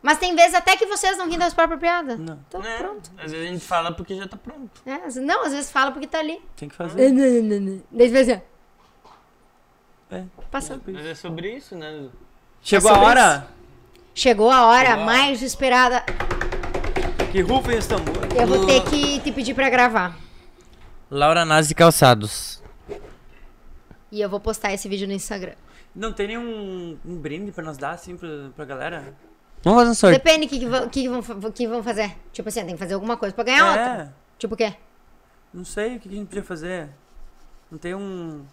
Mas tem vezes até que vocês não riem das próprias piadas.
Não.
Então
né?
pronto.
Às vezes a gente fala porque já tá pronto.
É, às- não, às vezes fala porque tá ali.
Tem que fazer.
Desde vezes.
É.
"Ah, Passou.
Mas é sobre isso, né?
Chegou
É
a
sobre
hora
Chegou a hora mais esperada.
que rufem os tambores.
Eu vou ter que te pedir pra gravar.
Laura Nazi Calçados.
E eu vou postar esse vídeo no Instagram.
Não tem nenhum um brinde pra nos dar, assim, pra, pra galera?
Vamos fazer um sorteio.
Depende do que, que, vão- que, que vão, fa- que vão fazer. Tipo assim, tem que fazer alguma coisa pra ganhar outra.
É,
Tipo o quê?
não sei o que que a gente podia fazer. Não tem um.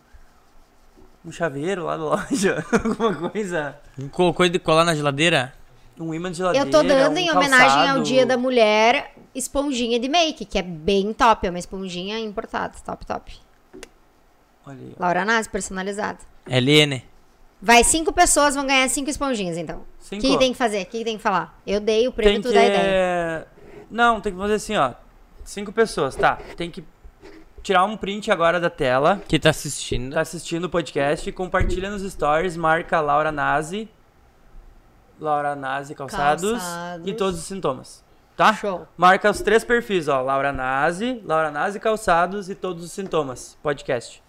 Um chaveiro lá da loja, alguma coisa.
Colocou de colar na geladeira?
Um imã de geladeira.
Eu tô dando em
um
homenagem ao
calçado.
Dia da Mulher esponjinha de make, que é bem top. É uma esponjinha importada. Top, top.
Olha aí, ó.
Laura Nazi, personalizada.
LN.
Vai, cinco pessoas vão ganhar cinco esponjinhas, então. O
Cinco.
que tem que fazer? O que tem que falar? Eu dei o
Tem
prêmio, tu
que.
dá a ideia.
Não, tem que fazer assim, ó. Cinco pessoas, tá. Tem que tirar um print agora da tela.
Que tá assistindo.
Tá assistindo o podcast, compartilha nos stories, marca Laura Nazi. Laura Nazi Calçados,
Calçados.
e todos os sintomas. Tá?
Show.
Marca os três perfis, ó. Laura Nazi, Laura Nazi Calçados e todos os sintomas. Podcast.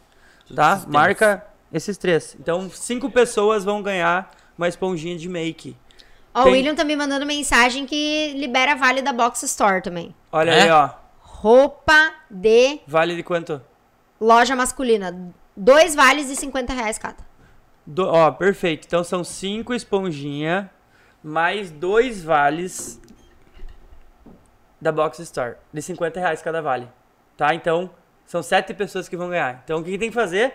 tá?
esses
Marca esses três. Então, cinco pessoas vão ganhar uma esponjinha de make.
Ó,
tem-
o William tá me mandando mensagem que libera vale da Box Store também.
Olha
É?
aí, ó.
Roupa de
Vale de quanto?
loja masculina. Dois vales de 50 reais cada.
Do- ó, perfeito. Então são cinco esponjinha mais dois vales da Box Store. De 50 reais cada vale. Tá? Então, são sete pessoas que vão ganhar. Então, o que, que tem que fazer?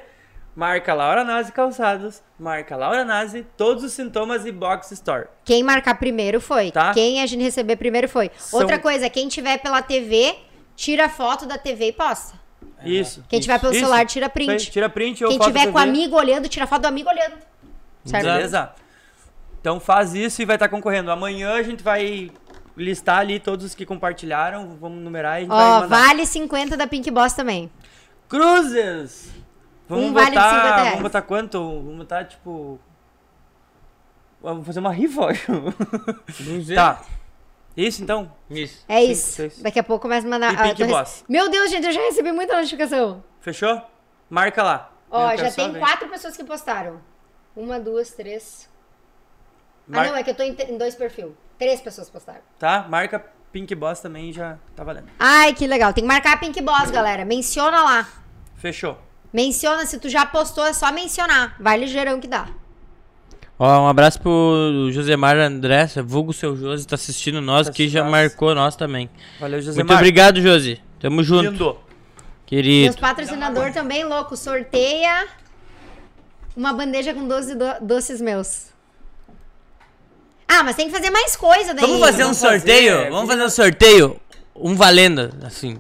Marca Laura Nazi Calçados, marca Laura Nazi, todos os sintomas e Box Store.
Quem marcar primeiro foi.
Tá.
Quem a gente receber primeiro foi.
São-
Outra coisa, quem tiver pela TV, tira foto da TV e posta.
Isso.
Quem tiver pelo
Isso.
celular, tira
Isso aí,
print.
Tira print ou
Quem
foto
tiver
da
com o
TV.
amigo olhando, tira foto do amigo olhando. Certo?
Beleza? Então faz isso e vai estar concorrendo. Amanhã a gente vai listar ali todos os que compartilharam, vamos numerar e a gente vai
Ó,
Então mandar.
vale 50 da Pink Boss também.
Cruzes! Vamos
Um
botar,
vale de 50 reais.
Vamos botar quanto? Vamos botar, tipo... Vamos fazer uma rifa, acho. Tá. Isso, então?
Isso.
É
Cinco,
isso.
seis.
Daqui a pouco começa a mandar.
E
eu
Pink
tô rece-
Boss.
Meu Deus, gente, eu já recebi muita notificação.
Fechou? Marca lá. Eu
Ó,
quero
já
só
tem
ver.
quatro pessoas que postaram. Uma, duas, três.
Mar-
Ah, não, é que eu tô em, te- em dois perfis. Três pessoas postaram.
Tá? Marca Pink Boss também já tá valendo.
Ai, que legal. Tem que marcar a Pink Boss, galera. Menciona lá.
Fechou.
Menciona, se tu já postou, é só mencionar. Vai ligeirão que dá.
Ó, um abraço pro Josemar Andressa, vulgo seu Josi, tá assistindo nós,
Tá
que já
assistindo nós.
marcou nós também.
Valeu, José
Muito obrigado, Josi. Tamo junto,
Lindo.
Meus
querido.
patrocinador também, louco. Sorteia uma bandeja com 12 do- doces meus. Ah, mas tem que fazer mais coisa daí.
Vamos fazer um
Vamos fazer,
sorteio?
é,
Vamos fazer um sorteio. Um valendo, assim.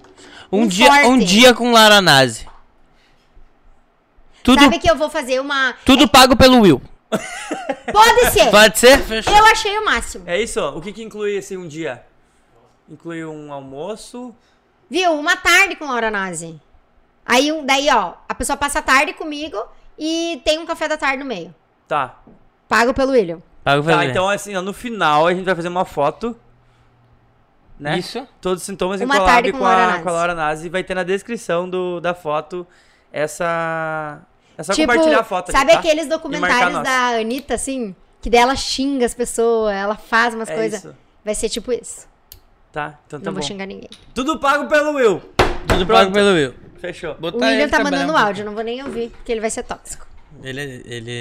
Um,
Um
dia, um
forte.
dia com Lara Nazi. Tudo,
Sabe que eu vou fazer uma.
tudo pago pelo Will.
Pode ser!
Pode ser? Fechou.
É. Eu achei o máximo.
É isso, ó. O que que inclui, assim, um dia? Inclui um almoço...
Viu? Uma tarde com Laura Nazi. Aí, um- daí, ó, a pessoa passa a tarde comigo e tem um café da tarde no meio.
Tá.
Pago pelo William.
Pago pelo
Tá,
Will.
então, assim, ó, no final a gente vai fazer uma foto... Né?
Isso.
Todos os sintomas em
Uma
collab
tarde
com,
com
a,
Laura Nazi.
com a Laura Nazi. Vai ter na descrição do, da foto essa. É só
tipo,
compartilhar a foto.
sabe
aqui, tá?
aqueles
E marcar
documentários
nós.
da Anitta, assim? Que dela xinga as pessoas, ela faz umas
É
coisas.
isso.
Vai ser tipo isso.
Tá, então tá
Não
bom.
vou xingar ninguém.
Tudo pago pelo Will.
Tudo pago
Pronto.
pelo Will.
Fechou.
Botar
o William
ele
tá mandando
trabalhando.
áudio, não vou nem ouvir, porque ele vai ser tóxico.
Ele, é- ele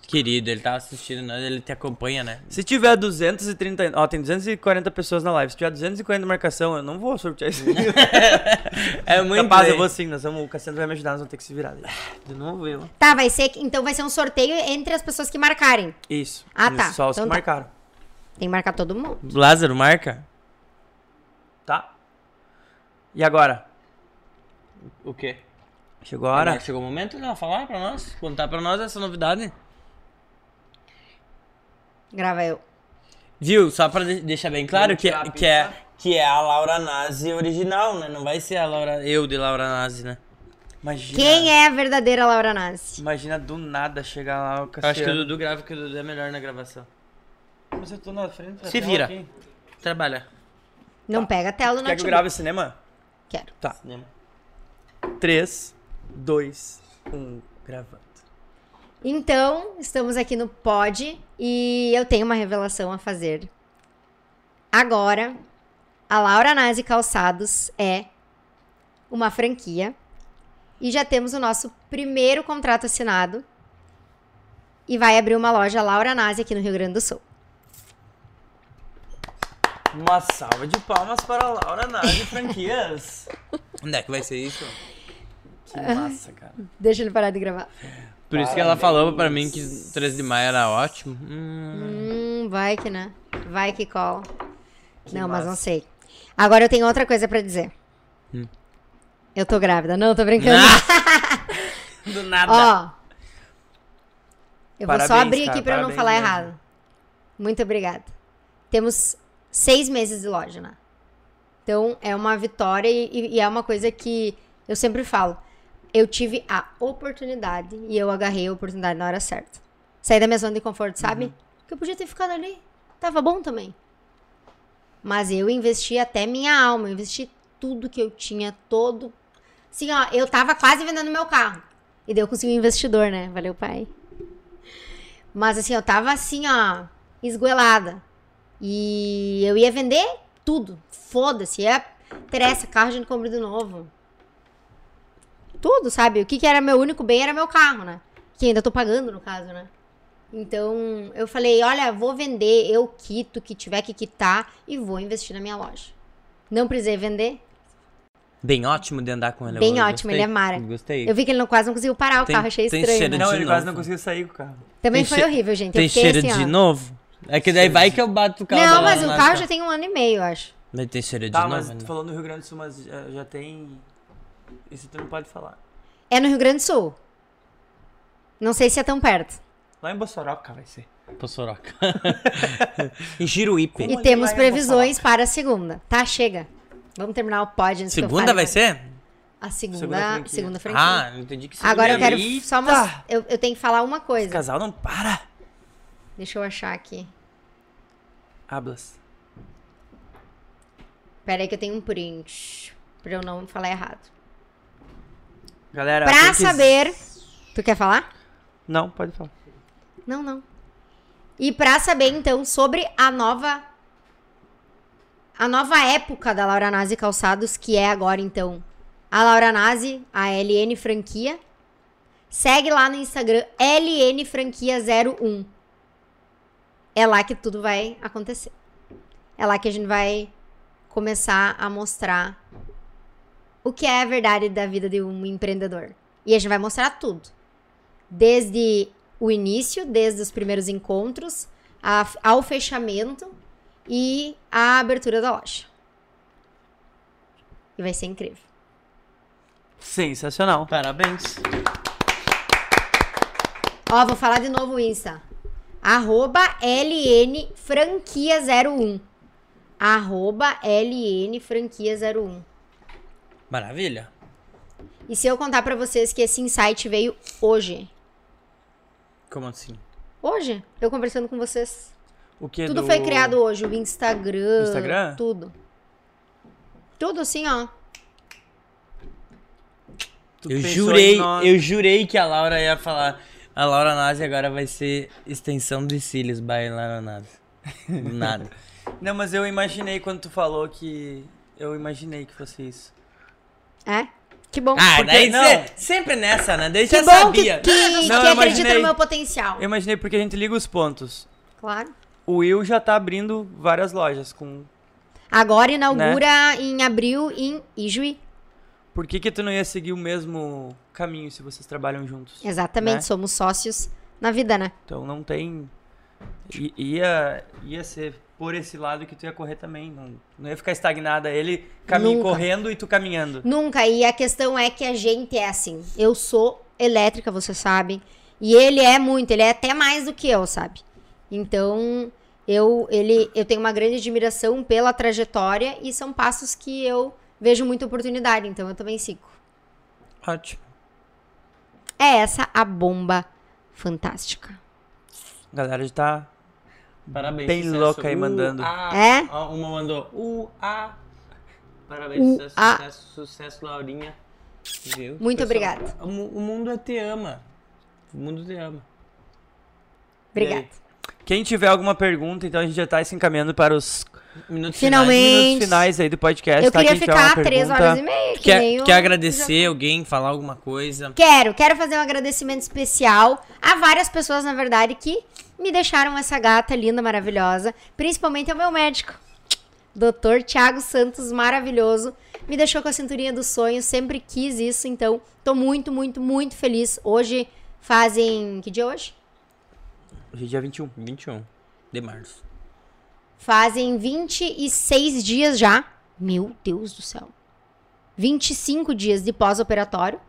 é querido, ele tá assistindo nós, ele te acompanha, né?
Se tiver 230. Ó, tem 240 pessoas na live. Se tiver 240 marcação, eu não vou sortear isso.
É muito
Rapaz, eu
bem.
vou sim. Nós vamos, o Cassiano vai me ajudar, nós vamos ter que se virar. daí. De novo eu.
Tá, vai ser. Então vai ser um sorteio entre as pessoas que marcarem.
Isso.
Ah,
Isso,
tá.
Só os
Então
que
tá.
marcaram.
Tem que marcar todo mundo.
Lázaro, marca?
Tá? E agora?
O quê?
Chegou a hora?
é Chegou o momento de ela falar pra nós, contar pra nós essa novidade.
Grava eu.
Viu? Só pra de- deixar bem claro
Vamos
que,
tirar a
que, é, que é a Laura Nazi original, né? Não vai ser a Laura, eu de Laura Nazi, né?
Imagina.
Quem é a verdadeira Laura Nazi?
Imagina do nada chegar
Eu
lá o
acho que o
Cassiano.
Dudu grava, que o Dudu é melhor na gravação.
Mas eu tô na frente. da
Se
tela
vira.
aqui.
Trabalha.
Tá.
Não pega a tela
Quer
do
que eu
notebook.
grave cinema?
Quero.
Tá. 3, 2, 1, gravando.
Então, estamos aqui no Pod e eu tenho uma revelação a fazer. Agora, a Laura Nazi Calçados é uma franquia e já temos o nosso primeiro contrato assinado e vai abrir uma loja Laura Nazi aqui no Rio Grande do Sul.
Uma salva de palmas para a Laura Nazi Franquias.
Onde é que vai ser isso?
que massa, cara.
Deixa ele parar de gravar.
Por isso que ela falou pra mim que 13 de maio era ótimo.
Hum, vai que né? Vai que cola. não, mas
massa.
não sei. Agora eu tenho outra coisa pra dizer. Eu tô grávida. Não, tô brincando.
do nada.
Ó. Eu vou
Parabéns,
só abrir
cara,
aqui pra eu não
parabéns
falar
mesmo.
errado. Muito obrigada. Temos seis meses de loja, né? Então é uma vitória e, e- e é uma coisa que eu sempre falo. Eu tive a oportunidade e eu agarrei a oportunidade na hora certa. Saí da minha zona de conforto, sabe?
Uhum.
Porque eu podia ter ficado ali. Tava bom também. Mas eu investi até minha alma, eu investi tudo que eu tinha, todo. Assim, ó, eu tava quase vendendo meu carro. E daí eu consegui um investidor, né? Valeu, pai. Mas assim, eu tava assim, ó, esgoelada. E eu ia vender tudo. Foda-se. é Ia... Interessa, carro a gente compra de novo. Tudo, sabe? O que, que era meu único bem era meu carro, né? Que ainda tô pagando, no caso, né? Então, eu falei, olha, vou vender, eu quito o que tiver que quitar e vou investir na minha loja. Não precisei vender.
Bem ótimo de andar com ele.
Bem
eu
ótimo,
gostei.
ele é mara.
Gostei.
Eu vi que ele não, quase não conseguiu parar o
Tem-
carro, achei
tem
estranho.
cheiro
né?
de
Não, ele
novo.
quase não conseguiu sair com o carro.
Também
Tem
foi
che-
horrível, gente.
Tem
eu fiquei
cheiro
assim,
de
ó.
novo? É que daí vai que eu bato o carro. da
Não,
Laura
mas o
Nazi.
carro já tem um ano e meio, eu acho.
Mas tem cheiro de
Tá,
novo.
mas
né?
tu falou no Rio Grande do Sul, mas já, já tem. Isso tu não pode falar.
É no Rio Grande do Sul. Não sei se é tão perto.
Lá em Bossoroca vai ser.
Pô, Soroca. em Jiruípe.
E
ali
temos
lá em
previsões para a segunda. Tá, chega. Vamos terminar o pod antes que eu
Segunda
fale
vai
mais.
ser?
A segunda,
Segunda franquia.
segunda franquia.
Ah, não entendi que segunda
Agora eu
é
quero
meio-
só mostrar. Eu, eu tenho que falar uma
O
coisa.
casal não para.
Deixa eu achar aqui.
Hablas.
Pera aí que eu tenho um print. Pra eu não falar errado.
Tá,
Galera. quem
Pra
quis-
saber. Tu quer falar?
Não, pode falar.
Não, não. E pra saber, então, sobre a nova. A nova época da Laura Nazi Calçados, que é agora, então. A Laura Nazi, a LN Franquia. Segue lá no Instagram, LN Franquia01. É lá que tudo vai acontecer. É lá que a gente vai começar a mostrar o que é a verdade da vida de um empreendedor. E a gente vai mostrar tudo desde o início, desde os primeiros encontros, a- ao fechamento e a abertura da loja. E vai ser incrível.
Sensacional.
Parabéns.
Ó, vou falar de novo o Insta. Arroba LNFranquia01. Arroba LNFranquia01.
Maravilha.
E se eu contar pra vocês que esse insight veio hoje?
Como assim?
Hoje? Eu conversando com vocês.
O que
Tudo
do-
foi criado hoje, o Instagram.
Instagram?
Tudo. Tudo assim, ó.
tu
eu
pensou
jurei,
em nós.
eu jurei que a Laura ia falar. A Laura Nazi agora vai ser extensão de cílios by Laura Nazi. Do Nada.
Não, mas eu imaginei quando tu falou que. Eu imaginei que fosse isso.
É? Que bom.
Ah, daí
não.
cê- sempre nessa, né? Daí
que
já
bom
sabia.
que, que,
Não,
que
eu
acredita
imaginei.
no meu potencial.
Eu imaginei porque a gente liga os pontos.
Claro.
O Will já tá abrindo várias lojas com.
Agora inaugura
Né?
em abril em Ijuí.
Por que, que tu não ia seguir o mesmo caminho se vocês trabalham juntos?
Exatamente,
Né?
somos sócios na vida, né?
Então não tem. I- ia, ia ser por esse lado que tu ia correr também. Não, não ia ficar estagnada. Ele caminha
Nunca.
correndo e tu caminhando.
Nunca. E a questão é que a gente é assim. Eu sou elétrica, você sabe. E ele é muito, ele é até mais do que eu, sabe? Então, eu, ele, eu tenho uma grande admiração pela trajetória e são passos que eu vejo muita oportunidade, então eu também sigo.
Ótimo.
É essa a bomba fantástica.
A galera já tá.
Parabéns.
Bem
sucesso.
louca aí
Uh,
mandando.
ah,
É?
ó, Uma mandou. Uh, ah. Parabéns,
Uh,
sucesso,
ah.
sucesso, sucesso, Laurinha. Viu?
Muito
Pessoal,
obrigada.
O, mu- o mundo é te ama. O mundo te ama.
Obrigada.
Quem tiver alguma pergunta, então a gente já tá se encaminhando para os
Minutos
Finalmente.
minutos finais aí do podcast.
Eu
tá?
queria
Quem tiver alguma
ficar três
pergunta-
horas e meia.
finais.
que nem
Quer,
o-
quer agradecer alguém, falar alguma coisa?
Quero, quero fazer um agradecimento especial a várias pessoas, na verdade, que me deixaram essa gata linda, maravilhosa. Principalmente ao meu médico, Dr. Tiago Santos, maravilhoso. Me deixou com a cinturinha do sonho, sempre quis isso, então tô muito, muito, muito feliz. Hoje fazem. Que dia é hoje?
Hoje é dia 21.
21 de março.
Fazem 26 dias já. Meu Deus do céu. 25 dias de pós-operatório.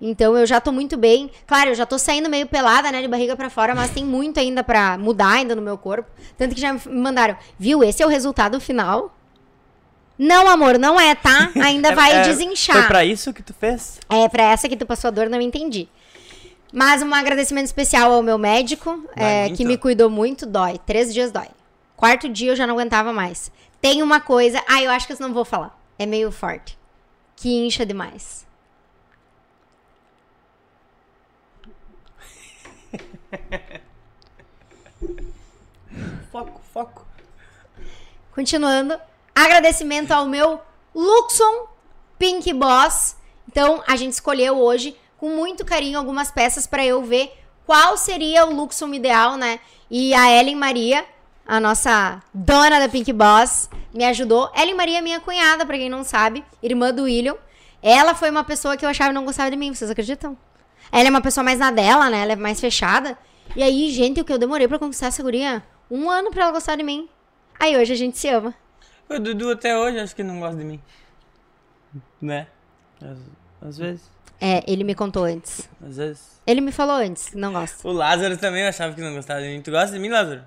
Então eu já tô muito bem. Claro, eu já tô saindo meio pelada, né, de barriga pra fora, mas tem muito ainda pra mudar ainda no meu corpo. Tanto que já me mandaram, viu? Esse é o resultado final? Não, amor, não é, tá? Ainda vai
É- é-
desinchar.
Foi pra isso que tu fez?
É, pra essa que tu passou a dor, não entendi. Mas um agradecimento especial ao meu médico,
Dói
é,
muito?
que me cuidou muito. Dói. Três dias dói. Quarto dia eu já não aguentava mais. Tem uma coisa. Ah, eu acho que eu não vou falar. É meio forte. Que incha demais.
Foco, foco.
Continuando, agradecimento ao meu Luxon Pink Boss. Então, a gente escolheu hoje com muito carinho algumas peças para eu ver qual seria o Luxon ideal, né? E a Ellen Maria, a nossa dona da Pink Boss, me ajudou. Ellen Maria é minha cunhada, para quem não sabe, irmã do William. Ela foi uma pessoa que eu achava que não gostava de mim, vocês acreditam? Ela é uma pessoa mais na dela, né? Ela é mais fechada. E aí, gente, o que eu demorei pra conquistar essa guria? Um ano pra ela gostar de mim. Aí hoje a gente se ama.
O Dudu até hoje acho que não gosta de mim. Né?
Às, às vezes,
É, ele me contou antes.
às vezes.
Ele me falou antes, não gosta.
O Lázaro também achava que não gostava de mim. Tu gosta de mim, Lázaro?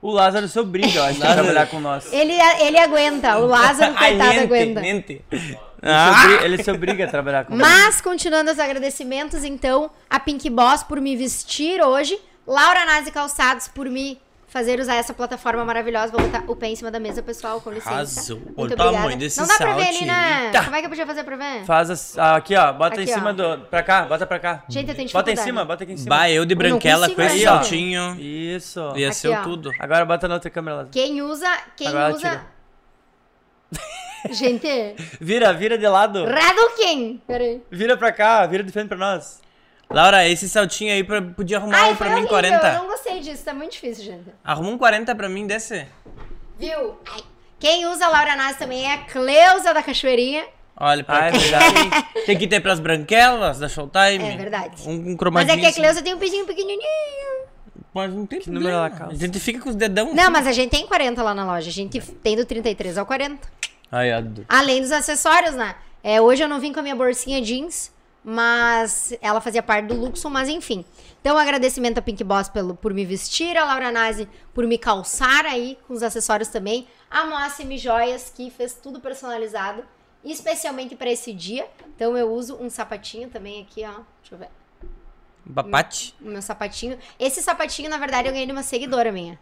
O Lázaro se obriga, eu acho, a trabalhar com nós. Ele,
Ele, é, ele aguenta, o Lázaro,
Ai,
coitado,
mente,
aguenta.
mente.
se obri- ele se obriga a trabalhar com nós.
Mas, continuando os agradecimentos, então, a Pink Boss por me vestir hoje, Laura Nazi Calçados por me fazer usar essa plataforma maravilhosa. Vou botar o pé em cima da mesa, pessoal, com licença.
Arrasou.
Muito
Olha o
obrigada.
tamanho desse
Não dá pra ver
salte,
ali, né?
eita.
Como é que eu podia fazer pra ver?
Faz as- ah, aqui, ó. Bota
Aqui,
em cima
ó.
do. Pra cá, bota pra cá.
Gente, eu tenho
Bota em
dificuldade.
cima, bota aqui em cima.
Bah, eu de branquela
consigo
com esse
ver. Aí, ó.
saltinho.
Isso.
Ia
Aqui,
ser
ó.
o tudo.
Agora bota na outra câmera, Lázaro.
Quem usa, quem
Agora
usa... Gente,
Vira, vira de lado.
Raduken! Peraí.
Vira pra cá, vira de frente pra nós.
Laura, esse saltinho aí pra- podia arrumar
Ai,
um
foi
pra mim
Ah, é horrível,
40.
eu não gostei disso, tá muito difícil, gente.
Arruma um 40 pra mim desse.
Viu? Ai. Quem usa Laura Nas também é a Cleusa da Cachoeirinha.
Olha, pra
Ah, é
quem
verdade.
tem- tem que ter pras branquelas da Showtime.
É verdade.
Um, um
Mas é
cromadinho.
que a
assim.
Cleusa tem um pedinho pequenininho.
Mas não tem que
número
problema.
ela calça?
A gente fica com os dedão.
Não, mas a gente tem 40 lá na loja. A gente tem do 33 ao 40.
assim. Ai, adoro.
Além dos acessórios, né? É, hoje eu não vim com a minha bolsinha jeans, mas ela fazia parte do Luxon, mas enfim. Então, agradecimento a Pink Boss pelo, por me vestir, a Laura Nazi por me calçar aí com os acessórios também, a Moacim Joias, que fez tudo personalizado, especialmente pra esse dia. Então, eu uso um sapatinho também aqui, ó. Deixa eu ver.
Papate.
O meu sapatinho. Esse sapatinho, na verdade, eu ganhei de uma seguidora minha.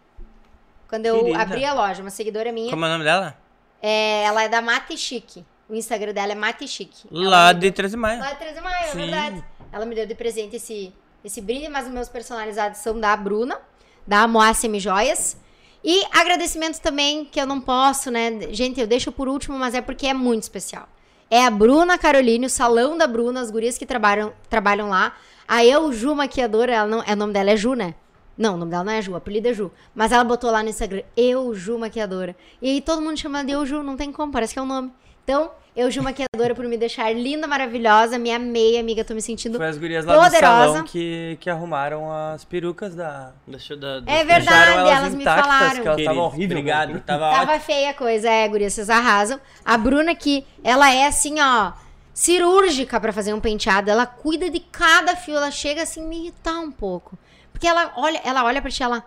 Quando eu
Querida.
abri a loja, uma seguidora minha.
Como é o nome dela?
É, ela é da Mate Chique. O Instagram dela é Mate Chique. Ela
Lá
me
de
deu-
13 de maio.
Lá de 13 de maio, é
Sim.
verdade. Ela me deu de presente esse, esse brinde, mas os meus personalizados são da Bruna, da Moacem Joias. E agradecimento também, que eu não posso, né? Gente, eu deixo por último, mas é porque é muito especial. É a Bruna Caroline, o salão da Bruna, as gurias que trabalham, trabalham lá. A eu, Ju Maquiadora, ela não, é, o nome dela é Ju, né? Não, o nome dela não é Ju, o apelido é Ju. Mas ela botou lá no Instagram, eu, Ju Maquiadora. E aí todo mundo chama de eu, Ju, não tem como, parece que é o nome. Então, eu, Ju Maquiadora, por me deixar linda, maravilhosa, me amei, amiga, tô me sentindo
Foi as gurias lá do
poderosa.
salão que, que arrumaram as perucas da.
Deixa eu dar.
É
deixa eu-
verdade,
Deixaram
elas me falaram.
que elas
Querido,
estavam horríveis.
Obrigado, tava ótimo.
Tava feia a coisa, é, guria, vocês arrasam. A Bruna que ela é assim, ó, cirúrgica pra fazer um penteado, ela cuida de cada fio, ela chega assim me irritar um pouco. Porque ela olha, ela olha para ti ela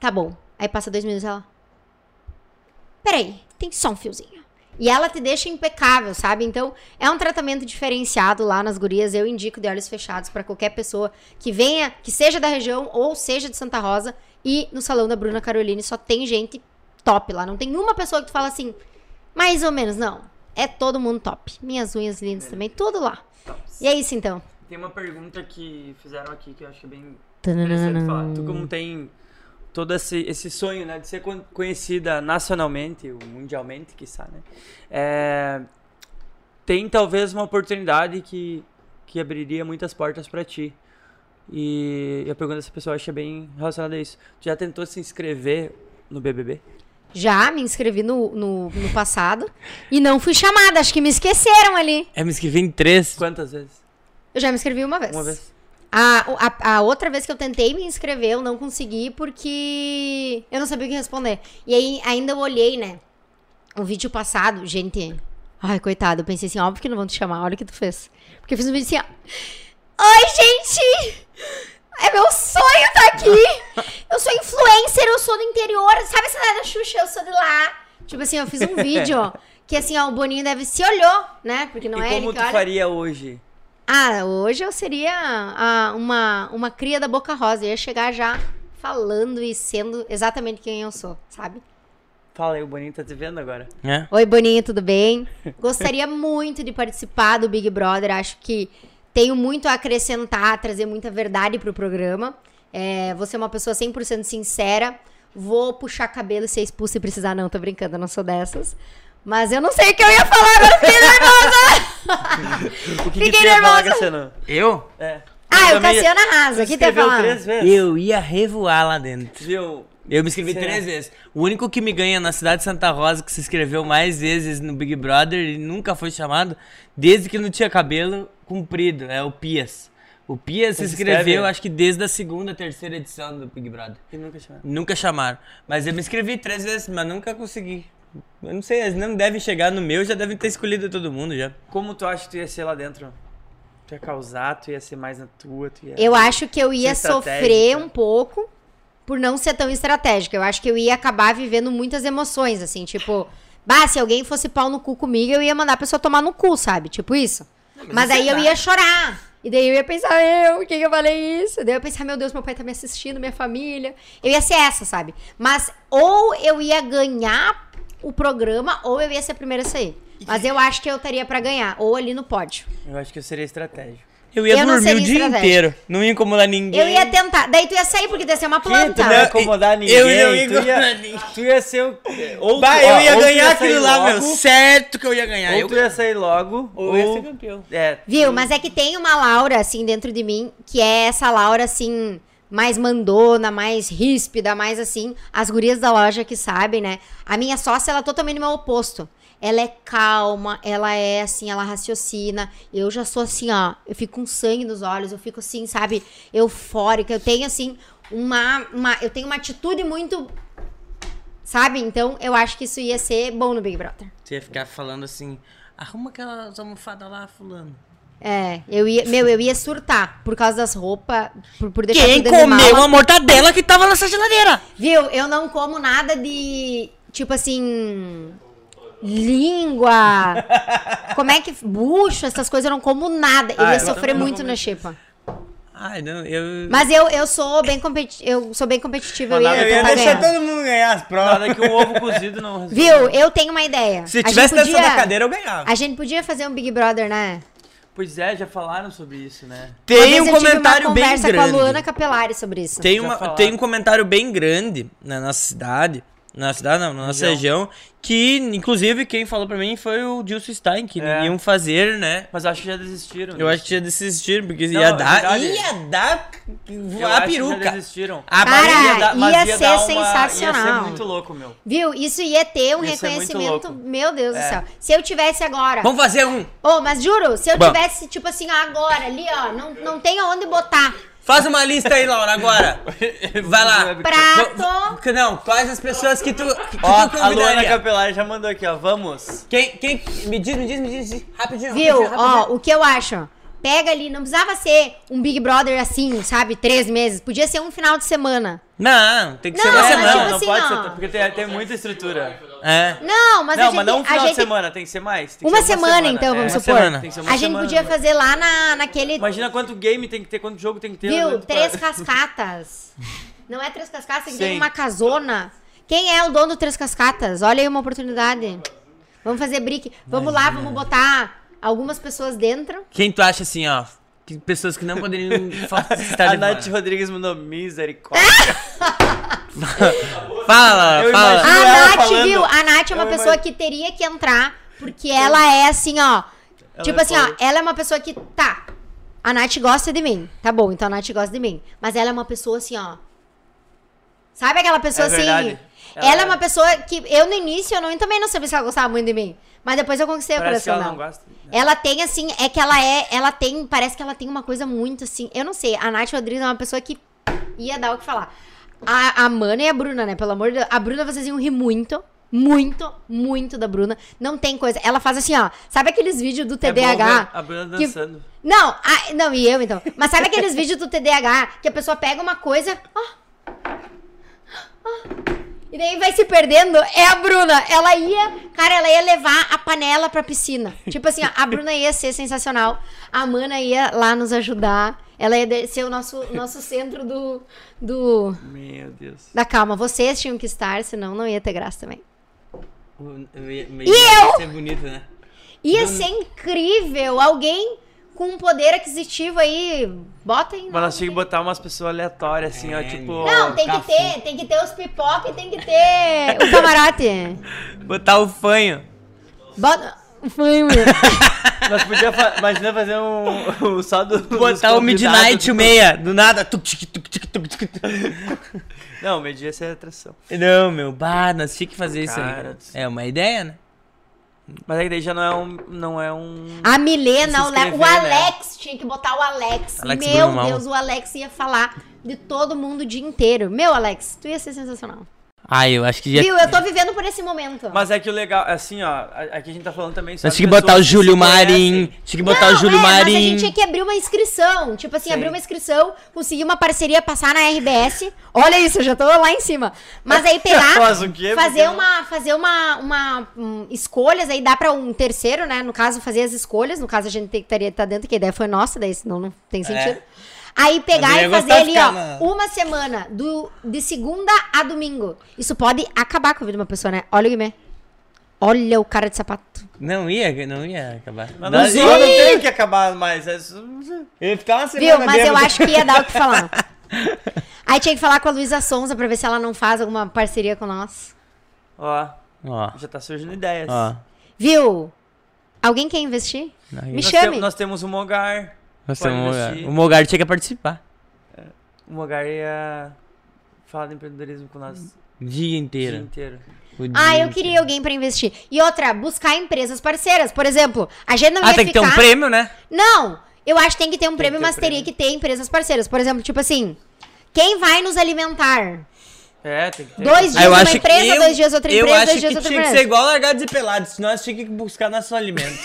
Tá bom. Aí passa dois minutos ela Peraí, tem só um fiozinho. E ela te deixa impecável, sabe? Então, é um tratamento diferenciado lá nas gurias. Eu indico de olhos fechados pra qualquer pessoa que venha, que seja da região ou seja de Santa Rosa. E no salão da Bruna Caroline só tem gente top lá. Não tem uma pessoa que tu fala assim, mais ou menos, não. É todo mundo top. Minhas unhas lindas também, tudo lá. E é isso então.
Tem uma pergunta que fizeram aqui que eu acho que é bem interessante falar. Tu como tem todo esse, esse sonho, né, de ser con- conhecida nacionalmente, ou mundialmente, quiçá, né? é, tem talvez uma oportunidade que, que abriria muitas portas pra ti. E eu pergunto essa pessoa, acha bem relacionada a isso. Tu já tentou se inscrever no BBB?
Já me inscrevi no, no, no passado e não fui chamada. Acho que me esqueceram ali.
É, me inscrevi em três.
Quantas vezes?
Eu já me inscrevi uma vez.
Uma vez?
A, o- a, a outra vez que eu tentei me inscrever, eu não consegui porque eu não sabia o que responder. E aí ainda eu olhei, né? Um vídeo passado, gente. Ai, coitado, eu pensei assim, óbvio que não vão te chamar, olha o que tu fez. Porque eu fiz um vídeo assim, ó. Oi, gente! É meu sonho tá aqui! Eu sou influencer, eu sou do interior, sabe a cidade da Xuxa? Eu sou de lá. Tipo assim, eu fiz um vídeo que assim, ó, o Boninho deve se olhou, né? Porque não
e
é ele
como
que
tu
olha.
faria hoje?
Ah, hoje eu seria a- uma, uma cria da Boca Rosa. Eu ia chegar já falando e sendo exatamente quem eu sou, sabe?
Fala aí, o Boninho tá te vendo agora.
É.
Oi, Boninho, tudo bem? Gostaria muito de participar do Big Brother. Acho que tenho muito a acrescentar, trazer muita verdade pro programa. É, vou ser uma pessoa 100% sincera. Vou puxar cabelo e ser expulsa se precisar. Não, tô brincando, eu não sou dessas. Mas eu não sei o que eu ia falar agora. fiquei
O que, que
Fiquei
tu ia falar,
nervosa.
Cassiano?
Eu?
É.
Ah, o
Também-
Cassiano arrasa. tá O que tu ia
escreveu
falar?
três vezes.
Eu ia revoar lá dentro.
Viu?
Eu me inscrevi
Será?
três vezes. O único que me ganha na cidade de Santa Rosa, que se inscreveu mais vezes no Big Brother e nunca foi chamado, desde que não tinha cabelo comprido, é o Pias. O Pias se
Ele escreve?
inscreveu, acho que desde a segunda, terceira edição do Big Brother.
E nunca chamaram.
Nunca chamaram. Mas eu me inscrevi três vezes, mas nunca consegui. Eu não sei, eles não devem chegar no meu, já devem ter escolhido todo mundo já.
Como tu acha que tu ia ser lá dentro? Tu ia causar, tu ia ser mais na tua, tu ia...
Eu acho que eu ia
Ser
sofrer
estratégica.
um pouco por não ser tão estratégica. Eu acho que eu ia acabar vivendo muitas emoções, assim, tipo, bah, se alguém fosse pau no cu comigo, eu ia mandar a pessoa tomar no cu, sabe? Tipo isso. mas aí eu ia chorar. E daí eu ia pensar, eu, por que que eu falei isso? Daí eu ia pensar, meu Deus, meu pai tá me assistindo, minha família. Eu ia ser essa, sabe? Mas ou eu ia ganhar o programa, ou eu ia ser a primeira a sair. Mas eu acho que eu estaria pra ganhar, ou ali no pódio.
Eu acho que eu seria estratégico.
Eu ia
Eu não
dormir
seria
o dia
estratégica.
inteiro, não ia incomodar ninguém.
Eu ia tentar. Daí tu ia sair porque tu ia ser uma
Tu
planta.
não é ia
Não,
incomodar
eu-
ninguém.
eu não ia
tu,
incomodar
ia,
ninguém.
tu ia ser o... Ou tu-
Bah,
ó,
eu ia
ou tu
ganhar
sair
aquilo lá,
logo,
meu. Certo que eu ia ganhar.
Ou
eu
tu ia sair logo, ou...
eu ia ser campeão.
É,
Viu? Mas é que tem uma Laura, assim, dentro de mim, que é essa Laura, assim, mais mandona, mais ríspida, mais assim. As gurias da loja que sabem, né? A minha sócia, ela é totalmente meu oposto. Ela é calma, ela é assim, ela raciocina. Eu já sou assim, ó. Eu fico com sangue nos olhos, eu fico assim, sabe? Eufórica. Eu tenho, assim, uma. uma eu tenho uma atitude muito. Sabe? Então, eu acho que isso ia ser bom no Big Brother.
Tu ia ficar falando assim, arruma aquela almofada lá, fulano.
É, eu ia, meu, eu ia surtar por causa das roupas, por, por deixar
Quem
tudo dentro de
comeu
mala.
a mortadela que tava nessa geladeira?
Viu, eu não como nada de, tipo assim, língua, como é que, bucho, essas coisas, eu não como nada. Eu
Ah,
ia
eu
sofrer
também não
muito
como
na
isso.
chipa.
Ai, não, eu...
Mas eu, eu sou bem competi eu sou bem competitiva, eu
Mas
ia,
nada,
eu ia
tentar
deixar
ganhar.
todo mundo ganhar as provas.
nada que um ovo cozido não resolve.
Viu, eu tenho uma ideia.
Se
A gente
tivesse dançando
podia-
na cadeira, eu ganhava.
A gente podia fazer um Big Brother, né?
Pois é, já falaram sobre isso, né?
Uma
Tem
vez
um
eu tive
comentário
uma
bem
conversa com a
grande.
Luana Capelari sobre isso.
Tem,
Já
uma,
falaram.
tem um comentário bem grande na nossa cidade, Na cidade, não, na nossa região. Que, inclusive, quem falou pra mim foi o Dilson Stein, que
É.
iam fazer, né?
Mas eu acho que já desistiram. né?
Eu acho que ia desistir, porque
Não,
ia
é
dar.
verdade.
Ia dar
Eu
a
acho que já
peruca.
desistiram.
A
Cara,
barriga
ia dar- mas ia ser
dar Ia
sensacional.
ser muito louco, meu.
Viu? Isso ia ter um
Ia ser muito
reconhecimento.
louco. É.
Meu Deus do céu. Se eu tivesse agora.
Vamos fazer um.
Ô, mas juro, se eu
Bom.
tivesse, tipo assim, ó, agora, ali, ó, não, não tem aonde botar.
Faz uma lista aí, Laura, agora. Vai lá.
é
Prato.
V- Não, quais as pessoas que tu, que tu
Ó, a Luana
convidaria?
Capelar já mandou aqui, ó. Vamos.
Quem, quem, me diz, me diz, me diz, rapidinho.
Viu?
rapidinho,
Ó,
rapidinho.
o que eu acho, ó. Pega ali, não precisava ser um Big Brother assim, sabe? Três meses. Podia ser um final de semana.
Não, tem que ser
Não,
uma
mas
semana.
tipo
não
assim,
pode
ó.
ser, porque tem, tem muita estrutura.
É.
Não, mas
não,
a gente.
mas não um
a
final
gente
de semana, tem que ser mais. tem que
Uma
ser
semana, então, vamos
Uma
supor.
semana.
Tem que ser uma
A gente
semana,
podia
né?
fazer lá na, naquele.
Imagina quanto game tem que ter, quanto jogo tem que ter.
Viu?
né,
Três
pra-
cascatas. Não é três cascatas, tem que ter
Sim.
uma casona. Quem é o dono do Três Cascatas? Olha aí uma oportunidade. Vamos fazer brick. Vamos lá, vamos botar algumas pessoas dentro.
Quem tu acha assim, ó? Que pessoas que não poderiam fa- estar
A
Tá de
Nath
fora.
Rodrigues mandou misericórdia.
Ah!
Fala, Laura,
Eu
fala.
imagino-
A
é ela
Nath,
falando.
viu? A Nath é uma
Eu
pessoa
imag-
que teria que entrar, porque ela é assim, ó. tipo
é
assim, ó,
foda.
ela é uma pessoa que. Tá. A Nath gosta de mim. Tá bom, então a Nath gosta de mim. Mas ela é uma pessoa assim, ó. Sabe aquela pessoa
É
assim?
verdade.
Ela,
Ela
é
é.
uma pessoa que. Eu no início eu não, também não sabia se ela gostava muito de mim. Mas depois eu conquistei o
Parece que
coração
ela
dela.
não gosta. né?
Ela tem, assim, é que ela é. Ela tem. Parece que ela tem uma coisa muito assim. Eu não sei. A Nath Rodrigues é uma pessoa que ia dar o que falar. A, a Mana e a Bruna, né? Pelo amor de Deus. A Bruna, vocês iam rir muito. Muito, muito da Bruna. Não tem coisa. Ela faz assim, ó. Sabe aqueles vídeos do
É bom
TDAH?
ver a Bruna
que-
dançando.
Não, a- não, e eu então. Mas sabe aqueles vídeos do TDAH que a pessoa pega uma coisa. Ó, ó, e daí vai se perdendo? É a Bruna. Ela ia. Cara, ela ia levar a panela pra piscina. Tipo assim, ó, a Bruna ia ser sensacional. A Mana ia lá nos ajudar. Ela ia de- ser o nosso, nosso centro do, do.
Meu Deus.
Da calma. Vocês tinham que estar, senão não ia ter graça também.
E
Ah, eu?
Ser bonito, né?
Ia ser é incrível. Alguém com um poder aquisitivo aí. Bota aí.
Mas nós tínhamos que botar umas pessoas aleatórias, assim, ó,
É,
tipo...
Não, tem que
Cafu.
ter, tem que ter os pipoca e tem que ter o camarote.
Botar o fanho.
Bota. Foi, um meu.
Nós podíamos fa imagina fazer um, um só do... dos
Botar o
convidados.
Midnight, o meia, do nada. tuc, tic, tuc, tic, tuc, tic, tuc.
Não, meio dia ser atração.
Não, meu, bah, nós tinha que fazer isso
Cara
aí.
do céu.
É uma ideia, né?
Mas é que daí já não é um... Não é um...
A Milena,
Se
o, Le- o
inscrever, né?
Alex, tinha que botar o Alex.
Alex
Meu
Bruno Mal.
Deus, o Alex ia falar de todo mundo o dia inteiro. Meu, Alex, tu ia ser sensacional.
Ah, eu acho que ia.
Viu? Eu tô vivendo por esse momento.
Mas é que o legal, assim, ó, a- aqui a gente tá falando também só
Nós
de
tinha que botar o
pessoas
Júlio
se conhecem.
Marim. Tinha que botar
Não,
o Júlio
é, Mas a
Marim.
gente tinha que abrir uma inscrição. Tipo assim,
Sim.
abrir uma inscrição, conseguir uma parceria, passar na RBS. Olha isso, eu já tô lá em cima. Mas aí pegar,
Faz o quê?
fazer
Porque-
uma, fazer uma, uma hum, escolhas aí, dá pra um terceiro, né? No caso, fazer as escolhas. No caso, a gente tem- teria que estar dentro, que a ideia foi nossa, daí senão não tem sentido.
É.
Aí
Mas
pegar
eu
e
ia
fazer
gostar de
ali,
ficar
ó,
na-
uma semana, do, de segunda a domingo. Isso pode acabar com a vida de uma pessoa, né? Olha o Guimê. Olha o cara de sapato.
Não ia, não ia acabar.
Mas não,
Nós-
não tem que acabar mais. é só-
Eu ia ficar uma
Viu?
semana
Mas eu
bêbado.
acho que ia dar o que falar. Aí tinha que falar com a Luísa Sonza pra ver se ela não faz alguma parceria com nós.
Ó,
Ó,
já tá surgindo ideias.
ó.
Viu? Alguém quer investir? Me
Nós,
chame.
tem- nós temos um Mogar.
Nossa,
Pode
o um Mogar-
investir.
o Mogar tinha que participar.
O Mogar ia falar de empreendedorismo com nós
O dia
o dia
inteiro.
inteiro.
O dia
Ah, eu
inteiro.
queria alguém pra investir. E outra, buscar empresas parceiras. Por exemplo, a gente não
Ah,
ia
tem que ter
ficar...
um prêmio, né?
Não! Eu acho que tem que ter um prêmio,
ter um
mas teria
prêmio.
que ter empresas parceiras. Por exemplo, tipo assim, quem vai nos alimentar?
É, tem que ter.
Dois
Ah,
dias uma empresa, dois dias outra
eu
empresa,
acho
dois dias
que
outra
tinha que ser
empresa.
igual largados e pelados, senão nós tínhamos que buscar nosso alimento.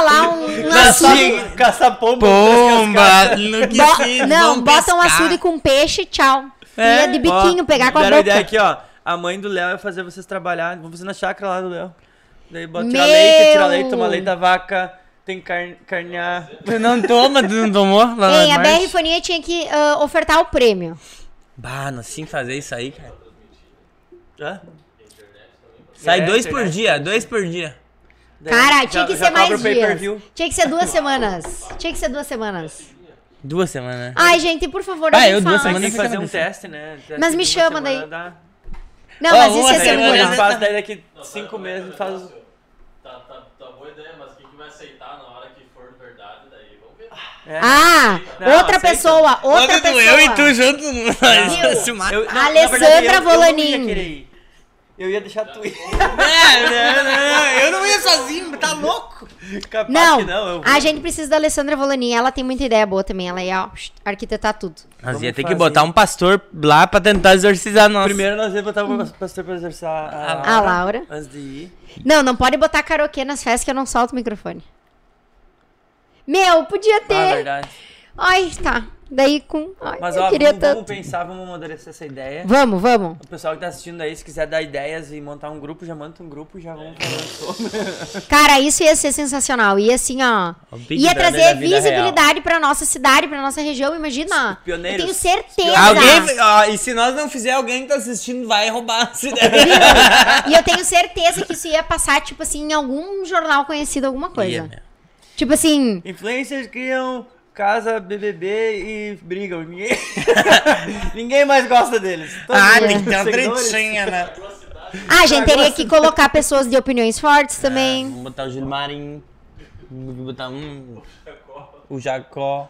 lá um, um
Mas assim,
açude.
tinha-
Caçar pomba.
Bomba! no que
Bo-
se-
não,
vão
bota um
pescar.
açude com peixe, tchau.
É.
Ia de biquinho, pegar com a
Deram
boca.
ideia aqui, ó. A mãe do Léo ia fazer vocês trabalhar. Vamos fazer na chácara lá do Léo. Daí bota tirar
Meu!
leite, tira leite, toma leite da vaca. Tem carne, carnear.
Tu não toma, tu não tomou? Lá
Ei,
na
a
Marte?
BR Fonia tinha que ah, ofertar o prêmio.
Bah, nós tínhamos que fazer isso aí, cara.
Hã?
Sai
É,
dois por
internet.
dia, dois por dia.
Daí
Cara,
É, já-
tinha que
já
ser
cobra
mais
o pay-per-view.
dias. Tinha que ser duas semanas. Tinha que ser duas semanas.
Duas semanas. né?
Ai, gente, por favor,
Ah,
alguém
eu duas
Mas
fala.
semanas.
tem que fazer um
Mas
teste, né? Teste
Mas me
de uma
chama
semana
daí.
dá.
Não,
Ó,
mas
uma
isso ia ser
semana
muito
eu
legal.
faz, daí daqui cinco meses faz. os-
Tá, tá, tá boa ideia, mas quem que vai aceitar na hora que for verdade daí? Vamos ver.
Ah,
É. Não,
outra
aceita.
pessoa, outra
Quando
pessoa.
eu e tu junto, nós
Viu?
se mata.
Eu- não, na
Alessandra
verdade, eu- eu não ia
Volanin.
querer ir. Eu ia deixar tu ir.
Não, É, não, não, eu não ia sozinho, tá louco?
Capaz
Não,
que não, eu vou.
a gente precisa da Alessandra Volanin. Ela tem muita ideia boa também. Ela ia ó, arquitetar tudo.
Nós ia ter que
fazer.
botar um pastor lá pra tentar exorcizar nós.
Primeiro nós ia botar o pastor pra exercitar a,
A Laura.
antes de ir.
Não, não pode botar karaokê nas festas que eu não solto o microfone. Meu, podia
Ah,
ter.
verdade.
Ai, tá. Daí com. Ai,
Mas
eu
ó,
queria
vamos, vamos
tanto.
pensar, vamos amadurecer essa ideia.
Vamos, vamos.
O pessoal que tá assistindo aí, se quiser dar ideias e montar um grupo, já monta um grupo e já vamos falando sobre.
Cara, isso ia ser sensacional. Ia assim, ó.
O Big
Ia
Brother
trazer
da vida
visibilidade pra nossa cidade, pra nossa região. Imagina. Eu
pioneiros.
tenho certeza.
Alguém, ó, e se nós não fizer, alguém que tá assistindo vai roubar essa ideia.
E eu tenho certeza que isso ia passar, tipo assim, em algum jornal conhecido, alguma coisa.
Ia, né?
Tipo assim.
Influencers criam casa, BBB e brigam. Ninguém, Ninguém mais gosta deles. Todos
Ah,
os
tem que ter uma
Tá seguidores.
tretinha, né?
Ah, a gente teria que colocar pessoas de opiniões fortes também.
Vamos botar o Gilmarinho. Vamos botar um. O Jacó.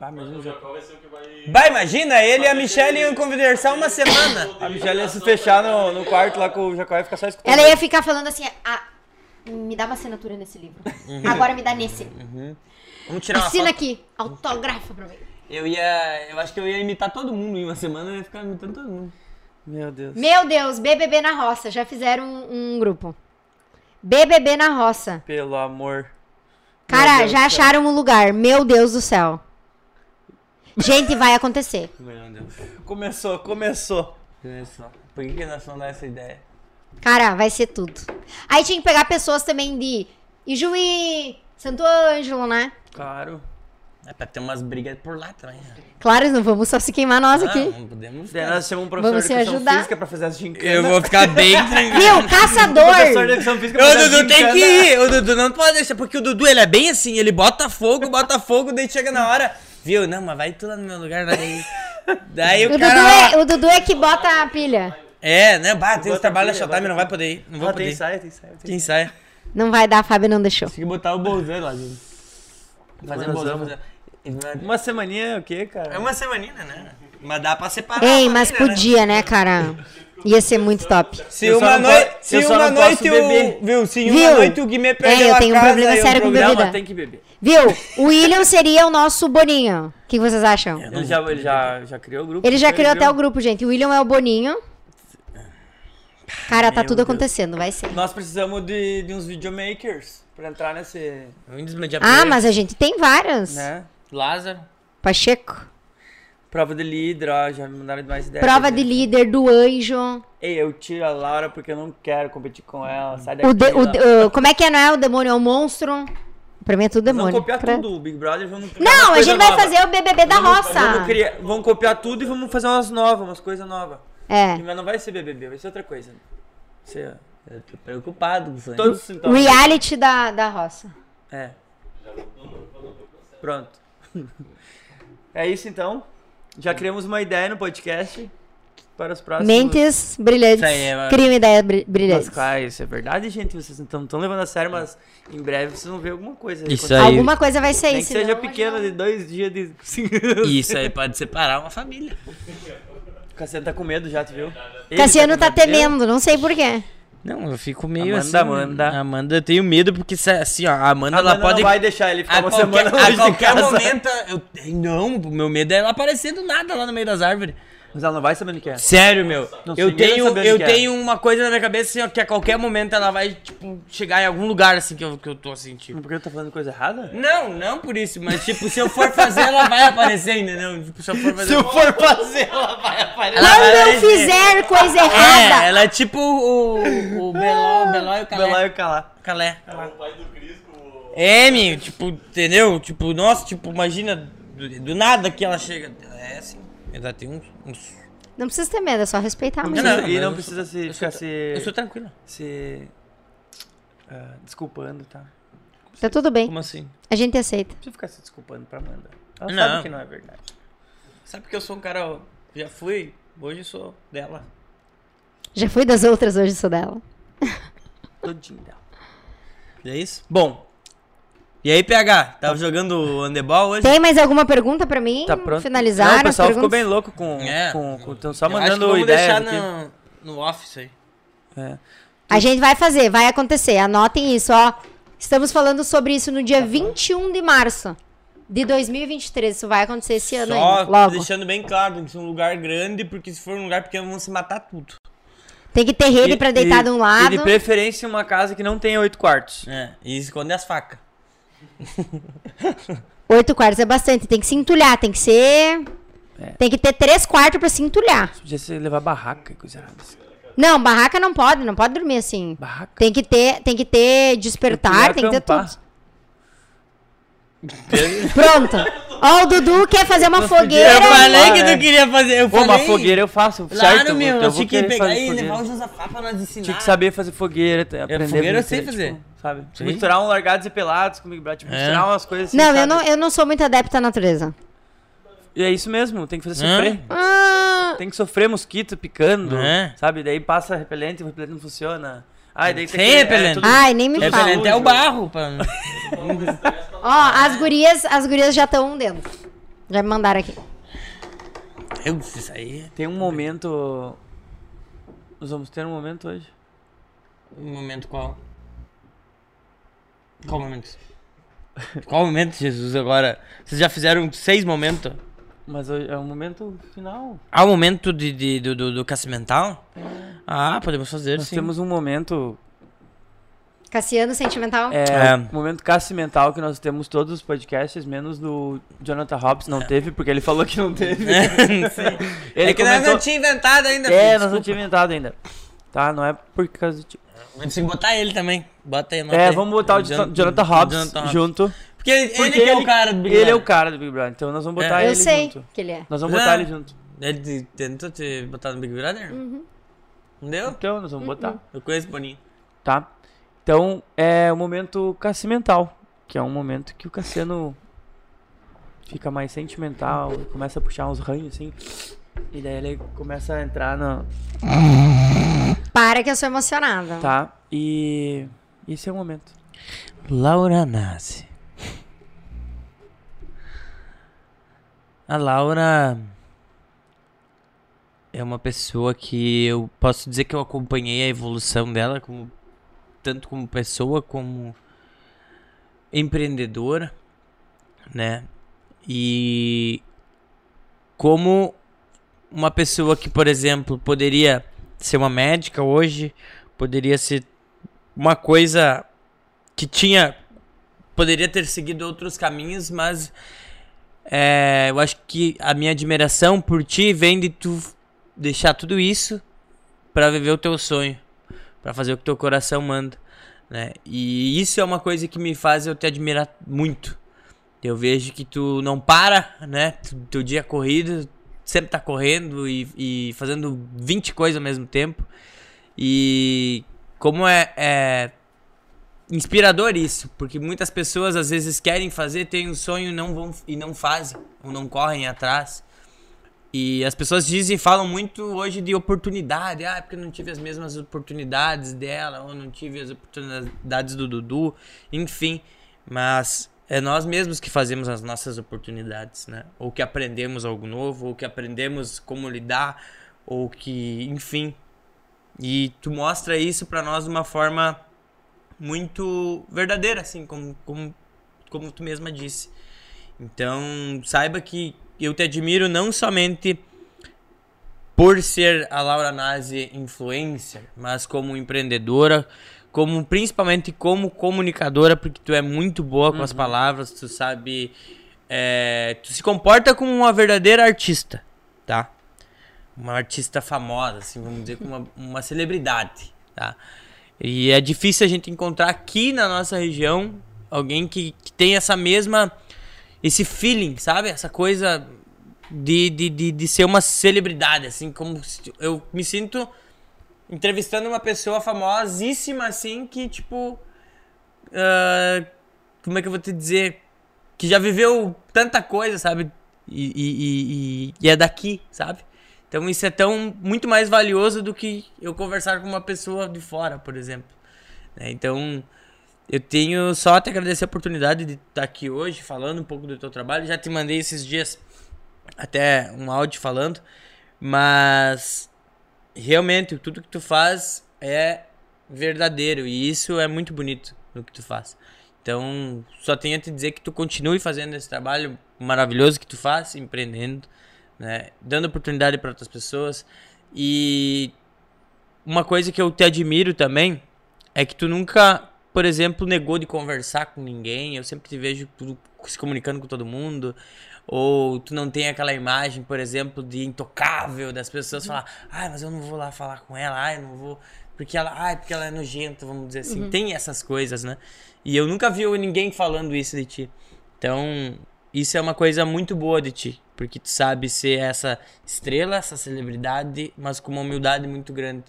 Ah, imagina o Jacó.
Bah, imagina, ele e a Michelle iam conversar uma semana.
A Michelle ia se fechar no, no quarto lá com o Jacó e ficar só escutando.
Ela ia ficar falando assim: ah, me dá uma assinatura nesse livro. Agora me dá nesse.
Vamos tirar uma
Assina
foto.
aqui, autografa pra mim.
Eu ia. Eu acho que eu ia imitar todo mundo em uma semana, eu ia ficar imitando todo mundo.
Meu Deus.
Meu Deus, BBB na roça. Já fizeram um, um grupo. BBB na roça.
Pelo amor. Meu
Cara,
Deus
já
do céu.
acharam um lugar. Meu Deus do céu. Gente, vai acontecer.
Meu Deus.
Começou, começou.
Olha só. Por que, que nós não dá essa ideia?
Cara, vai ser tudo. Aí tinha que pegar pessoas também de Ijuí, Santo Ângelo, né?
Claro.
É pra ter umas brigas por lá também. né?
Claro, não vamos só se queimar nós
Não,
aqui.
não podemos.
Daí
ficar-
nós chamamos um professor
Vamos
de
se
educação
ajudar.
física pra fazer as gincanas. Um
Eu vou ficar bem
Viu,
tranquilo.
Ah. Professor de
caçador!
educação física pra
O
fazer as
Dudu tem
gincanas.
que ir, o Dudu não pode deixar, porque o Dudu ele é bem assim, ele bota fogo, bota fogo, daí chega na hora, viu? Não, mas vai tu lá no meu lugar, daí. Daí
O
o
Dudu,
cara.
é, o Dudu é que bota a pilha.
É, né? Bah, tem os trabalhos na
pilha,
Showtime,
bota
não vai poder ir. Não vou
Ah,
poder
tem
ir.
saia, tem saia. Tem
Quem sai?
Não vai dar, a Fábio não deixou.
Tem que botar o Bolzan lá, gente. Fazer
Nós
Bolzan.
vamos.
fazer- Ele vai-
Uma semaninha é o quê, cara?
É uma semanina, né? Mas dá pra separar.
Ei,
a
mas
família, né?
podia, né, cara? Ia ser muito top.
Se
Eu só
uma
não
noite,
posso-
se
eu só
uma
não posso
noite
beber.
o viu, se uma
Viu?
noite o Guimê perdeu
É, eu
a
tenho um
casa,
problema
aí o
sério com
programa-
Não,
bebida.
mas tem que beber.
Viu? O William seria o nosso Boninho. O que vocês acham?
Ele já, ele já, já criou o grupo?
Ele já criou até o grupo, gente. O William é o Boninho. Cara, tá
Meu
tudo
Deus.
acontecendo, vai ser.
Nós precisamos de, de uns videomakers pra entrar nesse.
Windows Media
Ah,
Player,
mas a gente tem várias.
É. né?
Lázaro.
Pacheco.
Prova de líder, ó, já me mandaram mais ideias. né?
Prova de líder do anjo.
Ei, eu tiro a Laura porque eu não quero competir com ela. Sai daqui.
Hum. O de- o
Laura.
de- o- como é que é, não é? O demônio é o monstro. Pra mim é tudo
Vamos
demônio.
copiar
Pra-
tudo, o Big Brother. Vamos criar umas
Não, a
coisa
gente vai
nova.
fazer o BBB da
Vamos,
roça.
criar, vamos copiar tudo e vamos fazer umas novas, umas coisas novas.
É.
Mas não vai ser BBB, vai ser outra coisa. é, tá Vai Ser
Eu tô preocupado com isso aí.
todos os sintomas.
Reality da, da roça.
É. Pronto. É isso então. Já criamos uma ideia no podcast para os próximos.
Mentes brilhantes.
Isso aí, é uma-
Crime ideia bri-
Mas,
brilhante.
cara, isso é verdade, gente. Vocês não estão levando a sério, mas em breve vocês vão ver alguma coisa.
Isso
acontecer.
aí.
Alguma coisa vai né? sair.
Nem que
senão-
seja pequena, de dois dias de.
Isso aí pode separar uma família.
O Cassiano tá com medo já, tu viu? Ele
Cassiano tá
com medo.
temendo, não sei porquê.
Não, eu fico meio
Amanda,
assim.
Amanda.
Amanda, eu tenho medo porque se- assim, ó, a Amanda,
A
ela
Amanda
pode
não vai deixar ele ficar
a
uma
qualquer,
semana longe
a qualquer
de casa.
momento eu não, o meu medo é ela aparecer do nada lá no meio das árvores.
Mas ela não vai sabendo o que é.
Sério, meu.
Não,
eu
ninguém vai
tenho,
saber
eu
o que é.
tenho uma coisa na minha cabeça assim, ó, que a qualquer momento ela vai tipo, chegar em algum lugar assim que eu, que eu tô sentindo.
Porque eu tô falando coisa errada?
Não, não por isso, mas tipo, se eu for fazer, ela vai aparecer, entendeu? Tipo, se eu for fazer.
for fazer, ela vai aparecer.
Ela
Quando
vai
eu
aparecer.
fizer coisa
É,
errada.
ela é tipo o, o Beló, o Beló e o Calé.
Ela ia calar.
Calé. É o pai do Cris com É, meu, tipo, entendeu? Tipo, nossa, tipo, imagina, do, do nada que ela chega. Ela é assim, ela tem uns... uns...
Não precisa ter medo, é só respeitar muito.
Não,
e
mas
não
eu
precisa se,
eu sou,
ficar se,
eu sou tranquila.
se ah, desculpando, tá? Não
Tá tudo bem,
Como assim?
a gente aceita.
precisa ficar se desculpando pra Amanda. Ela
Não.
sabe que não é verdade.
Sabe que eu sou um cara, ó, já fui, hoje eu sou dela.
Já fui das outras, hoje sou dela.
Todinho dela.
É isso?
Bom,
E aí, PH? Tava jogando handebol hoje?
Tem mais alguma pergunta pra mim?
tá pronto.
Finalizaram
Não, o pessoal
as
ficou
perguntas?
bem louco com...
É.
com, com tão só
Eu acho que
mandando
vamos
ideias
deixar
aqui.
na- no office aí.
A gente vai fazer, vai acontecer. Anotem isso, ó. Estamos falando sobre isso no dia
Tá
21 de março de 2023. Isso vai acontecer esse
É,
ano
Só
ainda. Logo.
deixando bem claro, tem que ser um lugar grande, porque se for um lugar pequeno, vão se matar tudo.
Tem que ter rede
E-
pra deitar
e-
de um
E
lado.
de preferência uma casa que não tenha oito quartos.
É, e esconder as facas.
Oito quartos é bastante. Tem que se entulhar, tem que ser.
É.
Tem que ter três quartos pra se entulhar.
Podia ser levar barraca e coisa errada. assim.
Não, barraca não pode, não pode dormir assim.
Barraca?
Tem que ter, tem que ter
Queria
despertar, tem que ter
acampar.
tudo. Pronto. Ó, o Dudu quer fazer uma fogueira.
Eu falei
Ah,
que
é.
tu queria fazer. Eu
Pô,
falei.
uma fogueira eu faço, certo?
Claro, meu.
então
é Eu
vou
tinha que
querer
pegar
fazer
aí e
fogueira.
levar o Josafá pra nós ensinar.
Tinha que saber fazer fogueira, t- aprender.
fogueira eu
brincadeira,
sei fazer.
tipo, sabe?
Sim.
Misturar um largados e pelados comigo, Brad. Tipo,
É.
misturar umas coisas assim,
Não,
sabe?
eu não, eu não sou muito adepta à natureza.
E é isso mesmo, tem que fazer
Hã?
sofrer.
Ah,
Tem que sofrer mosquito picando,
É.
sabe? Daí passa repelente, o repelente não funciona. Ai, daí tem
Tem
que-
repelente.
tudo-
ai, nem me
É,
fala.
falei, até o barro. Pra...
Ó, as gurias, as gurias já estão dentro. Já me mandaram aqui.
eu isso aí.
Tem um momento... Nós vamos ter um momento hoje.
Um momento qual? Qual momento? Qual momento, Jesus, agora? Vocês já fizeram seis momentos?
Mas hoje é um momento final.
Há o momento de, de- do, do, do cacimental? Ah, podemos fazer,
Nós
sim.
temos um momento
Cassiano Sentimental.
É,
É.
um momento casse mental que nós temos todos os podcasts, menos do Jonathan Hobbs, não teve, porque ele falou que não teve. Ele
é que nós
comentou-
não tínhamos inventado ainda.
É,
filho,
nós não
desculpa.
tínhamos inventado ainda. Tá, não é por causa do tipo.
Mas tem que botar ele também. Bota aí, anota
É,
aí.
vamos botar o Jonathan, Jonathan Hobbs
Jonathan Hobbs.
junto.
Porque ele,
porque
ele que é o cara do Big
Ele é o
Brother.
cara do Big Brother, então nós vamos botar
É.
ele
eu sei
junto.
que ele é.
Nós vamos botar
É.
ele junto.
Ele te- tentou te botar no Big Brother? Não deu?
Então, nós
Uhum.
vamos botar,
Eu conheço o Boninho.
tá? Então, é o momento casse mental, que é um momento que o Cassiano fica mais sentimental, começa a puxar uns ranhos assim. E daí ele começa a entrar na,
Para que eu sou emocionada.
Tá? E esse é o momento.
Laura nasce. A Laura é uma pessoa que eu posso dizer que eu acompanhei a evolução dela como tanto como pessoa como empreendedora, né? E como uma pessoa que, por exemplo, poderia ser uma médica hoje, poderia ser uma coisa que tinha poderia ter seguido outros caminhos, mas é, eu acho que a minha admiração por ti vem de tu deixar tudo isso para viver o teu sonho, para fazer o que teu coração manda, né? E isso é uma coisa que me faz eu te admirar muito. Eu vejo que tu não para, né? Tu, teu dia é corrido, sempre tá correndo e, e fazendo 20 coisas ao mesmo tempo. E como é- é inspirador isso, porque muitas pessoas às vezes querem fazer, têm um sonho e não vão e não fazem, ou não correm atrás. E as pessoas dizem, falam muito hoje de oportunidade, ah, porque eu não tive as mesmas oportunidades dela, ou não tive as oportunidades do Dudu, enfim, mas é nós mesmos que fazemos as nossas oportunidades, né? Ou que aprendemos algo novo, ou que aprendemos como lidar, ou que, enfim. E tu mostra isso pra nós de uma forma muito verdadeira, assim, como, como, como tu mesma disse. Então, saiba que eu te admiro não somente por ser a Laura Nazi influencer, mas como empreendedora, como principalmente como comunicadora, porque tu é muito boa com as palavras, tu sabe, é, tu se comporta como uma verdadeira artista, tá? uma artista famosa, assim, vamos dizer, como uma, uma celebridade, tá? E é difícil a gente encontrar aqui na nossa região alguém que, que tem essa mesma, esse feeling, sabe? Essa coisa de, de, de, de ser uma celebridade, assim, como se- eu me sinto entrevistando uma pessoa famosíssima, assim, que, tipo, ah, como é que eu vou te dizer? Que já viveu tanta coisa, sabe? E, e, e, e- e é daqui, sabe? Então isso é tão muito mais valioso do que eu conversar com uma pessoa de fora, por exemplo. né? Então eu tenho só te agradecer a oportunidade de estar aqui hoje falando um pouco do teu trabalho. Já te mandei esses dias até um áudio falando, mas realmente tudo que tu faz é verdadeiro e isso é muito bonito no que tu faz. Então, só tenho a te dizer que tu continue fazendo esse trabalho maravilhoso que tu faz, empreendendo, né, dando oportunidade para outras pessoas. E uma coisa que eu te admiro também é que tu nunca, por exemplo, negou de conversar com ninguém. Eu sempre te vejo tu se comunicando com todo mundo. Ou tu não tem aquela imagem, por exemplo, de intocável das pessoas falar, ai, mas eu não vou lá falar com ela, ai, eu não vou. Porque ela, ai, porque ela é nojenta, vamos dizer assim. Tem essas coisas, né? E eu nunca vi ninguém falando isso de ti. Então, isso é uma coisa muito boa de ti. Porque tu sabe ser essa estrela, essa celebridade, mas com uma humildade muito grande,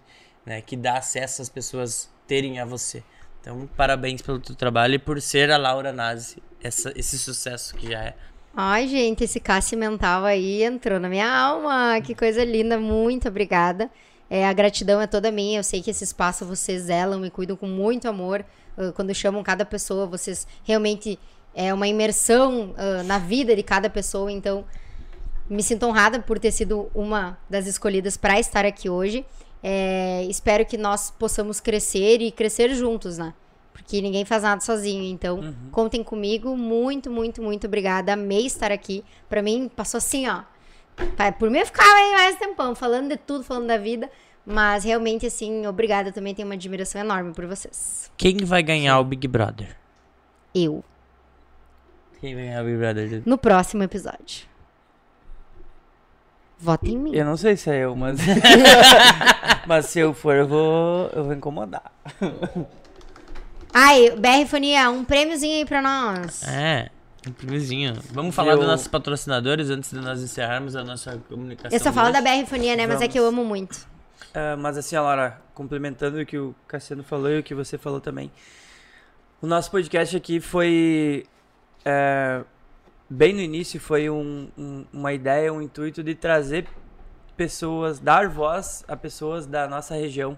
né? Que dá acesso às pessoas terem a você. Então, parabéns pelo teu trabalho e por ser a Laura Nazi, essa, esse sucesso que já é.
Ai, gente, esse casse mental aí entrou na minha alma. Que coisa linda, muito obrigada. É, a gratidão é toda minha. Eu sei que esse espaço vocês zelam e cuidam com muito amor. Ah, Quando chamam cada pessoa, vocês realmente é uma imersão ah, na vida de cada pessoa. Então, me sinto honrada por ter sido uma das escolhidas para estar aqui hoje. É, espero que nós possamos crescer e crescer juntos, né? Porque ninguém faz nada sozinho. Então, contem comigo. Muito, muito, muito obrigada. Amei estar aqui. Pra mim, passou assim, ó. Pa- Por mim, eu ficava aí mais tempão, falando de tudo, falando da vida. Mas realmente, assim, obrigada. Eu também tenho uma admiração enorme por vocês.
Quem vai ganhar o Big Brother?
Eu.
Quem vai ganhar o Big Brother?
No próximo episódio. Vota em mim.
Eu não sei se é eu, mas. mas se eu for, eu vou, eu vou incomodar.
Ai, BR Fonia, um prêmiozinho aí pra nós.
É, um prêmiozinho. Vamos falar
Eu-
dos nossos patrocinadores antes de nós encerrarmos a nossa comunicação.
Eu só falo
de
da
hoje?
BR Fonia, né? Mas é que eu amo muito.
Ah, mas assim, ó, Laura, complementando o que o Cassiano falou e o que você falou também. O nosso podcast aqui foi. é, bem no início, foi um- um- uma ideia, um intuito de trazer pessoas, dar voz a pessoas da nossa região.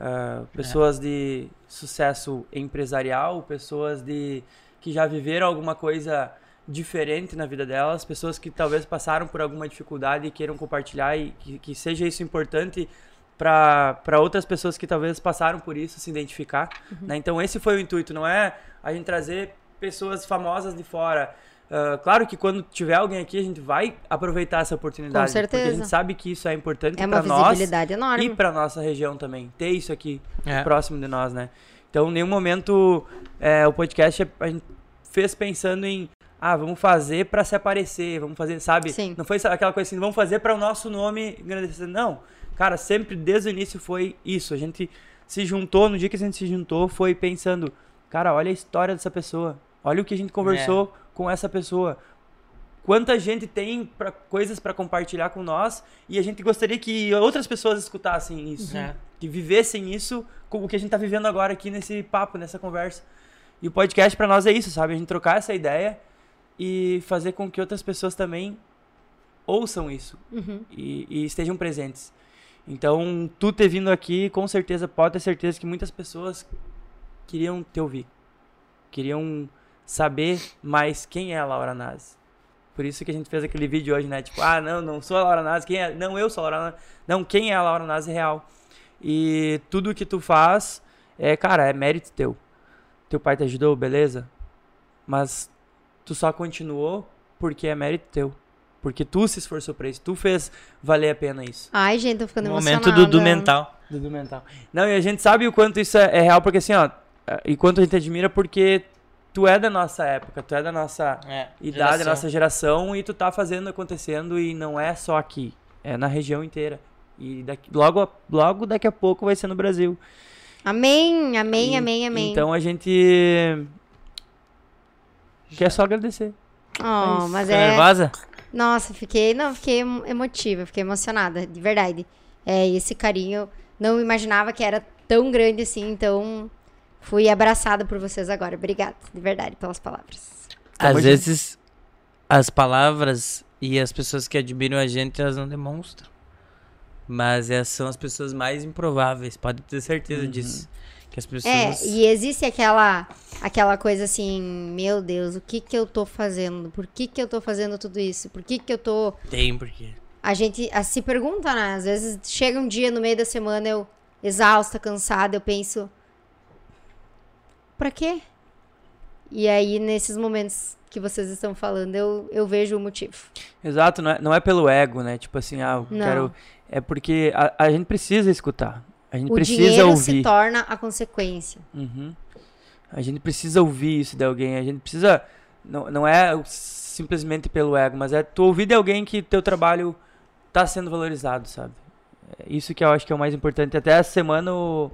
Ah, pessoas de sucesso empresarial, pessoas de que já viveram alguma coisa diferente na vida delas, pessoas que talvez passaram por alguma dificuldade e queiram compartilhar e que, que seja isso importante para outras pessoas que talvez passaram por isso se identificar.
Uhum.
né? Então esse foi o intuito, não é a gente trazer pessoas famosas de fora. Ah, claro que quando tiver alguém aqui a gente vai aproveitar essa oportunidade, porque a
certeza.
gente sabe que isso é importante
É uma
para nós
visibilidade enorme.
e para nossa região também. Ter isso aqui
É.
próximo de nós, né? Então, em nenhum momento é, o podcast a gente fez pensando em ah, vamos fazer para se aparecer, vamos fazer, sabe?
Sim.
Não foi sa- aquela coisa assim, vamos fazer para o nosso nome agradecer. Não, cara, sempre desde o início foi isso. A gente se juntou, no dia que a gente se juntou, foi pensando, cara, olha a história dessa pessoa, olha o que a gente conversou com essa pessoa, quanta gente tem pra, coisas para compartilhar com nós e a gente gostaria que outras pessoas escutassem isso, né?
É.
que vivessem isso, com o que a gente tá vivendo agora aqui nesse papo, nessa conversa. E o podcast para nós é isso, sabe? A gente trocar essa ideia e fazer com que outras pessoas também ouçam isso e, e estejam presentes. Então, tu ter vindo aqui, com certeza, pode ter certeza que muitas pessoas queriam te ouvir. Queriam saber mais quem é a Laura Nazi. Por isso que a gente fez aquele vídeo hoje, né? Tipo, ah, não, não sou a Laura Nazi, quem é? Não, eu sou a Laura Nazi. Não, quem é a Laura Nazi real? E tudo que tu faz, é, cara, é mérito teu. Teu pai te ajudou, beleza? Mas tu só continuou porque é mérito teu. Porque tu se esforçou pra isso, tu fez valer a pena isso.
Ai, gente, tô ficando emocionada.
Momento Dudu
né?
mental.
Dudu mental. Não, e a gente sabe o quanto isso é, é real, porque assim, ó, e quanto a gente admira, porque tu é da nossa época, tu é da nossa
É,
idade, da
geração.
nossa geração, e tu tá fazendo acontecendo, e não é só aqui, é na região inteira. E daqui- logo, a- logo daqui a pouco vai ser no Brasil.
Amém, amém,
E-
amém, amém.
Então a gente. Quer só agradecer.
oh, mas
Tá
é.
nervosa?
Nossa, fiquei. Não, fiquei emo- emotiva, fiquei emocionada, de verdade. É, e esse carinho, não imaginava que era tão grande assim, então fui abraçada por vocês agora. Obrigada, de verdade, pelas palavras.
Tamo
Às
junto.
vezes, as palavras e as pessoas que admiram a gente, elas não demonstram. Mas essas são as pessoas mais improváveis, pode ter certeza disso. Que as pessoas.
É, e existe aquela aquela coisa assim, meu Deus, o que que eu tô fazendo? Por que que eu tô fazendo tudo isso? Por que que eu tô...
Tem porquê.
A gente a- se pergunta, né? Às vezes chega um dia no meio da semana, eu exausta, cansada, eu penso, pra quê? E aí, nesses momentos que vocês estão falando, eu, eu vejo o motivo.
Exato, não é, não é pelo ego, né? Tipo assim, ah, eu
Não.
quero. É porque a, a gente precisa escutar. A gente
O
precisa
dinheiro
ouvir.
se torna a consequência.
Uhum. A gente precisa ouvir isso de alguém. A gente precisa. Não, não é o- simplesmente pelo ego, mas é tu ouvir de alguém que teu trabalho tá sendo valorizado, sabe? É isso que eu acho que é o mais importante. Até essa semana o,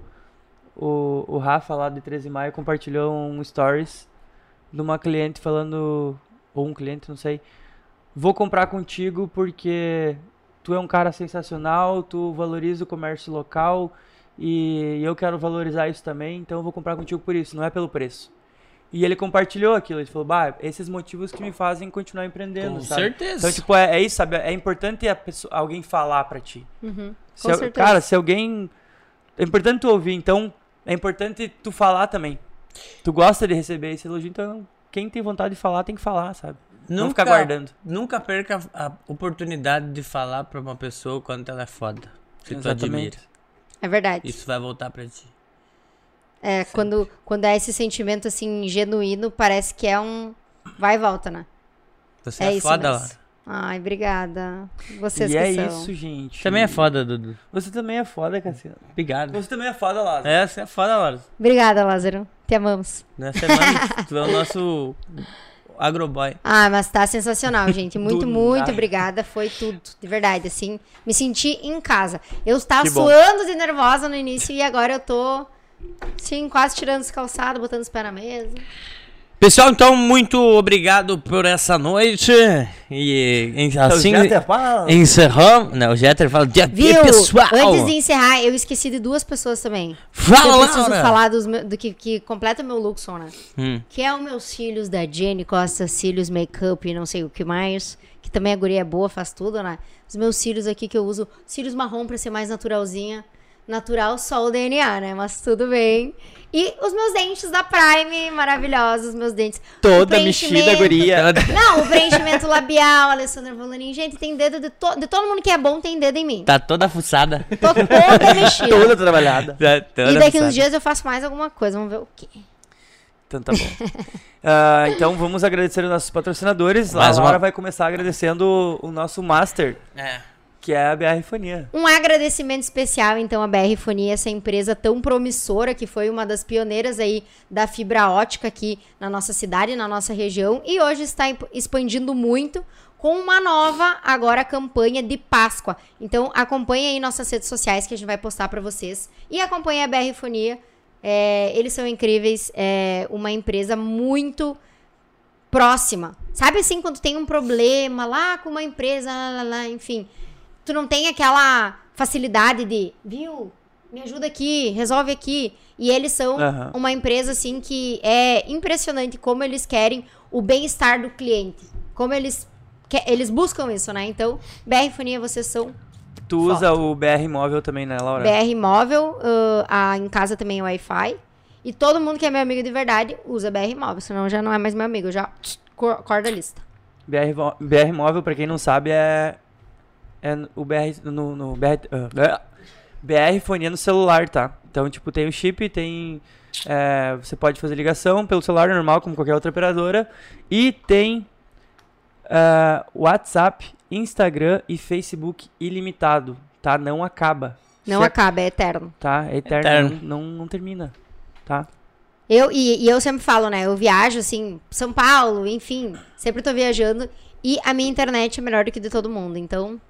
o, o Rafa lá de 13 de maio compartilhou um stories de uma cliente falando. Ou um cliente, não sei. Vou comprar contigo porque tu é um cara sensacional, tu valoriza o comércio local, e eu quero valorizar isso também, então eu vou comprar contigo por isso, não é pelo preço. E ele compartilhou aquilo, ele falou, bah, esses motivos que me fazem continuar empreendendo,
Com
sabe?
certeza.
Então, tipo, é, é isso, sabe? É importante a pessoa, alguém falar pra ti. Se
com
al-
certeza.
Cara, se alguém... É importante tu ouvir, então é importante tu falar também. Tu gosta de receber esse elogio, então quem tem vontade de falar tem que falar, sabe? Não ficar guardando.
Nunca perca a a oportunidade de falar pra uma pessoa quando ela é foda. Que tu
Exatamente.
admira.
É verdade.
Isso vai voltar pra ti.
É, quando, quando é esse sentimento assim, genuíno, parece que é um. Vai e volta, né?
Você
é
é,
isso
foda,
mesmo.
Lara.
Ai, obrigada. Vocês
E
que
é
são.
isso, gente.
Também é foda, Dudu.
Você também é foda, Cassiano.
Obrigado.
Você também é foda, Lázaro.
É, você é foda, Lara.
Obrigada, Lázaro. Te amamos.
Na semana, tu é o nosso agroboy.
Ah, mas tá sensacional, gente.
Do
Muito, muito
nada.
obrigada. Foi tudo, de verdade. Assim, me senti em casa. Eu estava
Que bom.
suando de nervosa no início e agora eu tô, assim, quase tirando os calçados, botando os pés na mesa.
Pessoal, então, muito obrigado por essa noite. E em-
É,
assim, encerramos. Não, o Jeter fala dia
Viu?
pessoal.
Antes de encerrar, eu esqueci de duas pessoas também.
Fala,
eu preciso
Laura.
falar dos meu- do que, que completa meu Luxon, né?
Hum.
Que é os meus cílios da Jenny Costa, cílios make-up e não sei o que mais. Que também a guria é boa, faz tudo, né? Os meus cílios aqui que eu uso, cílios marrom pra ser mais naturalzinha. Natural só o DNA, né? Mas tudo bem. E os meus dentes da Prime, maravilhosos, meus dentes. O
Toda
preenchimento-
mexida, guria.
Não, o preenchimento labial, Alessandra Volanin. Gente, tem dedo de, to- de todo mundo que é bom, tem dedo em mim.
Tá toda fuçada.
Tô toda mexida.
Toda trabalhada.
Tá toda
E daqui uns
fuçada.
dias eu faço mais alguma coisa, vamos ver o quê.
Então tá bom. Ah, então vamos agradecer os nossos patrocinadores.
Mais
a
uma-
Laura vai começar agradecendo o nosso master,
É.
que é a BR Fonia.
Um agradecimento especial, então, à BR Fonia, essa empresa tão promissora que foi uma das pioneiras aí da fibra ótica aqui na nossa cidade, na nossa região, e hoje está imp- expandindo muito com uma nova agora campanha de Páscoa. Então, acompanhe aí nossas redes sociais que a gente vai postar para vocês e acompanhe a BR Fonia. É, eles são incríveis, é uma empresa muito próxima. Sabe assim, quando tem um problema lá com uma empresa, lá, lá, lá, enfim. Tu não tem aquela facilidade de, viu? Me ajuda aqui, resolve aqui. E eles são
Aham.
uma empresa assim que é impressionante como eles querem o bem-estar do cliente. Como eles que- eles buscam isso, né? Então, BR Fonia, vocês são
Tu
Foto.
usa o BR Móvel também, né, Laura?
BR Móvel, ãh, a, em casa também é Wi-Fi. E todo mundo que é meu amigo de verdade usa BR Móvel, senão já não é mais meu amigo, eu já tss, cor- corta a lista.
BR, vo- BR Móvel, pra quem não sabe, é. É n- o BR. No, no BR, ah, blá. BR Fonia no celular, tá? Então, tipo, tem o chip, tem. é, você pode fazer ligação pelo celular normal, como qualquer outra operadora. E tem. ah, WhatsApp, Instagram e Facebook ilimitado, tá? Não acaba.
Não
Se ac-
acaba, é eterno.
Tá? É eterno.
Eterno.
Não, não, não termina. Tá?
Eu, e, e eu sempre falo, né? Eu viajo, assim, São Paulo, enfim, sempre tô viajando. E a minha internet é melhor do que de todo mundo, então,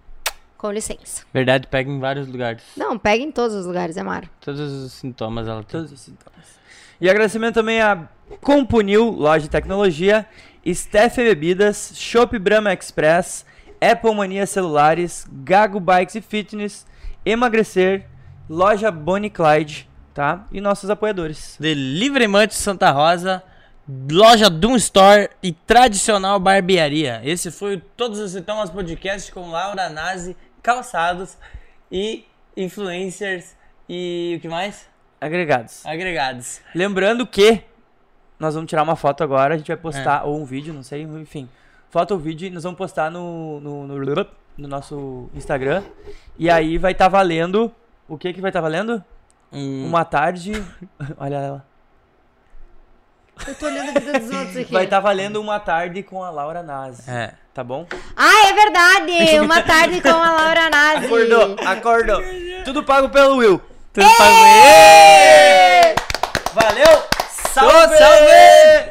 com licença.
Verdade, pega em vários lugares.
Não, pega em todos os lugares, é mara.
Todos os sintomas ela tem.
Todos os sintomas. E agradecimento também a Compunil, loja de tecnologia, Steph Bebidas, Shop Brahma Express, Apple Mania Celulares, Gago Bikes e Fitness, Emagrecer, Loja Bonnie Clyde, tá? E nossos apoiadores.
Delivery Munch Santa Rosa, loja Doom Store e tradicional barbearia. Esse foi o Todos os Sintomas Podcast com Laura Nazi, calçados e influencers e o que mais?
Agregados.
Agregados.
Lembrando que nós vamos tirar uma foto agora, a gente vai postar, ou um vídeo, não sei, enfim. Foto ou vídeo, e nós vamos postar no, no, no, no nosso Instagram. E aí vai estar valendo. O que que vai estar valendo?
Hum,
Uma tarde. Olha ela.
Eu tô olhando a vida dos outros aqui.
Vai estar valendo uma tarde com a Laura Nazi.
É.
Tá bom?
Ah, é verdade! Uma tarde com a Laura Nazi.
Acordou, acordou. Tudo pago pelo Will.
Tudo pra ver.
Valeu!
Salve!